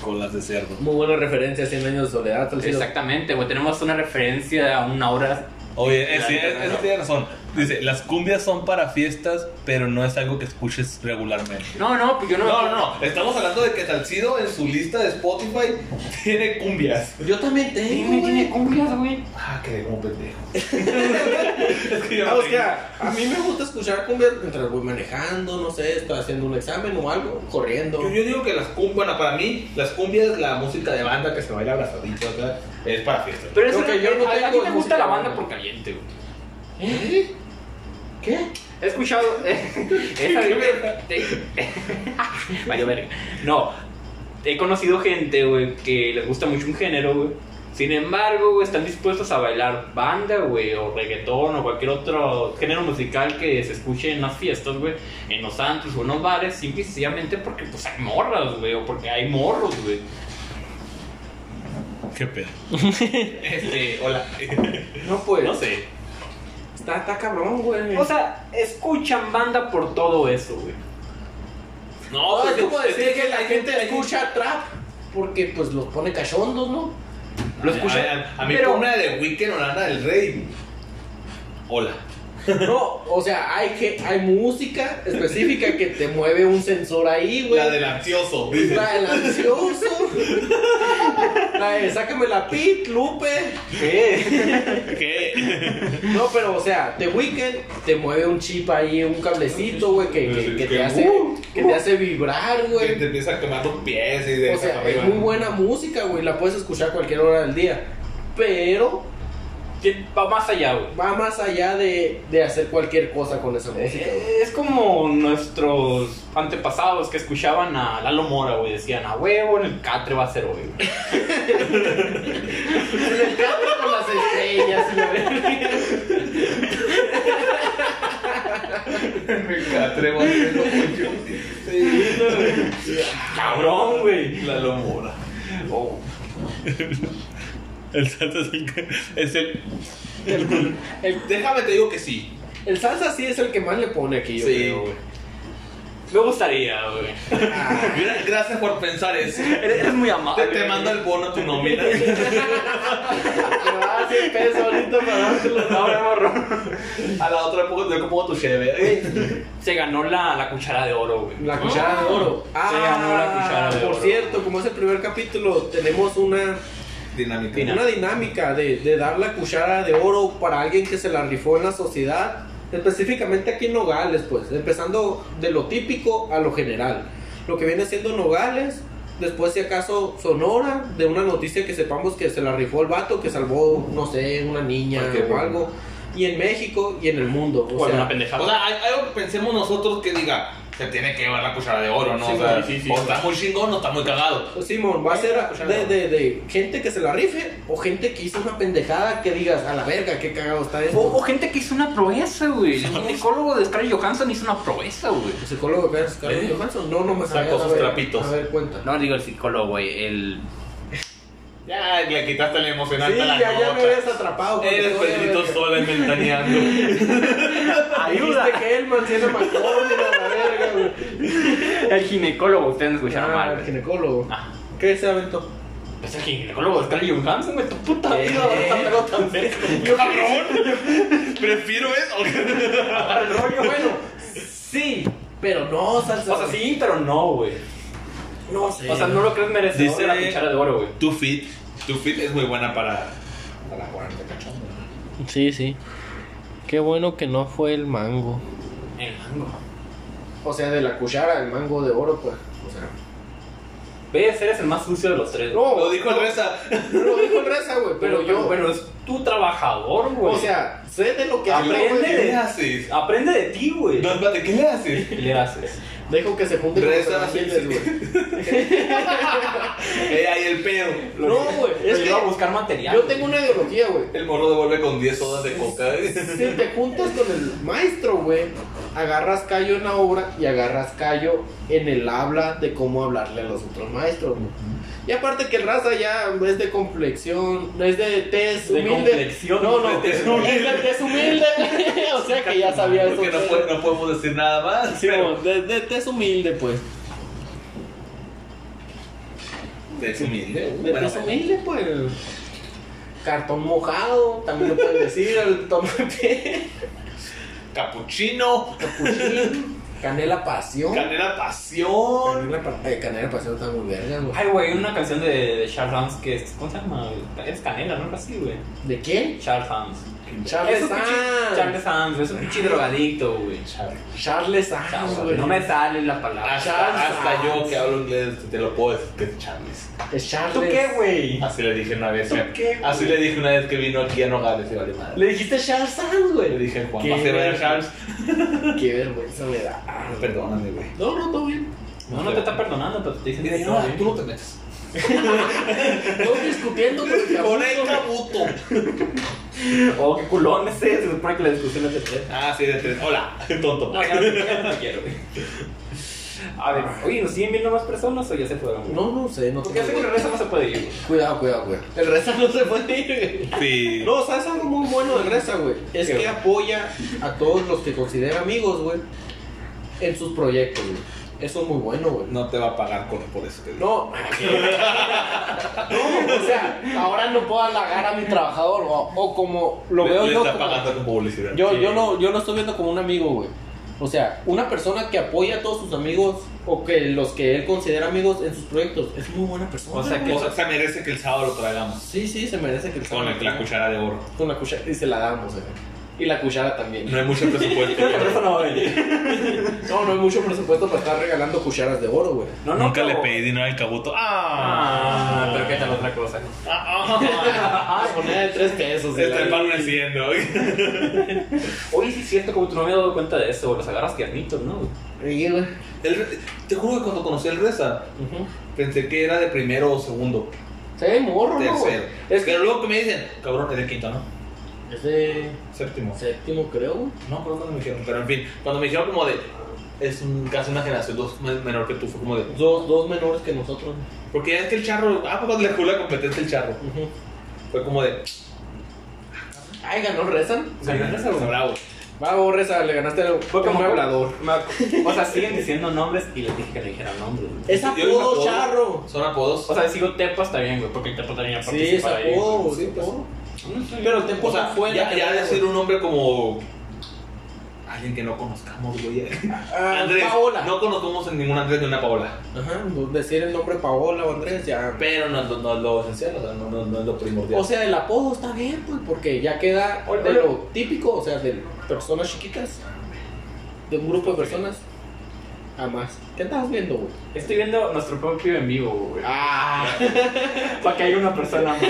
M: Colas de cerdo.
D: Muy buena referencia, 100 años de soledad. tal vez.
B: Exactamente, güey. Tenemos una referencia a una hora.
M: Oye, eh, sí, eh, eso tiene razón. Dice, las cumbias son para fiestas, pero no es algo que escuches regularmente.
B: No, no, pues yo no.
A: No, no, no. Estamos hablando de que Salcido en su lista de Spotify tiene cumbias.
D: Yo también tengo,
B: Tiene,
D: güey.
B: tiene cumbias, güey.
A: Ah, quedé como pendejo. es que yo
D: Ah,
A: no
D: o
A: sé.
D: sea, a mí me gusta escuchar cumbias mientras voy manejando, no sé, estoy haciendo un examen o algo, corriendo.
A: Yo, yo digo que las cumbias, bueno, para mí, las cumbias, la música de banda que se baila abrazadito acá, es para fiestas.
B: Pero es
D: Lo que yo no
B: a- a, ti
D: tengo
B: te
D: es
B: gusta la
D: música,
B: banda
D: güey.
B: por caliente, güey.
D: ¿Eh? ¿Qué?
B: He escuchado. eh, esa te- Valió verga. No. He conocido gente, güey, que les gusta mucho un género, güey. Sin embargo, güey, están dispuestos a bailar banda, güey, o reggaetón, o cualquier otro género musical que se escuche en las fiestas, güey, en los santos o en los bares, simple y sencillamente porque pues hay morras, güey, o porque hay morros, güey.
M: Qué pedo.
A: Este, hola.
D: No, pues.
B: No sé.
D: Está, está cabrón, güey.
B: O sea, escuchan banda por todo eso, güey.
A: No,
D: Ah,
A: pues,
D: es como
A: es
D: decir que la gente
A: la
D: escucha trap porque pues los pone cachondos, ¿no?
B: Lo
A: A-
B: escuchan.
A: A, a mí
B: pero-
A: pero... una de Weekend o Lana del Rey. Hola.
D: No, o sea, hay que hay música específica que te mueve un sensor ahí, güey.
A: La del ansioso.
D: La del ansioso. La de sácame la pit, Lupe.
M: ¿Qué?
D: No, pero o sea, The Weeknd te mueve un chip ahí, un cablecito, güey, que, que, que te
A: Que,
D: hace
A: uh,
D: que te hace vibrar,
A: Que te
D: güey.
A: empieza a quemar los pies y de
D: O sea, es muy buena música, güey, la puedes escuchar a cualquier hora del día. Pero
B: Que Va más allá, güey.
D: va más allá de, de hacer cualquier cosa con esa música, güey.
B: Eh, Es como nuestros antepasados que escuchaban a Lalo Mora, güey. Decían, a huevo, en el catre va a ser hoy, güey.
D: El gato con las estrellas, güey.
A: Me atrevo a hacerlo mucho. Sí.
B: Cabrón, güey.
A: La lomora.
B: Oh.
M: El salto es el... que- Es el
A: Déjame te digo que sí.
D: El salsa sí es el que más le pone aquí, yo
A: Sí.
D: creo, güey.
B: Me gustaría, güey.
A: Gra- Gracias por pensar eso.
B: Eres, eres muy
A: Te,
B: amable.
A: te
B: güey.
A: mando el bono a tu nómina.
D: Te va a 100 pesos ahorita para dártelo.
B: Ahora, morro.
A: A la otra época te como tu cheve.
B: Se ganó la, la cuchara de oro, güey.
D: La cuchara de oro. Ah,
B: ganó la cuchara de
D: por
B: oro.
D: cierto, como es el primer capítulo, tenemos una,
A: Dinámica.
D: una dinámica de, de dar la cuchara de oro para alguien que se la rifó en la sociedad. Específicamente aquí en Nogales, pues. Empezando de lo típico a lo general. Lo que viene siendo Nogales, Después, si acaso, Sonora, de una noticia que sepamos que se la rifó el vato, que salvó, no sé, una niña
K: Porque,
D: o algo. Y en México y en el mundo. O
C: Bueno,
D: sea,
C: una pendejada.
A: O sea, hay hay algo que pensemos nosotros que diga, se tiene que llevar la cuchara de oro, ¿no?
C: Sí,
A: o sea,
C: sí, sí,
A: o
C: sí.
A: está muy chingón o está muy cagado.
D: Pues, Simón, va a ser de, de- de gente que se la rife o gente que hizo una pendejada que digas, a la verga, qué cagado está esto.
B: O, o gente que hizo una proeza, güey. El psicólogo de Scarlett Johansson hizo una proeza, güey.
D: ¿El psicólogo que es Carlos Johansson? No, no me
A: Sacó
D: sabía, a
A: sus
D: ver,
A: trapitos.
D: A ver, cuenta.
B: No digo el psicólogo, güey. El.
A: Ya le quitaste la emocionante
D: Sí,
A: a la
D: ya, ya me
A: nota.
D: habías atrapado. porque
A: Eres
D: todavía
A: Pedrito
D: había-
A: Sola inventaneando.
D: Dijiste que él mantiene a McCormick a la verga, güey.
B: El ginecólogo, ustedes me escucharon
D: Ah,
B: mal,
D: el
B: güey.
D: ginecólogo.
B: Ah.
D: ¿Qué se aventó?
B: Pues el ginecólogo de Scarlett Johansson, güey. Tu puta vida,
D: Eh.
B: está pegado tan cerca. Yo,
A: Prefiero eso.
D: Al Ah, rollo, bueno. Sí, pero no, salsa.
B: O sea, sí, pero no, güey.
D: No sé.
B: O sea, no lo crees merecedor
M: Dice-
B: de la cuchara de oro, güey.
A: Tu fit. Tu fit es muy buena para. Para ponerte cachondo.
L: Sí, sí. Qué bueno que no fue el mango.
B: El mango.
D: O sea, de la cuchara, el mango de oro, pues. O sea.
B: Ves, eres el más sucio de los tres.
D: No,
A: Lo dijo el Reza.
D: Lo dijo el Reza, güey. Pero yo,
B: Pero es tu trabajador, güey.
D: o sea, sé de lo que hablo,
B: aprende
D: güey.
A: ¿Qué
B: de,
A: haces?
B: aprende de ti, güey.
A: No, espérate, ¿qué le haces?
B: ¿Qué le haces?
D: Dejo que se junte con los
A: Reza,
D: albañiles,
A: sí,
D: güey.
A: Eh, ahí el pedo.
D: No, güey. Es
B: Pero iba a
D: que
B: buscar material.
D: yo
B: güey.
D: tengo una ideología, güey.
A: El morro devuelve con 10 sodas de coca.
D: Si te juntas con el maestro, güey, agarras callo en la obra y agarras callo en el habla de cómo hablarle a los otros maestros, güey. Y aparte que el raza ya es de complexión, es de tez
B: De
D: humilde.
B: complexión,
D: no, no,
A: de tez
D: es de tez humilde, güey. O sea que ya sabía eso.
A: Porque no,
D: güey.
A: puede- no podemos decir nada más.
D: Sí,
A: pero-
D: güey, de, de tez humilde, pues.
A: Es humilde.
D: De
A: Bueno,
D: tez humilde, pues. Cartón mojado, también lo pueden decir, el tomate,
A: Capuchino.
D: capuchín, canela pasión.
A: Canela pasión.
D: Canela, pa- eh, canela pasión está muy verga, güey.
B: Ay, güey, una canción de, de Charles Dance que es. ¿Cómo se llama? Es Canela, ¿no? Algo así, güey.
D: ¿De quién?
B: Charles Dance.
D: Charles
B: Es un pinche-
D: Sanz.
B: Charles Dance, es un pinche drogadicto, güey.
D: Charles Sanz,
B: Charles,
D: güey.
B: No me sale la palabra.
A: Hasta,
D: Charles.
A: hasta yo que hablo inglés te lo puedo decir que es Charles.
D: Es Charles.
B: Ah, ¿Tú qué, güey?
A: Así le dije una vez.
D: ¿Tú qué, güey?
A: así le dije una vez que vino aquí a Nogales y vale madre.
D: Le dijiste Charles Sanz,
A: Le
D: güey.
A: dije Juan,
D: ¿Qué?
A: vas a ir a ver Charles.
D: Qué vergüenza me da.
A: Perdóname, güey.
D: No, no, todo bien.
B: No, no te está perdonando, pero te dicen
A: Mira,
B: que
A: yo
B: no,
A: no,
B: güey.
A: tú no te metes.
D: Estamos discutiendo con el
A: Con
D: cabrón,
A: el
D: güey.
A: cabuto.
B: Oh, qué culón ese. Se supone que la discusión es de tres.
A: Ah, sí, de tres. Hola, tonto.
B: No, ya no, ya no te quiero, güey. A ver, oye, ¿nos siguen viendo más personas o ya se fueron? güey?
D: No, no sé, no
B: Porque ya sé que
D: tengo...
B: el resto no se puede ir, güey.
D: Cuidado, cuidado, cuidado. El Reza no se puede ir, güey.
A: Sí.
D: No, ¿sabes algo muy bueno del Reza, güey? Es
B: ¿Qué,
D: que
B: güey?
D: apoya a todos los que considera amigos, güey, en sus proyectos, güey. Eso es muy bueno, güey.
A: No te va a pagar con por eso. te
D: No,
A: digo.
D: no, o sea, ahora no puedo halagar a mi trabajador, o, o como lo
A: Le-
D: veo
A: le
D: yo.
A: está
D: como-
A: pagando con publicidad.
D: yo,
B: Sí.
D: yo, no, yo lo estoy viendo como un amigo, güey. O sea, una persona que apoya a todos sus amigos o que los que él considera amigos en sus proyectos es muy buena persona.
B: O sea, que-
A: O sea, se merece que el sábado lo traigamos.
D: Sí, sí, se merece que el
A: Con el- la cuchara de oro.
D: Con la cuchara. Y se la damos, güey. Y la cuchara también.
A: No hay mucho presupuesto.
D: No, no hay mucho presupuesto para estar regalando cucharas de oro, güey.
B: No, no,
M: Nunca le
B: pero-
M: pedí dinero al cabuto. ¡Ah!
B: Ah, pero qué tal otra cosa.
D: Ah, moneda de tres pesos.
A: Se
M: Este,
A: está
D: güey.
A: embalneciendo.
B: Oye, sí es cierto, como tú no me había dado cuenta de eso, los agarras tiernitos, ¿no? güey?
D: Sí, güey.
A: El- Te juro que cuando conocí al Reza,
D: Ujú.
A: pensé que era de primero o segundo.
D: Se ve morro, ¿no? güey?
A: Tercero. Pero luego que me dicen, cabrón, es de quinto, ¿no?
D: Es de
A: Séptimo.
D: séptimo, creo, güey.
A: No, pero cuando me dijeron, pero en fin, cuando me dijeron como de, es un, casi una generación dos men- menor que tú, fue como de,
D: Dos, dos menores que nosotros.
A: porque ya es que el charro, ah, pues le jugó la competencia el charro.
D: Ujú.
A: Fue como de,
D: Ay, ganó Rezan.
B: ¿Ganó el Reza, güey?
A: bravo.
D: Vamos, Reza, le ganaste el
B: Fue como-
D: un hablador.
B: Me- O sea, siguen diciendo nombres y les dije que le dijeran nombres. güey.
D: Es
A: Yo digo
D: apodo,
A: apodo.
D: charro.
A: Son apodos.
B: O sea, sigo Tepas también, güey, porque el Tepas también
D: Sí, es
B: participa ahí.
D: apodo,
A: Sí,
D: sí,
A: pues.
D: apodo.
B: Pero
D: Pero te
A: O sea,
D: puso fuera.
A: ya, ya decir un nombre como alguien que no conozcamos, güey. Andrés.
D: Ah, Paola.
A: No conocemos a ningún Andrés ni una Paola.
D: Ajá, pues, decir el nombre Paola o Andrés, ya.
A: Pero no, es lo- no es lo esencial, o sea, no, no- no es lo primordial.
D: O sea, el apodo está bien, pues, porque ya queda
B: Oye,
D: de
B: oye.
D: lo típico, o sea, de personas chiquitas. De un grupo de personas.
L: a más.
D: ¿Qué estabas viendo, güey?
B: Estoy viendo nuestro propio en vivo, güey.
L: Ah,
B: Para que haya una persona más.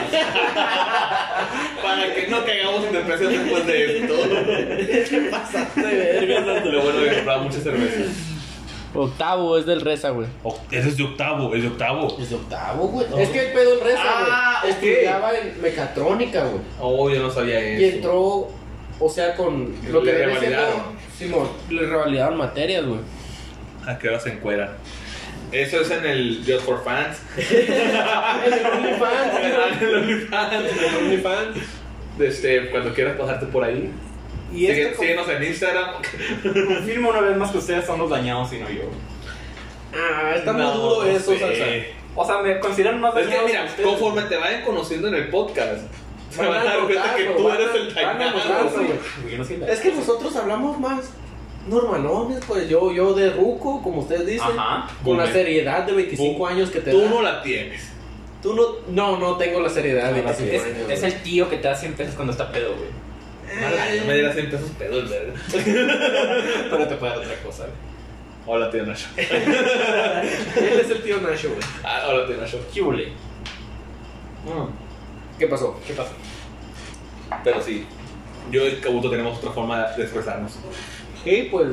K: Para que no caigamos en depresión después de esto.
A: Lo bueno que compraba muchas cervezas.
L: octavo es del Reza, güey.
A: Oh,
M: Oc- Ese es de octavo, es de octavo.
D: Es de octavo, güey. Es que el pedo el reza, güey.
A: Ah, ok.
D: Estudiaba en mecatrónica, güey.
A: Oh, yo no sabía eso.
D: Y entró, o sea, con lo que
A: Le
D: viene siendo-
A: revalidaron.
D: Simón, le revalidaron materias, güey.
M: ¿A qué hora se encueran?
A: Eso es en el Just for Fans.
D: En el OnlyFans,
A: En
D: güey.
A: el OnlyFans.
D: En el OnlyFans.
A: Este, cuando quieras pasarte por ahí.
D: Y
A: Sigue-
D: este como-
A: Síguenos en Instagram.
B: Confirmo una vez más que ustedes son los dañados y no yo.
D: Ah, está muy
A: No,
D: duro eso,
A: sí.
D: Salsa.
B: O sea, me consideran más
A: Es que
B: dañados.
A: mira,
B: ustedes.
A: conforme te vayan conociendo en el podcast, se
D: Van
A: van a dar cuenta
D: notar,
A: que
D: güey,
A: tú
D: van a-
A: eres el
D: van a
A: tainado.
D: notarse, güey.
B: Güey, yo no soy dañado.
D: Es que nosotros hablamos más normalones, pues yo, yo de ruco, como ustedes dicen.
B: Ajá.
D: Con la
A: Boomer.
D: seriedad de 25
A: Boomer.
D: años que te
A: Tú
D: da.
A: no la tienes.
D: Tú no, no, no tengo la seriedad de
B: Es,
D: 25
B: es-
D: años.
B: es el tío que te da 100 pesos cuando está pedo, güey.
D: Eh.
A: Ay, Me dirás 100 pesos pedo, el verga.
B: Pero te puede dar otra cosa, güey.
A: Hola, tío Nacho.
D: Él es el tío Nacho, güey.
A: Ah, hola, tío Nacho.
B: ¿Qué hule?
A: Ah.
D: ¿Qué pasó?
B: ¿Qué pasa?
A: Pero sí, yo y Kabuto tenemos otra forma de expresarnos.
D: Sí, pues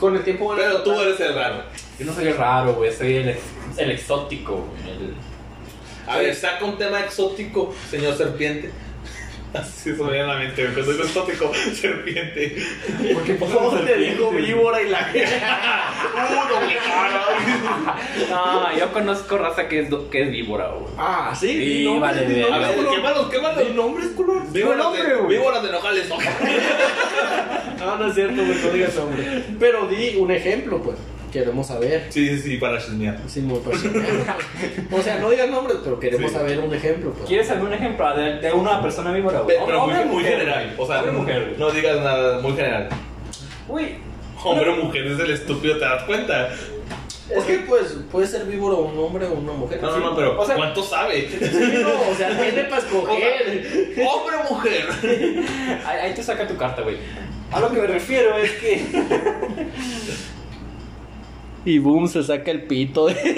D: con el tiempo van a
A: Pero tú
D: notar-
A: eres el raro.
B: Yo no soy el raro, güey. Soy el, ex- el exótico, güey. El-
A: A ver, saca un tema exótico, señor serpiente. Así soy en la mente, me empezó exótico, serpiente.
B: Porque
D: pues,
B: por favor te digo víbora y la No, yo conozco raza que es, do- que es víbora, güey.
D: Ah, sí.
B: Sí,
D: di nombres,
B: vale,
D: di
B: ve.
A: A
D: nombres,
A: ver,
D: culo.
A: quémalos, quémalos.
D: Di nombres, culo.
A: Víboras
D: Di nombre,
A: de,
D: güey.
A: víboras de nogales, ok.
D: Ah, No, no es cierto, güey, no digas hombre. Pero di un ejemplo, pues. Queremos saber.
A: Sí, sí, sí, para chismear.
D: Sí, muy personal. o sea, no digas nombres, pero queremos
A: Sí.
D: saber un ejemplo, pues.
B: ¿Quieres algún ejemplo de, de una persona víbora, güey?
A: Pe- Pero
B: Hombre
A: muy,
B: o
A: muy
B: mujer,
A: general.
B: güey.
A: O sea,
B: Hombre o mujer, güey.
A: no digas nada, muy general.
B: Güey,
A: Hombre o mujer es el estúpido, ¿te das cuenta?
D: Es que, pues, puede ser víbora un hombre o una mujer.
A: No, no,
D: sí.
A: no, pero
B: O sea-
A: ¿cuánto sabe?
D: Sí, no, o sea, tiene para escoger.
A: Hombre o mujer.
B: ahí, ahí te saca tu carta, güey. A lo que me refiero es que.
L: Y boom, se saca el pito.
A: Este,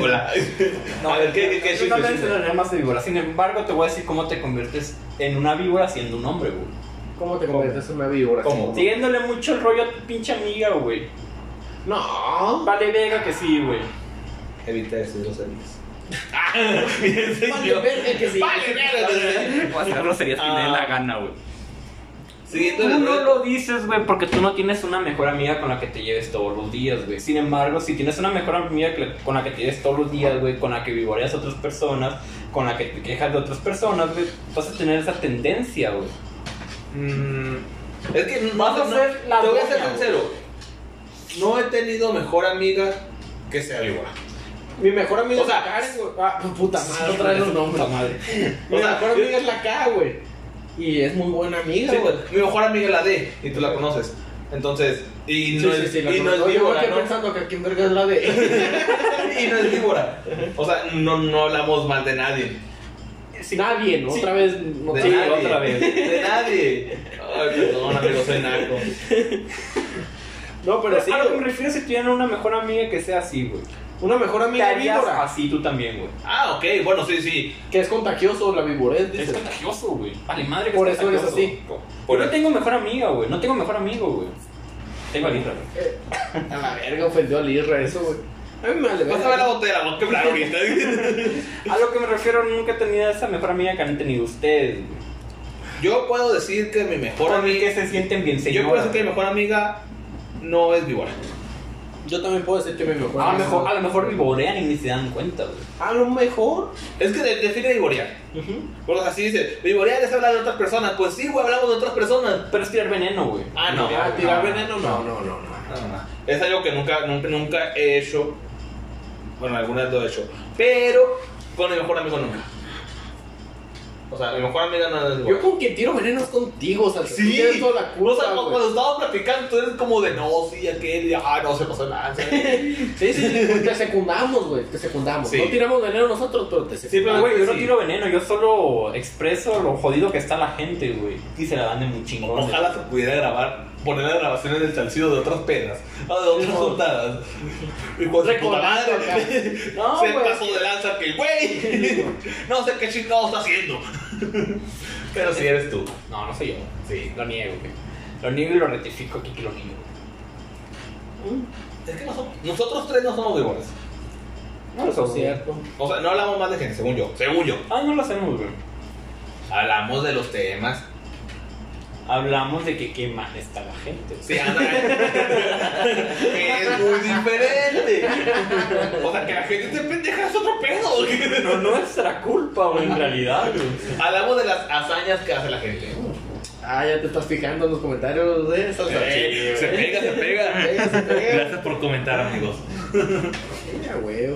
A: hola. a ver, ¿qué, qué, qué
B: yo no
A: chisme, chisme?
B: mencionaré más de víbora. Sin embargo, te voy a decir cómo te conviertes en una víbora siendo un hombre, güey.
D: ¿Cómo te conviertes en una víbora?
A: ¿Cómo?
B: Siguiéndole mucho el rollo a tu pinche amiga, güey.
D: No.
B: Vale, vega que sí, güey.
A: Evita decir groserías.
D: Vale, verga que sí.
A: Vale, verga.
B: O hacer groserías que me dé la gana, güey.
A: Siguiendo
B: Tú
A: el
B: no
A: rollo-
B: lo dices, güey, porque tú no tienes una mejor amiga con la que te lleves todos los días, güey. Sin embargo, si tienes una mejor amiga que- con la que te lleves todos los días, güey, con la que vivoreas a otras personas, con la que te quejas de otras personas, güey, vas a tener esa tendencia, güey.
A: Mm, es que no-
B: Vas a
A: no-
B: ser la
A: te voy a
B: doña,
A: ser sincero. No he tenido mejor amiga que sea igual.
D: Mi mejor amiga
A: O sea,
D: es la Karen, güey. Ah, puta madre, otra vez los nombres.
B: Puta madre.
D: Mi
A: O sea,
D: mejor amiga es la K, güey. Y es muy buena amiga,
A: Sí,
D: güey.
A: pues, mi mejor amiga es la D y tú la conoces. Entonces, y no es,
D: la
A: y no es
D: conozco. Yo
A: víbora,
D: me quedé
A: ¿no?
D: pensando que quién verga es la de.
A: y no es víbora. O sea, no, no hablamos mal de nadie.
D: Si nadie, ¿no? Otra vez. No
A: De
D: sé.
A: nadie.
B: otra vez.
A: De nadie. Ay, perdón, amigo, soy naco.
D: No, pero sí.
B: a lo que me
D: güey.
B: refiero es si tienen una mejor amiga que sea así, güey.
D: Una mejor
B: Te
D: amiga
B: harías
D: víbora.
B: así tú también, güey.
A: Ah, ok, bueno, sí, sí.
D: Que es contagioso la víborez,
B: Es
D: dices.
B: contagioso, güey. Vale, madre que
D: Por
B: es
D: eso eres
B: contagioso.
D: así.
A: Por-
B: Yo no tengo mejor amiga, güey. No tengo mejor amigo, güey. Tengo a Lindra, güey.
D: A la verga ofendió al Isra eso, güey. A mí me vale.
A: Vas a ver la botella, vamos a quebrar ahorita.
B: A lo que me refiero, nunca he tenido esa mejor amiga que han tenido ustedes, güey.
A: Yo puedo decir que mi mejor
B: Por mí
A: amiga.
B: que se sienten bien,
A: Yo puedo
B: señora.
A: decir que mi mejor amiga no es víbora.
D: Yo también puedo decir que mi mejor
A: Ah,
B: A lo
D: amiga-
B: mejor, a lo mejor vivorean y ni se dan cuenta, güey.
D: A lo mejor.
A: Es que de- define vivorear. Porque así dice, vivorear es hablar de otras personas. Pues sí, güey, hablamos de otras personas.
B: Pero es tirar veneno, güey.
A: Ah, no.
D: Ah, tirar veneno, no, no, no. no.
A: No, no, no. Es algo que nunca, nunca, nunca he hecho. Bueno, algunas lo he hecho. Pero con mi mejor amigo nunca. O sea, mi mejor amiga no es
D: Yo
A: víbora.
D: con quien tiro veneno es contigo, o sea, tú
A: Sí,
D: tienes toda la
A: o sea,
D: culpa,
A: cuando,
D: güey.
A: cuando estábamos platicando, tú eres como de no, sí, aquel, y, ah, no se pasó nada.
D: Sí, sí, sí, pues te secundamos, güey, te secundamos.
A: Sí.
D: No tiramos veneno nosotros, pero te
A: Sí, pero,
D: secundamos.
B: Ah, Güey, yo no
A: Sí.
B: tiro veneno, yo solo expreso lo jodido que está la gente, güey. Y se la dan de muy chingón.
A: Ojalá se pudiera grabar poner las grabaciones del salcido de otras penas, o de otras juntadas. Y con su puta madre,
N: No,
A: se
N: güey.
A: pasó de lanza que, güey, no sé qué chingado está haciendo. Pero si eres tú.
B: No, no soy yo. Sí, lo niego, güey. Lo niego y lo rectifico aquí que lo niego.
A: Es que no somos- nosotros tres no somos iguales.
B: No lo somos.
D: Cierto.
A: O sea, no hablamos más de gente, según yo. Según yo.
B: Ah, no lo hacemos, güey.
A: Hablamos de los temas.
B: Hablamos de que qué mal está la gente.
A: Sí, anda. es muy diferente. O sea, que la gente te pendeja es otro pedo.
B: No, no es nuestra culpa, güey, en realidad, güey.
A: Hablamos de las hazañas que hace la gente.
D: Ah, ya te estás fijando en los comentarios de esas.
A: Eh, se pega, se pega.
O: Gracias por comentar, amigos.
D: Mira, güey.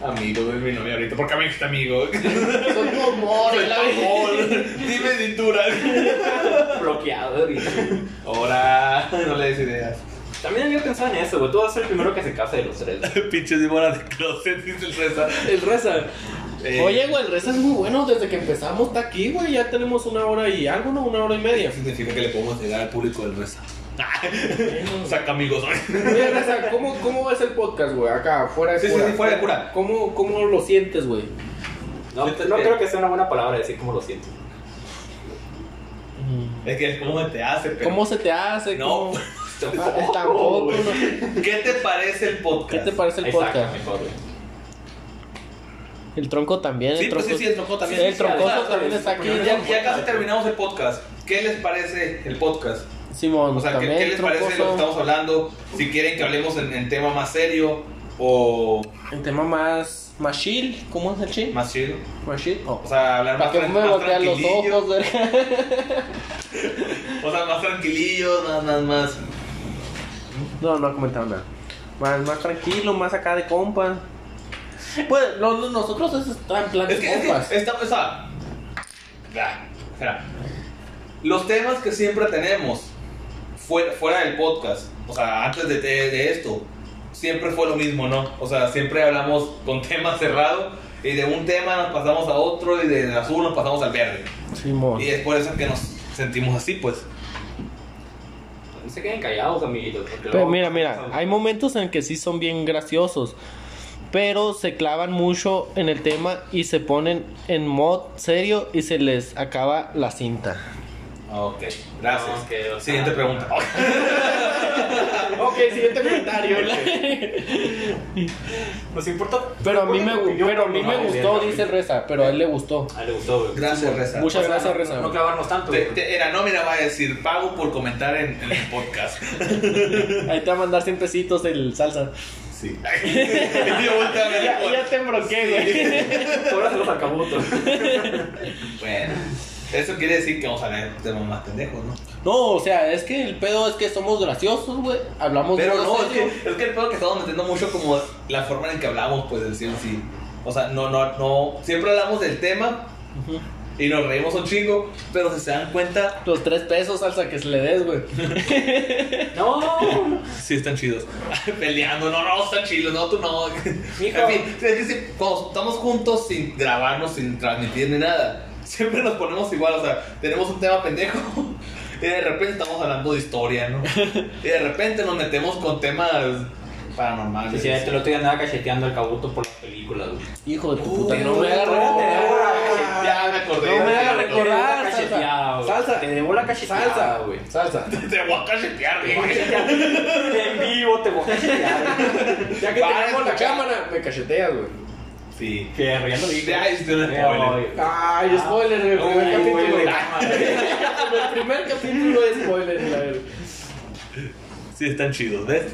A: Amigo, es mi novia ahorita. ¿Por qué me dijiste amigo?
D: Son como moros, la
A: Dime cintura.
B: Bloqueado, güey.
A: Ahora, no le des ideas.
B: También había pensado en eso, güey. Tú vas a ser el primero que se case de los tres. güey.
O: Pinche víbora de closet, dice el Reza.
D: El reza.
A: Eh,
D: Oye, güey, el reza es muy bueno. Desde que empezamos está aquí, güey. Ya tenemos una hora y algo, ¿no? Una hora y media.
A: significa que le podemos llegar al público del Reza. Saca amigos.
D: Oye, reza, ¿cómo, ¿cómo ves el podcast, güey? Acá, fuera de
A: Sí, sí,
D: cura.
A: sí, fuera de cura.
D: ¿Cómo, ¿Cómo lo sientes, güey?
B: No, no creo que sea una buena palabra decir cómo lo siento.
A: Es que es como te hace, pero.
D: ¿Cómo se te hace?
A: No.
D: ¿Cómo-
C: Ah,
D: Tampoco,
B: güey.
D: no.
A: ¿Qué te parece el
C: ¿Qué
A: podcast?
C: te parece el
B: Ahí saca
C: podcast?
B: mejor, güey.
C: El tronco también,
A: Sí,
C: el
A: pues
C: tronco.
A: sí, sí, el tronco también.
C: el
A: Sí,
C: troncoso
A: ya,
C: también está aquí.
A: Ya, ya casi terminamos el podcast. ¿Qué les parece el podcast?
C: Simón,
A: O sea, ¿qué,
C: también
A: qué
C: el
A: les parece lo que
C: troncoso.
A: estamos hablando? Si quieren que hablemos en, en tema más serio o
C: El tema más, más chill, ¿cómo es el chill?
A: más chido.
C: Más chill. Oh.
A: O sea, hablar
C: Para
A: más,
C: que
A: tran-
C: no me
A: más
C: voltean los
A: tranquilillo.
C: ojos, güey.
A: O sea, más tranquilillo, nada más, más.
C: No, no ha comentado nada. Más, más tranquilo, más acá de compa. Pues lo- lo- nosotros eso está en plan
A: Es
C: de
A: que, es
C: compas.
A: que esta o sea, ah, espera. Los temas que siempre tenemos fuera, fuera del podcast, o sea, antes de, de- de esto, siempre fue lo mismo, ¿no? O sea, siempre hablamos con temas cerrados y de un tema nos pasamos a otro y del azul nos pasamos al verde.
C: Simón.
A: Y es por eso que nos sentimos así, pues.
B: No se queden callados, amiguitos. porque
C: Pero
B: luego-
C: mira, mira, hay momentos en que sí son bien graciosos, pero se clavan mucho en el tema y se ponen en mod serio y se les acaba la cinta.
A: Ah, Ok,
C: Ah,
A: gracias.
B: No, que, o sea-
A: Siguiente pregunta.
D: Ok, siguiente comentario.
B: Nos importa.
C: Pero a mí me,
B: Opinión,
C: pero a mí
B: no,
C: me
B: no,
C: gustó,
B: bien.
C: dice el Reza, pero a él le gustó.
B: Ah, le gustó, güey.
A: Gracias, Reza.
C: Muchas gracias,
B: No,
C: Reza.
B: no clavarnos tanto.
A: Te-
B: güey.
A: te- en la nómina va a decir pago por comentar en, en el podcast.
C: Ahí te va a mandar 100 pesitos del salsa.
A: Sí. Y yo volteo a ver el
C: Ya,
A: podcast.
C: ya te embroqué, güey.
B: Ahora se los acabutos.
A: Bueno, eso quiere decir que vamos a hablar de temas más pendejos, ¿no?
C: No, o sea, es que el pedo es que somos graciosos, güey. Hablamos
A: Pero
C: de
A: no, es
C: cosas,
A: que, es que el pedo que estamos metiendo mucho como la forma en que hablamos, pues, del sí. O sea, no, no, no. Siempre hablamos del tema y nos reímos un chingo, pero si se dan cuenta,
C: Los tres pesos salsa que se le des, güey.
B: No,
O: Sí, están chidos.
A: peleando, no, no, está chido, no, tú no. En fin, es que si- cuando estamos juntos sin grabarnos, sin transmitir ni nada, siempre nos ponemos igual, o sea, tenemos un tema pendejo y de repente estamos hablando de historia, ¿no? Y de repente nos metemos con temas paranormales.
B: si el otro día andaba cacheteando al cabuto por las películas, güey.
C: Hijo de tu
A: Uy,
C: puta, no me
A: no,
C: agarro.
A: ya me acordé.
C: No me hagas
A: ya
C: recordar.
B: Te debo la cacheteada, güey.
D: Salsa.
B: Te debo la cacheteada, güey.
D: Salsa.
A: Te voy a cachetear,
B: Te voy a
A: güey.
B: cachetear. En vivo te voy a cachetear.
D: Ya que
A: Va,
D: tenemos la
A: escucha.
D: cámara, me cacheteas, güey.
A: Sí.
B: Fierro, ya lo dije.
A: Ya hiciste un spoiler.
D: Ay, spoiler, en el primer
B: Uy, güey,
D: capítulo.
B: güey.
D: En el primer capítulo es spoiler, la verdad.
O: Sí, están chidos, ¿ves?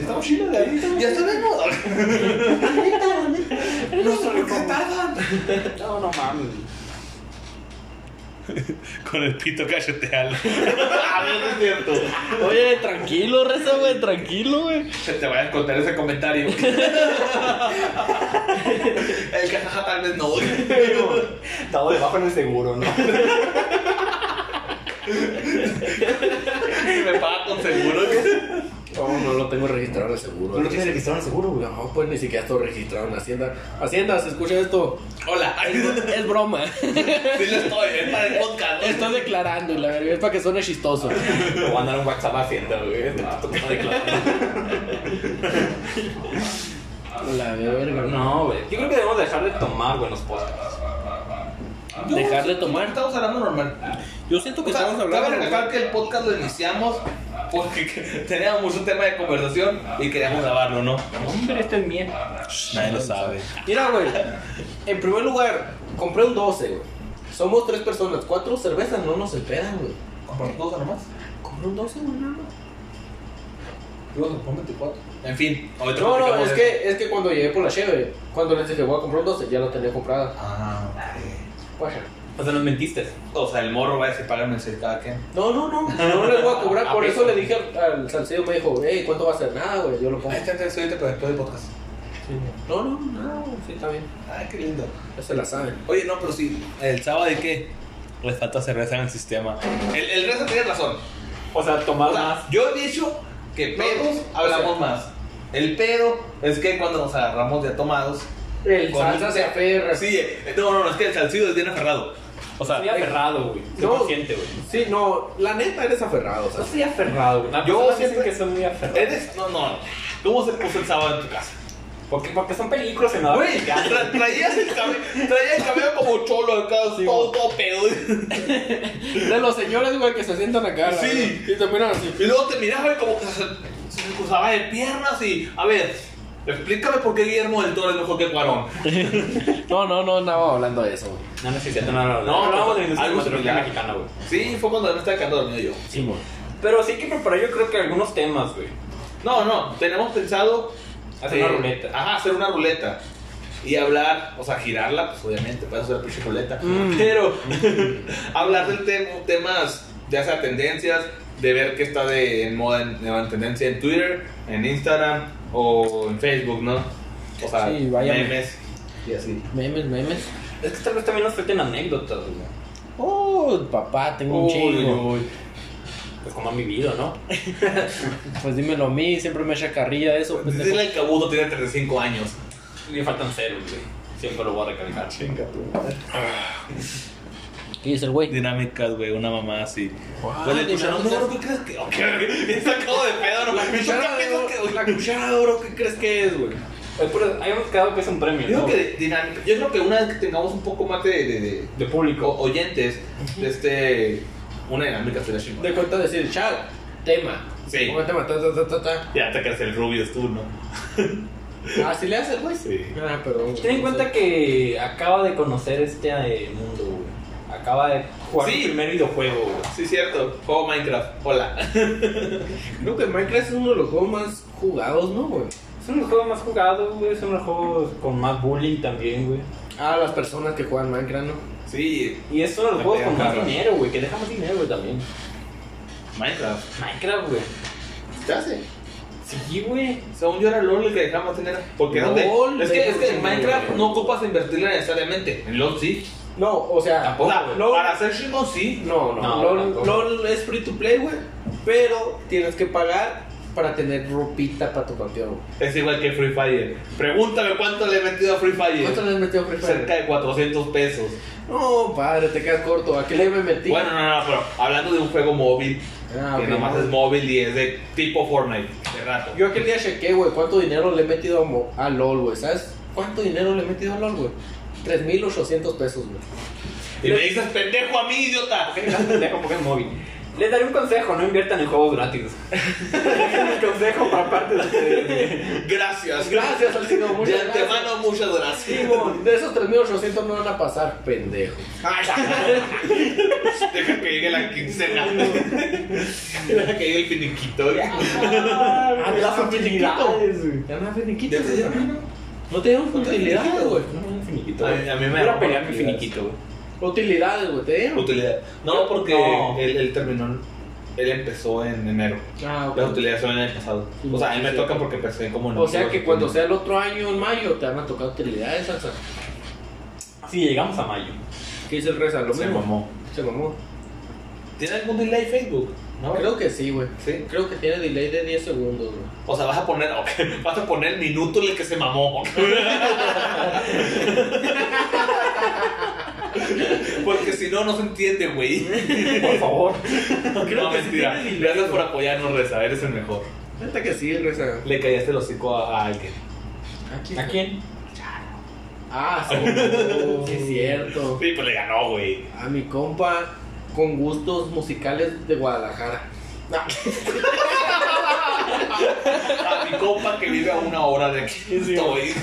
A: Estamos chidos de ahí. Ya está de moda. No sé por qué tardan.
B: No, no mames. güey.
O: Con el pito cacheteal.
A: A ver, no es cierto.
C: Oye, tranquilo, Reza, güey, tranquilo, güey.
A: Se te vaya a contar ese comentario. El que jaja tal vez no.
B: Estaba debajo en el seguro, ¿no?
A: Me paga con seguro.
D: razón, no lo tengo registrado en el seguro.
A: ¿No lo tienes registrado en el seguro, güey?
D: No, pues ni siquiera estoy registrado en Hacienda. Hacienda, si escucha esto, hola, es, es broma.
A: Sí, lo estoy, es para el podcast. ¿no?
D: Estoy declarando, la verdad, es para que suene chistoso.
A: Te voy a mandar un WhatsApp a Hacienda, güey. Este vato que está declarando.
D: La verga.
B: No, güey. Yo creo que debemos dejar de tomar, güey, los podcasts.
D: Dejar de tomar.
A: Ah, Estamos hablando normal.
D: Yo siento que
A: O sea,
D: estamos
A: Cabe
D: hablando.
A: recalcar que el podcast lo iniciamos porque teníamos un tema de conversación y queríamos grabarlo, ¿no?
B: Hombre, este es miedo.
M: Nadie lo sabe.
D: Mira, güey. En primer lugar, compré un 12, güey. Somos tres personas, cuatro cervezas no nos empedan, güey.
A: ¿Compramos dos nomás?
D: Compré un 12, güey, no, no.
A: Yo compré 24. En fin, hoy te
D: No, no,
A: platicamos
D: es
A: de-
D: que, es que cuando llegué por la cheve, cuando les dije voy a comprar un 12, ya lo tenía comprada.
A: Ah,
D: Guacha.
B: O sea, nos mentiste.
A: o sea, el morro va a decir, págame el cada quien.
D: No, no, no, no les voy a cobrar, por eso le dije al, al Salcedo, me dijo, hey, ¿cuánto va a ser? Nada, güey, yo lo pongo.
A: Ahí está, estoy ahorita, pero después del podcast.
D: No, no, no, sí, está bien,
A: Ay, qué lindo.
D: ya se la saben.
A: Oye, no, pero sí,
M: ¿El sábado de qué? Les falta cerveza en el sistema.
A: el, el resto tiene razón.
B: O sea,
A: O
B: tomar
A: sea,
B: más.
A: yo he dicho que pedos hablamos más. El pedo es que cuando nos agarramos de atomados.
D: El
A: Con-
D: salsa se aferra.
A: Sí, eh, no, no, no, es que el salcido es bien aferrado.
B: O sea, eh, estoy aferrado, güey. Soy
D: No.
B: consciente, güey.
D: Sí, no, la neta eres aferrado, o
B: Yo
D: sea.
B: soy aferrado, güey. Las
A: Yo
B: personas
A: siempre-
B: dicen que son muy aferrados.
A: Eres, no, no. ¿Cómo se puso el sábado en tu casa?
B: Porque, porque son películas en la
A: Güey, tra- traías el cabello, traía el cabello como cholo acá, todo, todo pedo.
D: De los señores, güey, que se sientan acá. la
A: Sí.
D: verdad, Y te miran así.
A: Y luego te miraba güey, como que se, se me cruzaba de piernas y. A ver, explícame por qué Guillermo del Toro es mejor que Cuarón.
D: No, no, no, andaba hablando de eso, güey.
B: No, no es cierto, no, no, no.
A: No,
B: No, hablamos de la
A: algo
B: industria
A: similar.
B: cinematográfica mexicana, güey.
A: Sí, fue cuando me estaba quedando dormido yo.
B: Sí, güey. Pero sí hay que preparar, yo creo que algunos temas, güey.
A: No, no, tenemos pensado
B: Hacer una ruleta.
A: Ajá, hacer una ruleta. Y hablar, o sea, girarla, pues obviamente, puedes hacer pinche ruleta.
D: Mm.
A: Pero hablar del tema, temas, ya sea tendencias, de ver qué está de en moda, en, en tendencia en Twitter, en Instagram o en Facebook, ¿no? O sea,
D: Sí, vaya.
A: memes y así.
D: Memes, memes.
B: Es que tal vez también nos falten anécdotas, güey.
D: Oh, papá, tengo un chingo.
B: Pues como han vivido, ¿no?
D: Pues dímelo a mí, siempre me echa carrilla eso. pendejo.
A: Dile Pues el cabudo tiene 35 años.
B: Le faltan ceros, güey. Siempre lo voy a recalcar.
D: ¿Qué dice el güey?
M: Dinámicas, güey, una mamá así.
A: Pues le escucharon, no, ¿qué crees que.? Ok, me sacado de pedo, no me
D: cuchara de oro, la cuchara de oro, ¿qué crees que es, güey?
B: Eh, pero Habíamos quedado que es un premio,
A: Yo
B: ¿no?
A: creo que dinámica. Yo creo que una vez que tengamos un poco más de, de- de-
B: De público.
A: o- oyentes, de este una dinámica sería chingona.
D: De cuenta decir, chat, tema.
A: Sí.
D: Pongo tema, ta, ta, ta, ta,
A: Ya te crees el rubio es tú, ¿no?
D: ta. Así le haces, güey.
A: Sí.
D: Ah, perdón.
B: Ten en cuenta que acaba de conocer este eh, mundo, güey. Acaba de jugar
A: Sí.
B: su primer videojuego, güey.
A: Sí, cierto. Juego Minecraft. Hola.
D: Creo que Minecraft es uno de los juegos más jugados, ¿no, güey?
B: Es uno de los juegos más jugados, güey. Es uno de los juegos con más bullying también, güey.
D: Ah, las personas que juegan Minecraft, ¿no?
A: Sí,
B: Y es uno de los
A: Me
B: juegos
A: pegan
B: con más
A: caras.
B: dinero, güey. Que deja más dinero, güey, también.
A: Minecraft.
B: Minecraft, güey.
A: ¿Qué hace?
B: Sí, güey.
A: Según yo era LOL el que dejamos tener. Porque
D: LOL,
A: ¿dónde? Es que,
D: de-
A: es que en Minecraft no ocupas invertirle necesariamente. En LOL sí.
D: No, o sea,
A: O sea,
D: la- LOL-
A: para hacer chingón sí.
D: no, no,
B: No,
D: LOL,
B: tampoco.
D: LOL es free to play, güey. Pero tienes que pagar para tener ropita para tu campeón, güey.
A: Es igual que Free Fire. Pregúntame cuánto le he metido a Free Fire.
D: ¿Cuánto le has metido a Free Fire?
A: Cerca de 400 pesos.
D: No, padre, te quedas corto. ¿A qué le me metí?
A: Bueno, no, no, pero hablando de un juego móvil,
D: Ah,
A: que
D: ok.
A: nomás es móvil y es de tipo Fortnite, de rato.
D: Yo aquel día chequé, güey, cuánto dinero le he metido a, mo- a LOL, güey. ¿Sabes cuánto dinero le he metido a LOL, güey? 3.800 pesos, güey.
A: Y me dices, pendejo a mí, idiota.
B: Dejo porque es móvil. Les daré un consejo, no inviertan en juegos gratis. Es un consejo para parte de ustedes.
A: Gracias.
D: Gracias, Alcino,
A: De
D: muchas gracias.
A: antemano, muchas gracias.
D: Simón, de esos 3.800 no van a pasar, pendejo.
A: Deja que llegue la quincena. Deja que llegue el finiquito.
B: Ah, las utilidades, güey.
D: Ya me finiquito.
A: ¿Ya te dieron?
D: No te dieron
A: te dieron
D: utilidades,
A: finiquito.
D: güey.
B: No, un finiquito.
A: A mí-
B: güey.
A: a mí me
B: Yo
A: da
B: Era pelear mi
A: utilidades.
B: finiquito, güey.
D: Utilidades, güey, te dieron.
A: Utilidad. No, porque
B: No.
A: Él, él terminó, él empezó en enero.
D: Ah, ok.
A: Las utilidades son en el pasado. O sea, a él me toca porque empecé como en
D: O sea que
A: octubre.
D: cuando sea el otro año, en mayo, te van a tocar utilidades, Alza.
B: Sí, llegamos a mayo.
D: ¿Qué dice el Reza? Lo
A: Se
D: mismo.
A: mamó.
D: Se mamó.
A: ¿Tiene algún delay Facebook? ¿no?
D: Creo que sí, güey.
A: Sí.
D: Creo que tiene delay de 10 segundos, güey.
A: O sea, vas a poner, ok, vas a poner el minuto en el que se mamó. ok. Porque si no, no se entiende, güey. Por favor. no, mentira. Gracias por apoyarnos, Reza. Eres el mejor.
D: Neta que sí, Reza.
A: Le callaste el hocico a, a alguien.
B: ¿A quién?
D: Ah, sí. sí, es cierto.
A: Sí, pues le ganó, güey.
D: A mi compa con gustos musicales de Guadalajara.
A: A mi compa que vive a una hora de aquí. Estoy.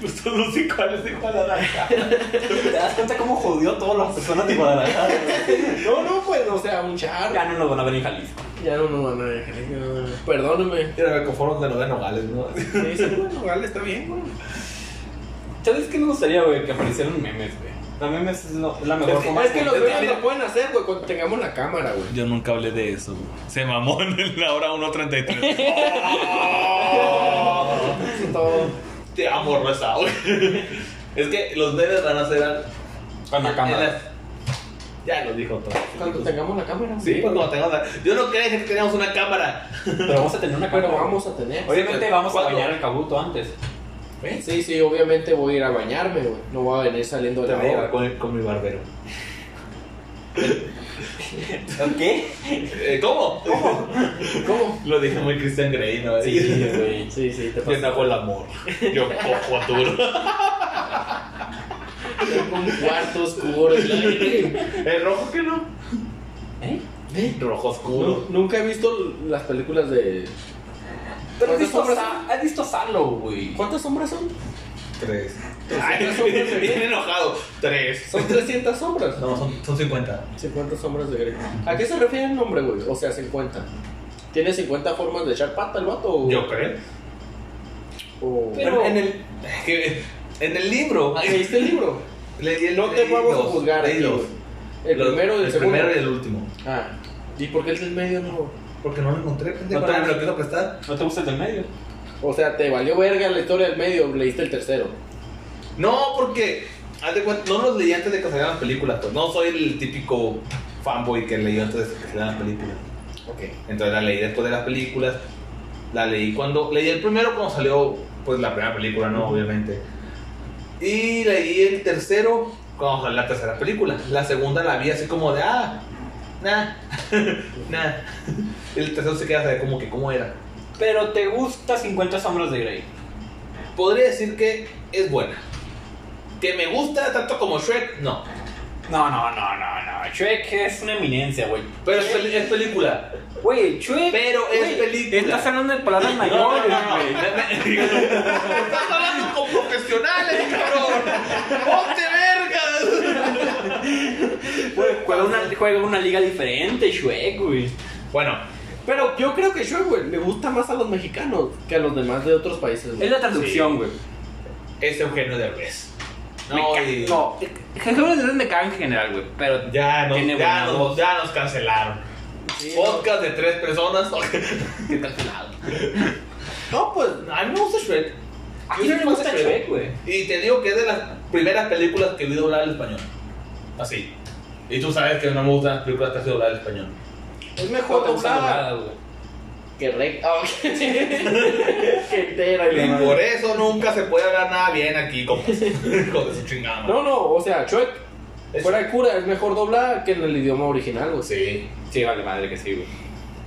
A: Gustos musicales de Guadalajara.
B: ¿Te das cuenta cómo jodió a todas las personas de Guadalajara?
D: No, no, pues, o sea, un char.
B: Ya no nos van a ver en Jalisco.
D: Ya no, no, no, no, no. Perdóname.
A: Mira, me conformo de no de Nogales, ¿no?
D: Sí, sí, bueno, vale, está bien, güey.
B: ¿Sabes qué me gustaría, güey? Que aparecieran memes, güey. La memes es lo- la mejor forma
D: Es que
B: de-
D: los
B: Mira,
D: dueños lo pueden hacer, güey, cuando tengamos la cámara, güey.
M: Yo nunca hablé de eso. güey. Se mamó en la hora 1.33.
D: Eso es todo.
A: Te amo, Reza, güey. Es que los memes van a ser al-
B: Con la
A: en
B: cámara.
A: las- Ya lo dijo todo.
D: Cuando tengamos la cámara.
A: Sí, pues cuando tengamos la- Yo no creía que teníamos una cámara.
B: Pero vamos a tener una
D: Pero
B: cámara.
D: vamos a tener. ¿Eh?
B: Obviamente vamos a
A: ¿Cuándo?
B: bañar el cabuto antes.
D: Sí, sí, obviamente voy a ir a bañarme, güey. No voy a venir saliendo de
A: Te
D: la
A: voy a llevar
D: obra.
A: con, con mi barbero.
B: ¿Qué?
A: Eh, ¿Cómo? ¿Cómo?
D: ¿Cómo?
A: Lo dije muy Christian Grey, ¿no?
B: Sí, güey.
D: Sí, sí, te
A: Yo no
D: pasa.
A: hago el amor. Yo cojo a tu.
D: Tengo un cuarto oscuro. ¿Eh?
A: ¿El rojo que no? ¿Eh? Rojo oscuro.
D: Nu- Nunca he visto las películas de...
B: Pero has
D: ¿Cuántas
B: visto,
D: sombras
B: Sa- has visto Salo, güey.
D: ¿Cuántas sombras son?
A: Tres. Ay, bien enojado. Tres.
D: Son 300 sombras.
M: No, son, son 50.
D: 50 sombras de Grey. ¿A qué se refiere el nombre, güey? O sea, 50. ¿Tiene 50 formas de echar pata el vato? o-
A: Yo creo.
D: o-
A: Pero en el. que- En el libro.
D: ¿Leíste el libro? No te vamos a juzgar aquí, güey. El primero y el,
A: el
D: segundo.
A: primero y el último.
D: Ah. ¿Y por qué el del medio no?
A: Porque no lo encontré, pendejo.
B: No te-
A: Ah, me lo quiero prestar.
B: ¿No te gusta el del medio?
D: O sea, te valió verga la historia del medio, leíste el tercero.
A: No, porque. haz de cuenta, no los leí antes de que salieran las películas, pues. No soy el típico fanboy que leyó antes de que salieran las películas.
D: Ok.
A: Entonces la leí después de las películas. La leí cuando. Leí el primero cuando salió, pues la primera película, ¿no? Obviamente. Y leí el tercero cuando salió la tercera película. La segunda la vi así como de, ah, nah, nah. El tercero se queda así como que, ¿cómo era?
B: Pero te gusta 50 sombras de Grey.
A: Podría decir que es buena. Que me gusta tanto como Shrek, no.
B: No, no, no, no, no. Shrek es una eminencia, güey.
A: Pero es, peli- es película.
B: Güey, Shrek.
A: Pero es
B: güey,
A: película.
B: Estás hablando de palabras mayores, güey.
A: Estás hablando con profesionales, cabrón. ¡Ponte vergas!
B: Juega una, juega una liga diferente, Shrek, güey.
A: Bueno,
D: Pero yo creo que Shrek, güey, le gusta más a los mexicanos que a los demás de otros países,
B: Es
D: güey.
B: la traducción, güey.
A: es Este Eugenio Derbez.
B: No,
A: y-
B: no. Jesús es me caga en general, güey. Pero
A: Ya nos,
B: Tiene buena
A: ya nos-
B: voz.
A: ya nos cancelaron.
D: Sí,
A: Podcast de tres personas.
B: qué cancelado.
A: No, pues a mí me gusta Shrek.
B: ¿A
A: Yo
B: quién
A: soy
B: le
A: más
B: gusta
A: de
B: Shrek, güey?
A: Y te digo que es de las primeras películas que vi doblar al español. Así. Y tú sabes que no me gustan las películas casi dobladas al español.
D: Es mejor doblada
B: güey.
D: que recta. Ah, ok. que entera y la
A: Y
D: madre.
A: por eso nunca se puede hablar nada bien aquí, como hijo de su chingada. madre.
D: No, no, o sea, Shrek,
A: Es-
D: fuera de cura, es mejor doblada que en el idioma original, güey.
A: Sí.
B: Sí, vale madre que sí, güey.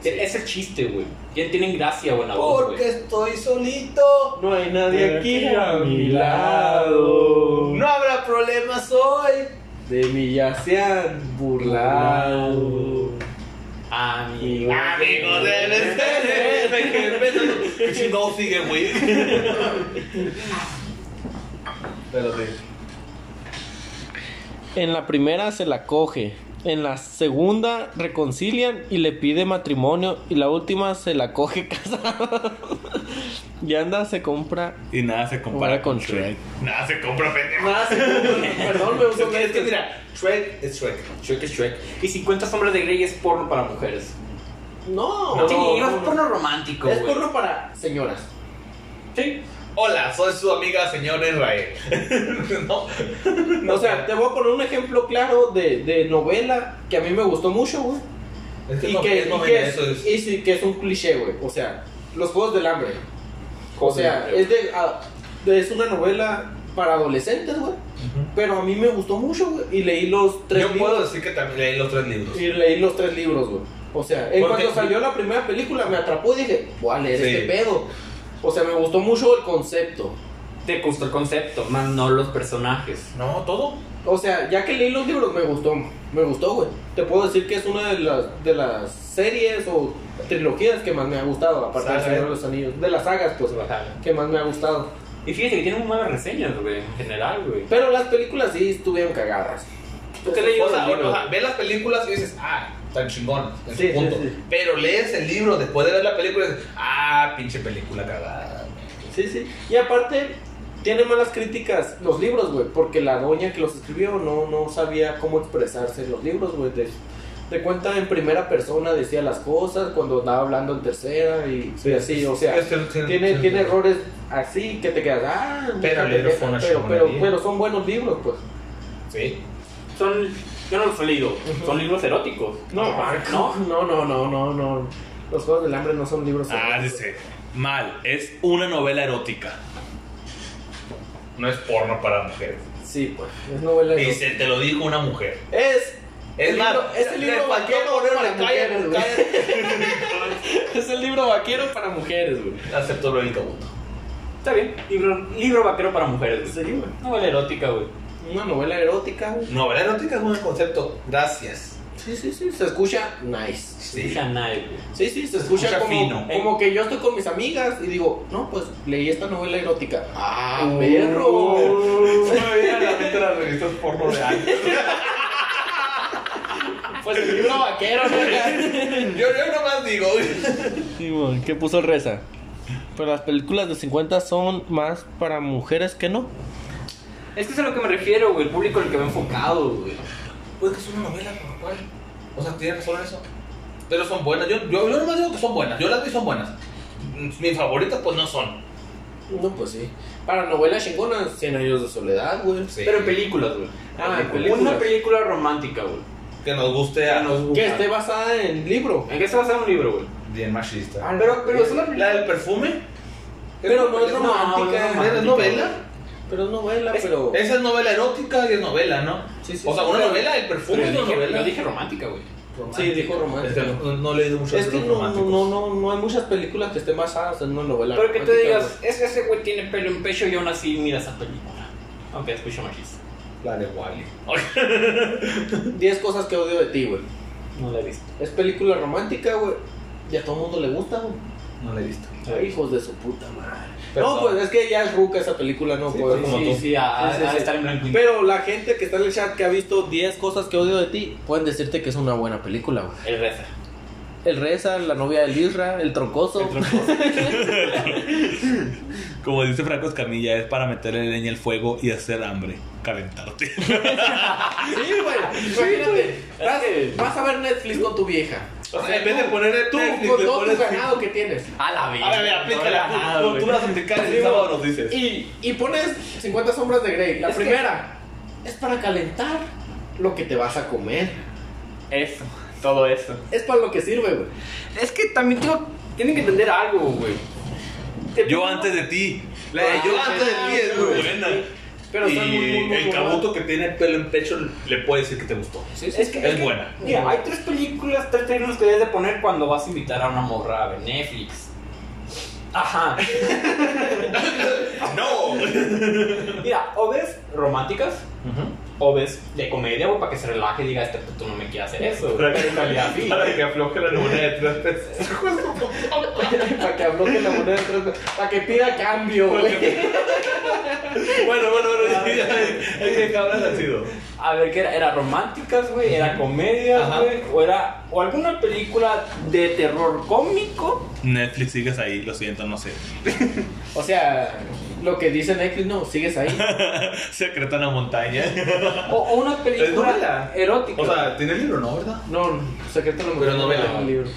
B: E-, Es el chiste, güey. Ya tienen gracia, buena voz,
A: Porque
B: güey.
A: estoy solito.
D: No hay nadie aquí a mi lado.
A: No habrá problemas hoy.
D: De mí ya se han burlado.
B: Amigo.
A: Amigos del ¿Qué chingado sigue, güey? Pero sí.
L: En la primera se la coge. En la segunda reconcilian y le pide matrimonio. Y la última se la coge casada. y anda, se compra.
M: Y nada se compara
L: Ahora con
M: con Shrek.
A: Nada se compra, pendejo.
D: Nada, sí, perdón, me
A: O sea,
D: uso este-
A: que es que mira, Shrek es Shrek.
B: Shrek es Shrek. Y 50 sombras de Grey es porno para mujeres.
D: No,
B: sí, no es
D: no, no.
B: porno romántico,
D: Es
B: güey.
D: porno para señoras.
B: Sí.
A: Hola, soy su amiga señora Israel. no,
D: O sea, te voy a poner un ejemplo claro de, de novela que a mí me gustó mucho, güey.
A: Es que
D: y
A: no-
D: que,
A: es no
D: y que
A: vender,
D: es,
A: eso es-
D: y sí, que es un cliché, güey. O sea, los juegos del hambre. O sea, es, de, ah, es una novela para adolescentes, güey. Pero a mí me gustó mucho, güey. Y leí los tres
A: Yo
D: libros.
A: puedo decir que también leí los tres libros.
D: Y leí los tres libros, güey. O sea, en
A: Porque-
D: cuando salió la primera película me atrapó y dije, voy a leer
A: Sí.
D: este pedo. O sea, me gustó mucho el concepto.
B: Te gustó el concepto, más no los personajes.
A: No, todo.
D: O sea, ya que leí los libros me gustó, me gustó, güey. Te puedo decir que es una de las, de las series o trilogías que más me ha gustado, aparte del
A: Saga.
D: Señor de los Anillos. De las sagas, pues, güey,
B: Ajá.
D: que más me ha gustado.
B: Y fíjate que tiene muy malas reseñas, güey, en general, güey.
D: Pero las películas sí estuvieron cagadas.
B: Pues,
A: ¿Tú qué leí? O sea, o sea, ves las películas y dices, ah, tan chingón, en su
D: Sí, sí,
A: punto.
D: sí.
A: Pero lees el libro después de ver la película y dices, ah, pinche película cagada.
D: Sí, sí. Y aparte, tiene malas críticas los libros, güey. Porque la doña que los escribió no, no sabía cómo expresarse en los libros, güey. De, de cuenta en primera persona decía las cosas, cuando andaba hablando en tercera y, y así. O sea,
A: Sí, sí, sí,
D: tiene,
A: sí.
D: tiene errores así que te quedas, ah,
A: Pero
D: no,
A: el libro fue una
D: pero, pero,
A: chingonería.
D: pero son buenos libros, pues.
A: Sí.
B: Son. Yo no los he leído. Son libros eróticos.
D: no, no, no, no, no, no. Los Juegos del Hambre no son libros.
P: Ah, dice. Mal, es una novela erótica.
A: No es porno para mujeres.
D: Sí, pues. Es novela.
A: Y se te lo dijo una mujer.
D: Es.
A: Es
D: el
A: más,
D: libro- es el
A: le
D: libro
A: faltó
D: vaquero
A: poner
D: para
A: una calle,
D: mujeres, güey. Es el libro vaquero para mujeres, güey.
A: Aceptó lo del cabuto.
B: Está bien. Libro, libro vaquero para mujeres, güey.
D: Sí, güey.
B: Novela erótica, güey.
D: Una novela erótica, güey.
A: Novela erótica es un concepto. Gracias.
D: Sí, sí, sí. Se escucha nice.
A: Sí.
B: Escucha nadie, güey.
D: Sí, sí, se escucha,
A: escucha
D: como,
A: fino.
D: como que yo estoy con mis amigas y digo, no, pues leí esta novela erótica. ¡Ah, perro!
A: Obviamente las revistas porno de antes.
D: Pues el libro vaquero, güey.
A: Yo, yo nomás digo.
C: Simón, ¿qué puso el Reza? Pero las películas de 50 son más para mujeres que no.
B: Es que es a lo que me refiero, güey. El público al que me he enfocado, güey.
A: Pues que es una novela, por lo cual. O sea, tiene razón en eso. Pero son buenas. Yo, yo, yo nomás digo que son buenas. Yo las vi son buenas. Mm, Mis favoritas, pues no son.
D: No, pues sí. Para novelas chingonas, 100 años de soledad, güey.
A: Sí.
B: Pero en películas, güey.
D: Ah, en
B: Una
D: películas.
B: película romántica, güey.
A: Que nos guste a los.
D: Que esté basada en libro.
B: ¿En qué se basa un libro, güey?
A: Bien machista.
B: Pero, pero es una
A: Ah, La del perfume.
D: Pero no es
A: una
D: romántica.
A: ¿Es novela?
D: Pero es novela,
B: Es-
D: pero.
A: Esa es novela erótica y es novela, ¿no?
D: Sí, sí,
A: o sea,
D: sí,
A: una
D: pero-
A: novela, el
B: Pero
A: perfume
B: yo
A: es una
B: dije,
A: novela.
B: yo dije romántica, güey.
D: Sí, dijo romántica.
A: Es que no, no he leído muchos
D: Es que
A: libros
D: no, no,
A: románticos.
D: no, no, no hay muchas películas que estén basadas en una novela.
B: Pero que tú
D: romántica,
B: digas, es que ese güey tiene pelo en pecho y aún así mira esa película. Aunque escucho machista.
A: La de Wally.
D: güey. 10 cosas que odio de ti, güey.
B: No la he visto.
D: Es película romántica, güey. Y a todo mundo le gusta, güey.
A: No la he visto.
D: Ay, Hijos de su puta madre.
A: Perdón.
D: No, pues es que ya es ruca esa película, no
A: Sí,
D: puedo.
A: pues, como
B: sí,
A: tú.
B: sí, a,
D: Sí, sí,
B: a
D: sí.
B: estar en blanco y negro.
D: Pero la gente que está en el chat que ha visto 10 cosas que odio de ti, pueden decirte que es una buena película, güey.
B: El reza.
D: El Reza, la novia del Isra, el troncoso.
P: Como dice Franco Escamilla, es para meterle leña al fuego y hacer hambre, calentarte.
D: Sí, güey. Imagínate. Vas, vas a ver Netflix con tu vieja.
A: O sea, en vez de ponerle
D: Tú,
A: tú, le
D: con todo tu
A: pones-
D: ganado que tienes.
B: A la
A: A ver, a ver,
B: vida.
A: aplícala. Culturas africanas y sábado nos dices.
D: Y, y pones 50 sombras de Grey. La
B: Es que-
D: primera es para calentar lo que te vas a comer.
B: Eso, todo eso.
D: Es para lo que sirve, güey.
B: Es que también tengo- tienen que entender algo, güey. Te-
P: Yo antes de ti.
A: La de yo antes de ti es muy buena.
D: Pero
A: y
D: son muy, muy, muy
A: el
D: buenas.
A: cabuto que tiene pelo en pecho le puede decir que te gustó.
D: Sí, sí.
B: Es que
A: Es buena.
B: Mira, hay tres películas, tres términos que debes de poner cuando vas a invitar a una morra a ver Netflix. Ajá.
A: ¡No!
B: Mira, o ves románticas, o ves de comedia, güey, para que se relaje y diga, este puto no me quiere hacer eso. güey". Pero en realidad sí.
A: Para que afloje la luna de tres pesos.
D: para que abroje la moneda de tres veces, Para que pida cambio, güey.
A: Bueno, bueno, bueno. El que hablas ha sido.
B: A ver, ¿qué era? ¿Era románticas, güey? ¿Era comedias,
A: Ajá.
B: güey? ¿O era o alguna película de terror cómico?
P: Netflix sigues ahí, lo siento, no sé.
D: O sea, lo que dice Netflix, no, sigues ahí.
P: Secreto en la montaña.
B: O, o una película
A: novela.
B: erótica.
A: O sea, tiene libro, ¿no? ¿Verdad?
D: No, secreto de la
A: Pero
D: mujer,
A: novela.
D: no, el libro.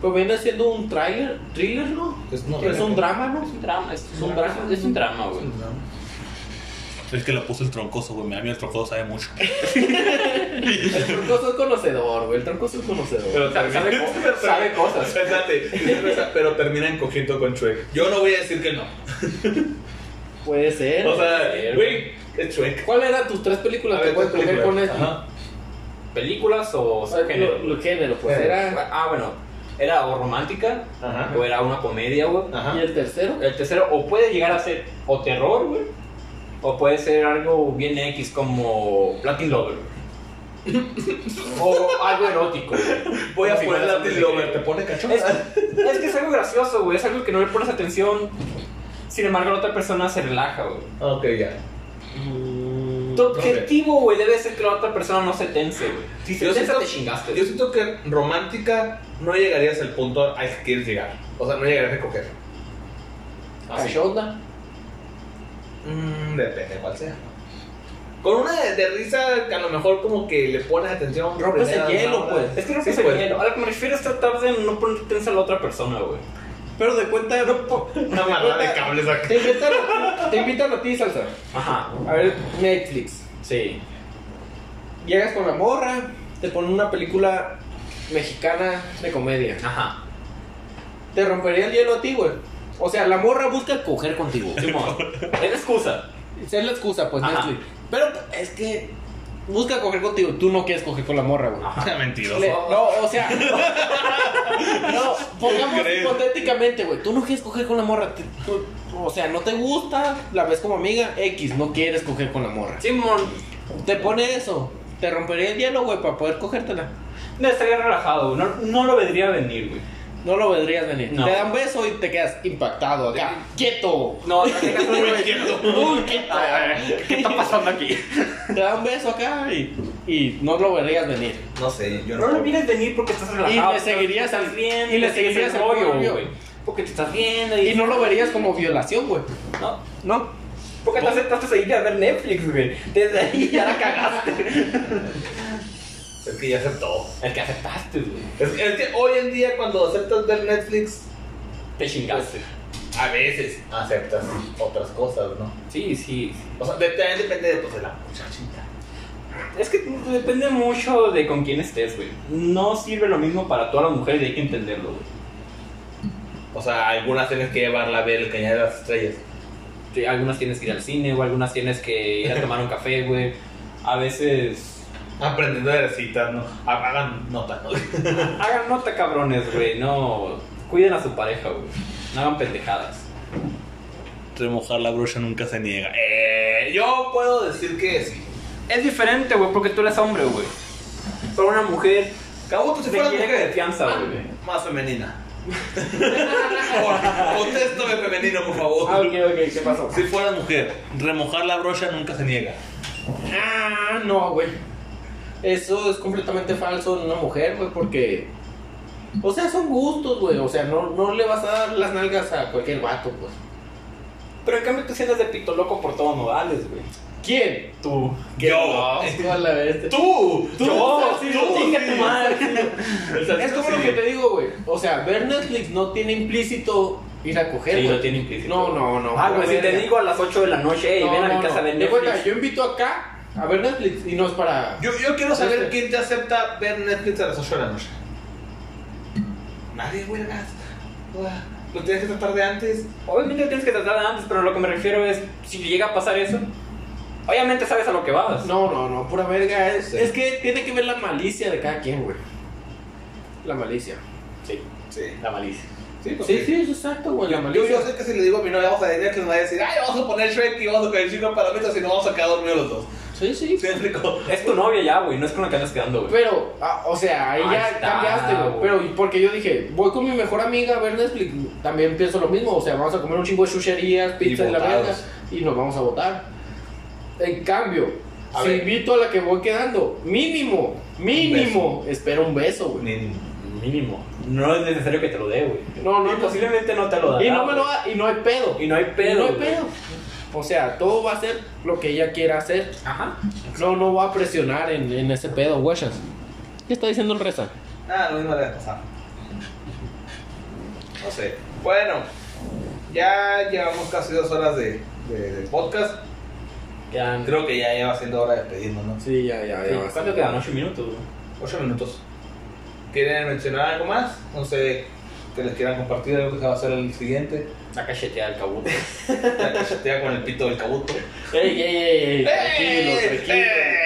D: Pues viene siendo un thriller, thriller, ¿no?
A: Es novela.
D: un drama, ¿no?
B: es un drama, es un drama, es un drama, güey.
Q: Es que la puso el troncoso, güey. Me da miedo el troncoso, sabe mucho.
D: El troncoso es conocedor, güey. El troncoso es conocedor.
A: Pero
D: sabe,
A: también-
D: co- sabe cosas.
A: Espérate, pero terminan cogiendo con Chuec. Yo no voy a decir que no.
R: Puede ser.
A: O sea, güey, es Chuec.
D: ¿Cuál eran tus tres películas que puedes coger con esto?
A: Ajá.
B: ¿Películas o
D: O sea,
B: género?
D: Lo, lo género, pues. Era...
B: Ah, bueno. Era o romántica
A: Ajá.
B: o era una comedia, güey.
D: ¿Y
A: Ajá.
D: el tercero?
B: El tercero, o puede llegar a ser o terror, güey. O puede ser algo bien X como Latin Lover. güey. o algo erótico. güey.
A: Voy a
B: Como si
A: poner
B: fuera
A: la
B: algo
A: Lover,
B: de-
A: te pone cachón.
B: Es, es que es algo gracioso, güey. Es algo que no le pones atención. Sin embargo, la otra persona se relaja, güey.
A: Ok, ya. Mm.
D: Mm,
B: Tu objetivo, güey, debe ser que la otra persona no se tense, güey. Si se
A: Yo
B: tensa,
A: siento-
B: te chingaste.
A: Yo siento que romántica no llegarías al punto al que quieres llegar. O sea, no llegarías a coger.
B: Así.
D: Cachonda.
A: Mm, depende cuál sea. Con una de, de risa que a lo mejor como que le pones atención.
D: Rompes el
A: primera,
D: hielo,
A: ¿no?
D: pues.
B: Es que no
A: Sí,
B: es el
A: güey.
B: hielo. A lo que me refiero es tratar de no poner tensa a la otra persona, güey.
D: Pero de cuenta...
A: Una mala de cables acá.
D: Te invitan, a- te invitan a ti, Salsa.
B: Ajá.
D: A ver, Netflix.
B: Sí.
D: Llegas con la morra, te ponen una película mexicana de comedia.
B: Ajá.
D: Te rompería el hielo a ti, güey. O sea, la morra busca coger contigo.
B: Simón. Es excusa.
D: Esa es la excusa, pues,
B: Ajá.
D: Netflix. Pero es que busca coger contigo. Tú no quieres coger con la morra, güey.
A: Ah,
Q: Mentiroso.
D: Le- no, o sea, no, pongamos
Q: ¿Crees?
D: hipotéticamente, güey. Tú no quieres coger con la morra. te- tú- o sea, no te gusta, la ves como amiga. X, no quieres coger con la morra.
B: Simón.
D: Te pone eso. Te rompería el hielo, güey, para poder cogértela.
B: No estaría relajado, güey. No, no lo vendría a venir, güey.
D: No lo vendrías venir.
B: No.
D: Te dan beso y te quedas impactado acá. ¡Quieto!
B: No, no, no, no, güey.
D: Uy, quieto.
C: ¿Qué está pasando aquí?
D: Te dan beso acá y, y no lo verías venir.
A: No sé, yo
B: No lo vienes venir porque estás relajado.
D: Y le seguirías
B: estás
D: el-
B: bien,
D: y le seguirías el rollo.
B: Porque te estás viendo y,
D: Y no lo verías como violación, güey.
B: no.
D: No.
B: Porque te aceptaste seguir a ver Netflix, güey. Desde ahí ya la cagaste.
A: Es que ya aceptó.
B: El que aceptaste, güey.
A: Es, es que hoy en día cuando aceptas ver Netflix,
B: Te chingaste.
A: a veces aceptas otras cosas, ¿no?
B: Sí, sí.
A: O sea, de- también depende de, pues, de la muchachita.
B: Es que depende mucho de con quién estés, güey. No sirve lo mismo para todas las mujeres y hay que entenderlo, güey.
A: O sea, algunas tienes que llevarla a ver el Cañón de las Estrellas.
B: Sí, Algunas tienes que ir al cine, o algunas tienes que ir a tomar un café, güey. A veces
A: Aprendiendo de las citas, ¿no? Ha- Hagan nota, ¿no?
B: Hagan nota, cabrones, güey. No. Cuiden a su pareja, güey. No hagan pendejadas.
Q: Remojar la brocha nunca se niega. Eh,
A: Eh, yo puedo decir que sí.
B: Es diferente, güey, porque tú eres hombre, güey. Pero una mujer.
A: Cabo, tú si fueras
B: requiere
A: mujer,
B: confianza, güey.
A: más femenina. Por- Contéstame femenino, por favor.
B: Ah, ¿qué pasó?
Q: Si fueras mujer, remojar la brocha nunca se niega.
D: Ah, no, güey. Eso es completamente falso en una mujer, güey, porque. O sea, son gustos, güey. O sea, no, no le vas a dar las nalgas a cualquier vato, pues.
B: Pero en cambio tú sientes de pito loco por todos modales, güey.
D: ¿Quién?
B: Tú.
Q: Yo.
B: Oh.
D: Hostia, a la bestia.
A: Eh, ¡Tú!
D: Tú,
B: Yo,
D: sí,
B: tú,
D: tú,
B: chinga
D: sí.
B: tu madre.
D: Es como lo que te digo, güey. O sea, ver Netflix no tiene implícito ir a coger.
B: Sí,
D: güey.
B: lo tiene implícito.
D: No, no, no.
B: Ah, güey,
D: A
B: si
D: ver,
B: te digo a las 8 de la noche, ey,
D: no,
B: ven a mi
D: no,
B: casa
D: no.
B: a ver
D: De cuenta,
B: Netflix.
D: yo invito acá a ver Netflix y no es para.
A: Yo, yo quiero saber
D: Este.
A: quién te acepta ver Netflix a las 8 de la noche. Nadie, güey, gas. Uah, Lo tienes que tratar de antes.
B: Obviamente tienes que tratar de antes, pero lo que me refiero es, si llega a pasar eso, obviamente sabes a lo que vas.
D: No, no, no, pura verga. Es, es que tiene que ver la malicia de cada quien, güey. La malicia.
A: Sí.
B: La malicia.
A: Sí, pues
D: Sí, sí, es exacto, güey. La
A: Yo,
D: malicia.
A: yo sé que si le digo a mi novia, vamos a ver Netflix, me va a decir, ay, vamos a poner Shrek y vamos a caer cinco palomitas y nos vamos a quedar dormidos los dos.
D: Sí, sí.
A: ¿Sí me explico?
B: Es tu novia ya, güey, no es con la que andas quedando, güey.
D: Pero, ah, o sea, ahí
B: Ahí
D: ya
B: está,
D: cambiaste, güey.
B: güey.
D: Pero, y porque yo dije, voy con mi mejor amiga a ver Netflix. También pienso lo mismo. O sea, vamos a comer un chingo de chucherías, pizza y, la
A: botados.
D: verga. Y nos vamos a votar. En cambio,
A: A
D: si
A: ver.
D: invito a la que voy quedando, mínimo, mínimo, espero un beso, güey.
A: Mínimo.
B: Mínimo. No es necesario que te lo dé, güey.
D: No, no,
B: Y
D: no.
B: posiblemente no te lo dará.
D: Y no me lo
B: güey.
D: da, y no hay pedo.
B: Y no hay
D: Y
B: pedo.
D: no hay
B: güey.
D: pedo. O sea, todo va a ser lo que ella quiera hacer.
B: Ajá.
D: No, no va a presionar en, en ese pedo, guachas. ¿Qué está diciendo el Reza?
A: Ah, lo mismo le va a pasar. No sé. Bueno, ya llevamos casi dos horas de, de- de podcast.
B: Quedan.
A: Creo que ya lleva siendo hora de despedirnos, ¿no?
D: Sí, ya, ya, ya. basta.
B: ¿Cuánto quedan? ¿8 minutos? güey?
A: 8 minutos. ¿Quieren mencionar algo más? No sé, que les quieran compartir algo que se va a hacer el siguiente.
B: La cacheteada del cabuto.
A: La cachetea con el pito del cabuto.
B: ¡Ey, ey, ey! ey
A: ¡Ey!
B: Tranquilo, tranquilo.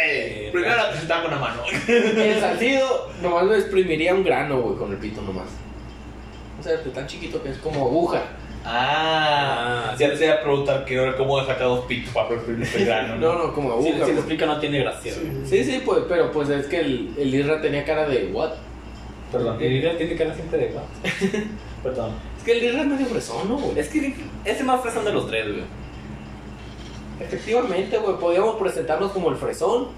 A: ¡Ey! Primero la cachetea con la mano.
D: El salcido nomás lo exprimiría un grano, güey, con el pito nomás. O sea, de tan chiquito que es como aguja.
A: Ah, ya te iba a preguntar quiero ver cómo saca dos pitos para preferir este grano.
D: No, no, como
B: Si,
D: aguja.
B: si lo
D: güey.
B: explica, no tiene gracia. güey.
D: Sí, sí, pues, pero pues es que el, el Isra tenía cara de what?
B: Perdón. El video tiene cara siempre de guapo.
A: Perdón.
D: Es que el Isra es medio fresón, ¿no, güey?
B: Es que ese más fresón de los tres, güey.
D: Efectivamente, güey, podíamos presentarnos como el fresón,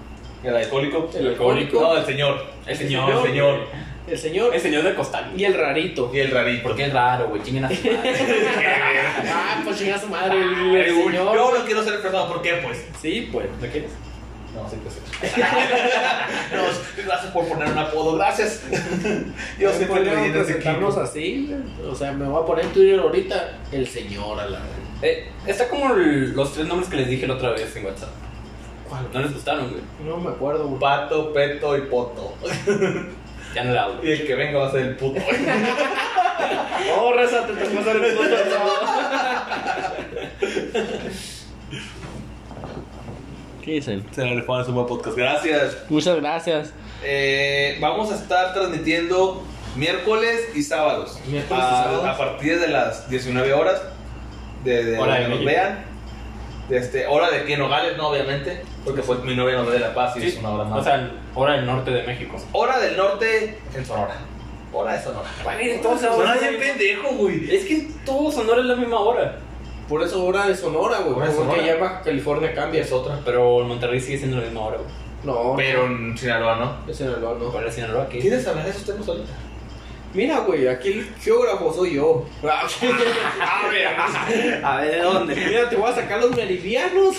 A: ¿El alcohólico?
D: El alcohólico.
A: No, el señor.
B: El señor.
A: El señor.
D: el señor
B: El señor del costal.
D: y el rarito.
A: Y el rarito.
S: Porque
B: Es raro, güey. Chinguen a su madre.
D: Ah, pues chinga su madre, el, el
A: Ay, uy,
D: señor.
A: Yo no quiero ser el fresado, ¿por qué? Pues.
D: Sí, pues.
B: ¿Lo quieres?
A: No, sí que sí. No, gracias por poner un apodo, gracias. Yo soy el
D: podríamos
A: rey de ese
D: presentarnos
A: equipo.
D: así, güey. o sea, me voy a poner en Twitter ahorita el señor a la
B: Eh, está como el- los tres nombres que les dije la otra vez en WhatsApp. No les gustaron, güey.
D: No me acuerdo, güey.
A: Pato, peto y poto.
B: Ya no le hablo.
A: Y el que venga va a ser el puto.
D: Oh, reza, te tocó hacer el puto
C: ¿Qué dicen?
T: Se la rifaron su buen podcast. Gracias.
A: Gracias.
C: Muchas gracias.
A: Eh, vamos a estar transmitiendo miércoles y sábados.
D: Miércoles y
A: a,
D: sábados.
A: a partir de las 19 horas. De, de
B: Hora de
A: donde nos
B: México.
A: vean. De este, hora de aquí en Nogales, no, obviamente. Porque fue mi novia nos de La Paz y es una hora más.
B: O sea, hora del norte de México.
A: hora del norte en Sonora. Hora de Sonora.
B: Entonces,
A: Sonora bien pendejo, güey.
B: Es que en todo Sonora es la misma hora.
D: Por eso hora de Sonora, güey.
A: Hora de
D: Porque
A: Sonora.
D: ya en Baja California cambia.
A: Es otra.
B: Pero en Monterrey sigue siendo la misma hora, güey.
D: No,
A: Pero en Sinaloa no.
D: es en el no.
B: Ahora Sinaloa, ¿qué?
A: ¿Quieres hablar de esos temas ahorita?
D: Mira, güey, aquí el geógrafo soy yo.
S: A ver, ¿de dónde?
D: Mira, te voy a sacar los meridianos.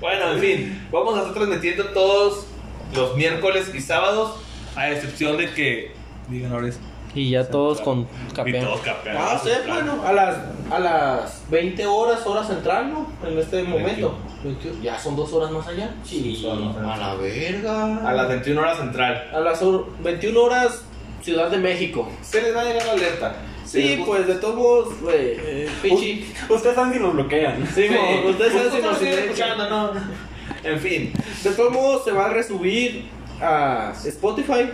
A: Bueno, en fin, vamos a estar transmitiendo todos los miércoles y sábados.
T: A excepción de que. Digan ahora es.
C: Y ya todos con
T: Y
C: capea.
T: todos capean.
D: Ah, sí, bueno, a las, a las 20 horas, hora central, ¿no? En este momento. 21. Ya son dos horas más allá. Sí, a la verga.
A: A las 21 horas central.
D: A las hor- 21 horas, Ciudad de México.
A: Se les va a llegar la alerta.
D: Sí, pues de todos modos, güey. Pichi.
B: Ustedes saben si nos bloquean.
D: Sí, mo, ustedes saben si
A: Ustedes
D: nos
A: siguen
D: escuchan.
A: escuchando, ¿no? En fin,
D: De todos modos, se va a resubir a Spotify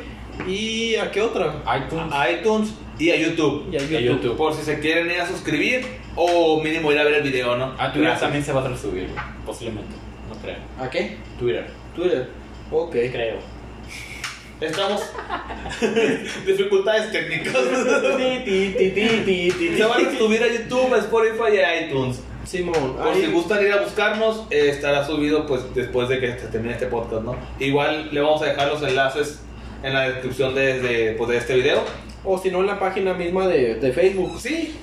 D: y a qué otra.
B: iTunes.
A: a iTunes y a YouTube.
D: Y a YouTube.
B: Y a Ah, YouTube.
A: Por si se quieren ir a suscribir o mínimo ir a ver el video, ¿no?
B: A Ah, Twitter
A: Gracias.
B: también se va a transubir, güey. Posiblemente. No creo.
D: ¿A qué?
B: Twitter.
D: Twitter. Ok.
B: Creo.
A: Estamos. Dificultades técnicas.
D: Ti, ti, ti, ti, ti, ti,
A: se
D: ti.
A: van a subir a YouTube, a Spotify y a iTunes.
D: Simón,
A: Por si
D: ahí.
A: gustan ir a buscarnos, eh, estará subido pues después de que este- termine este podcast, ¿no? Igual le vamos a dejar los enlaces en la descripción de, de, pues, de este video.
D: O si no, en la página misma de, de Facebook.
A: Pues Sí.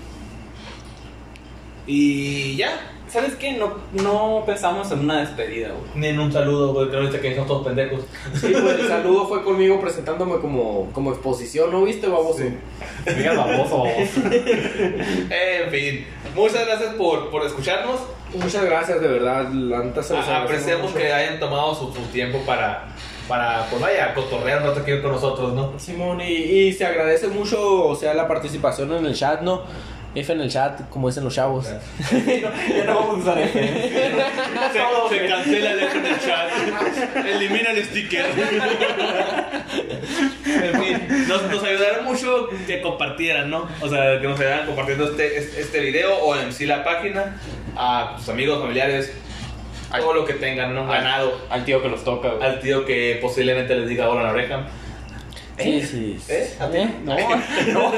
A: Y ya.
B: ¿Sabes qué? No, no pensamos en una despedida, güey.
A: Ni en un saludo, porque ahorita que son todos pendejos.
D: Sí, pues el saludo fue conmigo presentándome como, como exposición, ¿no viste, baboso?
B: Diga baboso, baboso.
A: En fin. Muchas gracias por, por escucharnos.
D: Muchas gracias, de verdad. La neta se los agradecemos
A: A- Apreciamos
D: mucho.
A: que hayan tomado su, su tiempo para, para, pues vaya, cotorrear un rato aquí con nosotros, ¿no?
D: Simón, y, y se agradece mucho, o sea, la participación en el chat, ¿no? F en el chat, como dicen los chavos.
B: ya no vamos a usar este.
A: Se, se cancela el en el chat. Elimina el sticker. en fin, nos, nos ayudará mucho que compartieran, ¿no? O sea, que nos ayudaran compartiendo este, este, este video o en sí la página a sus amigos, familiares, a todo lo que tengan, ¿no? Ganado.
B: Al tío que los toca, güey.
A: Al tío que posiblemente les diga hola en la oreja.
C: Sí, sí. sí.
A: ¿Eh?
C: ¿Eh?
B: No, no.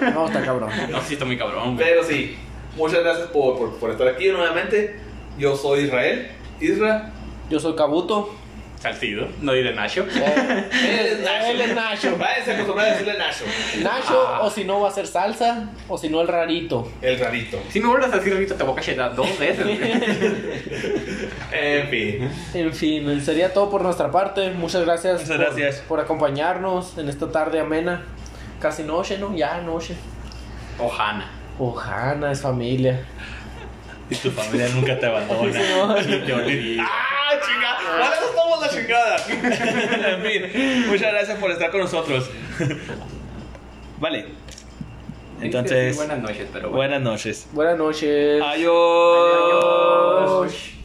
C: No, está cabrón.
B: No, sí, está muy cabrón, güey.
A: Pero sí, muchas gracias por, por, por estar aquí nuevamente. Yo soy Israel. Isra.
C: Yo soy Cabuto.
B: Salcido. No diré Nacho.
A: Él es Nacho.
C: Eh, Él es Nacho.
A: Váyanse acostumbrados a decirle Nacho.
C: Nacho,
B: Ah.
C: o si no va a ser salsa, o si no el rarito.
A: El rarito.
B: Si me vuelves a decir ahorita te voy a cachetar dos veces, güey.
A: En fin.
C: En fin, sería todo por nuestra parte. Muchas gracias,
T: Muchas
C: por,
T: gracias.
C: por acompañarnos en esta tarde amena. Casi noche, ¿no? Ya noche.
B: Ojana.
C: Ojana es familia.
A: y tu familia nunca te abandona. y te olvida.
U: ¡Ah, chinga! Ahora nos tomamos la chingada.
A: en fin, muchas gracias por estar con nosotros. vale. Entonces,
B: Buenas noches, pero bueno.
A: buenas noches.
V: Buenas noches.
A: Adiós.
B: Adiós.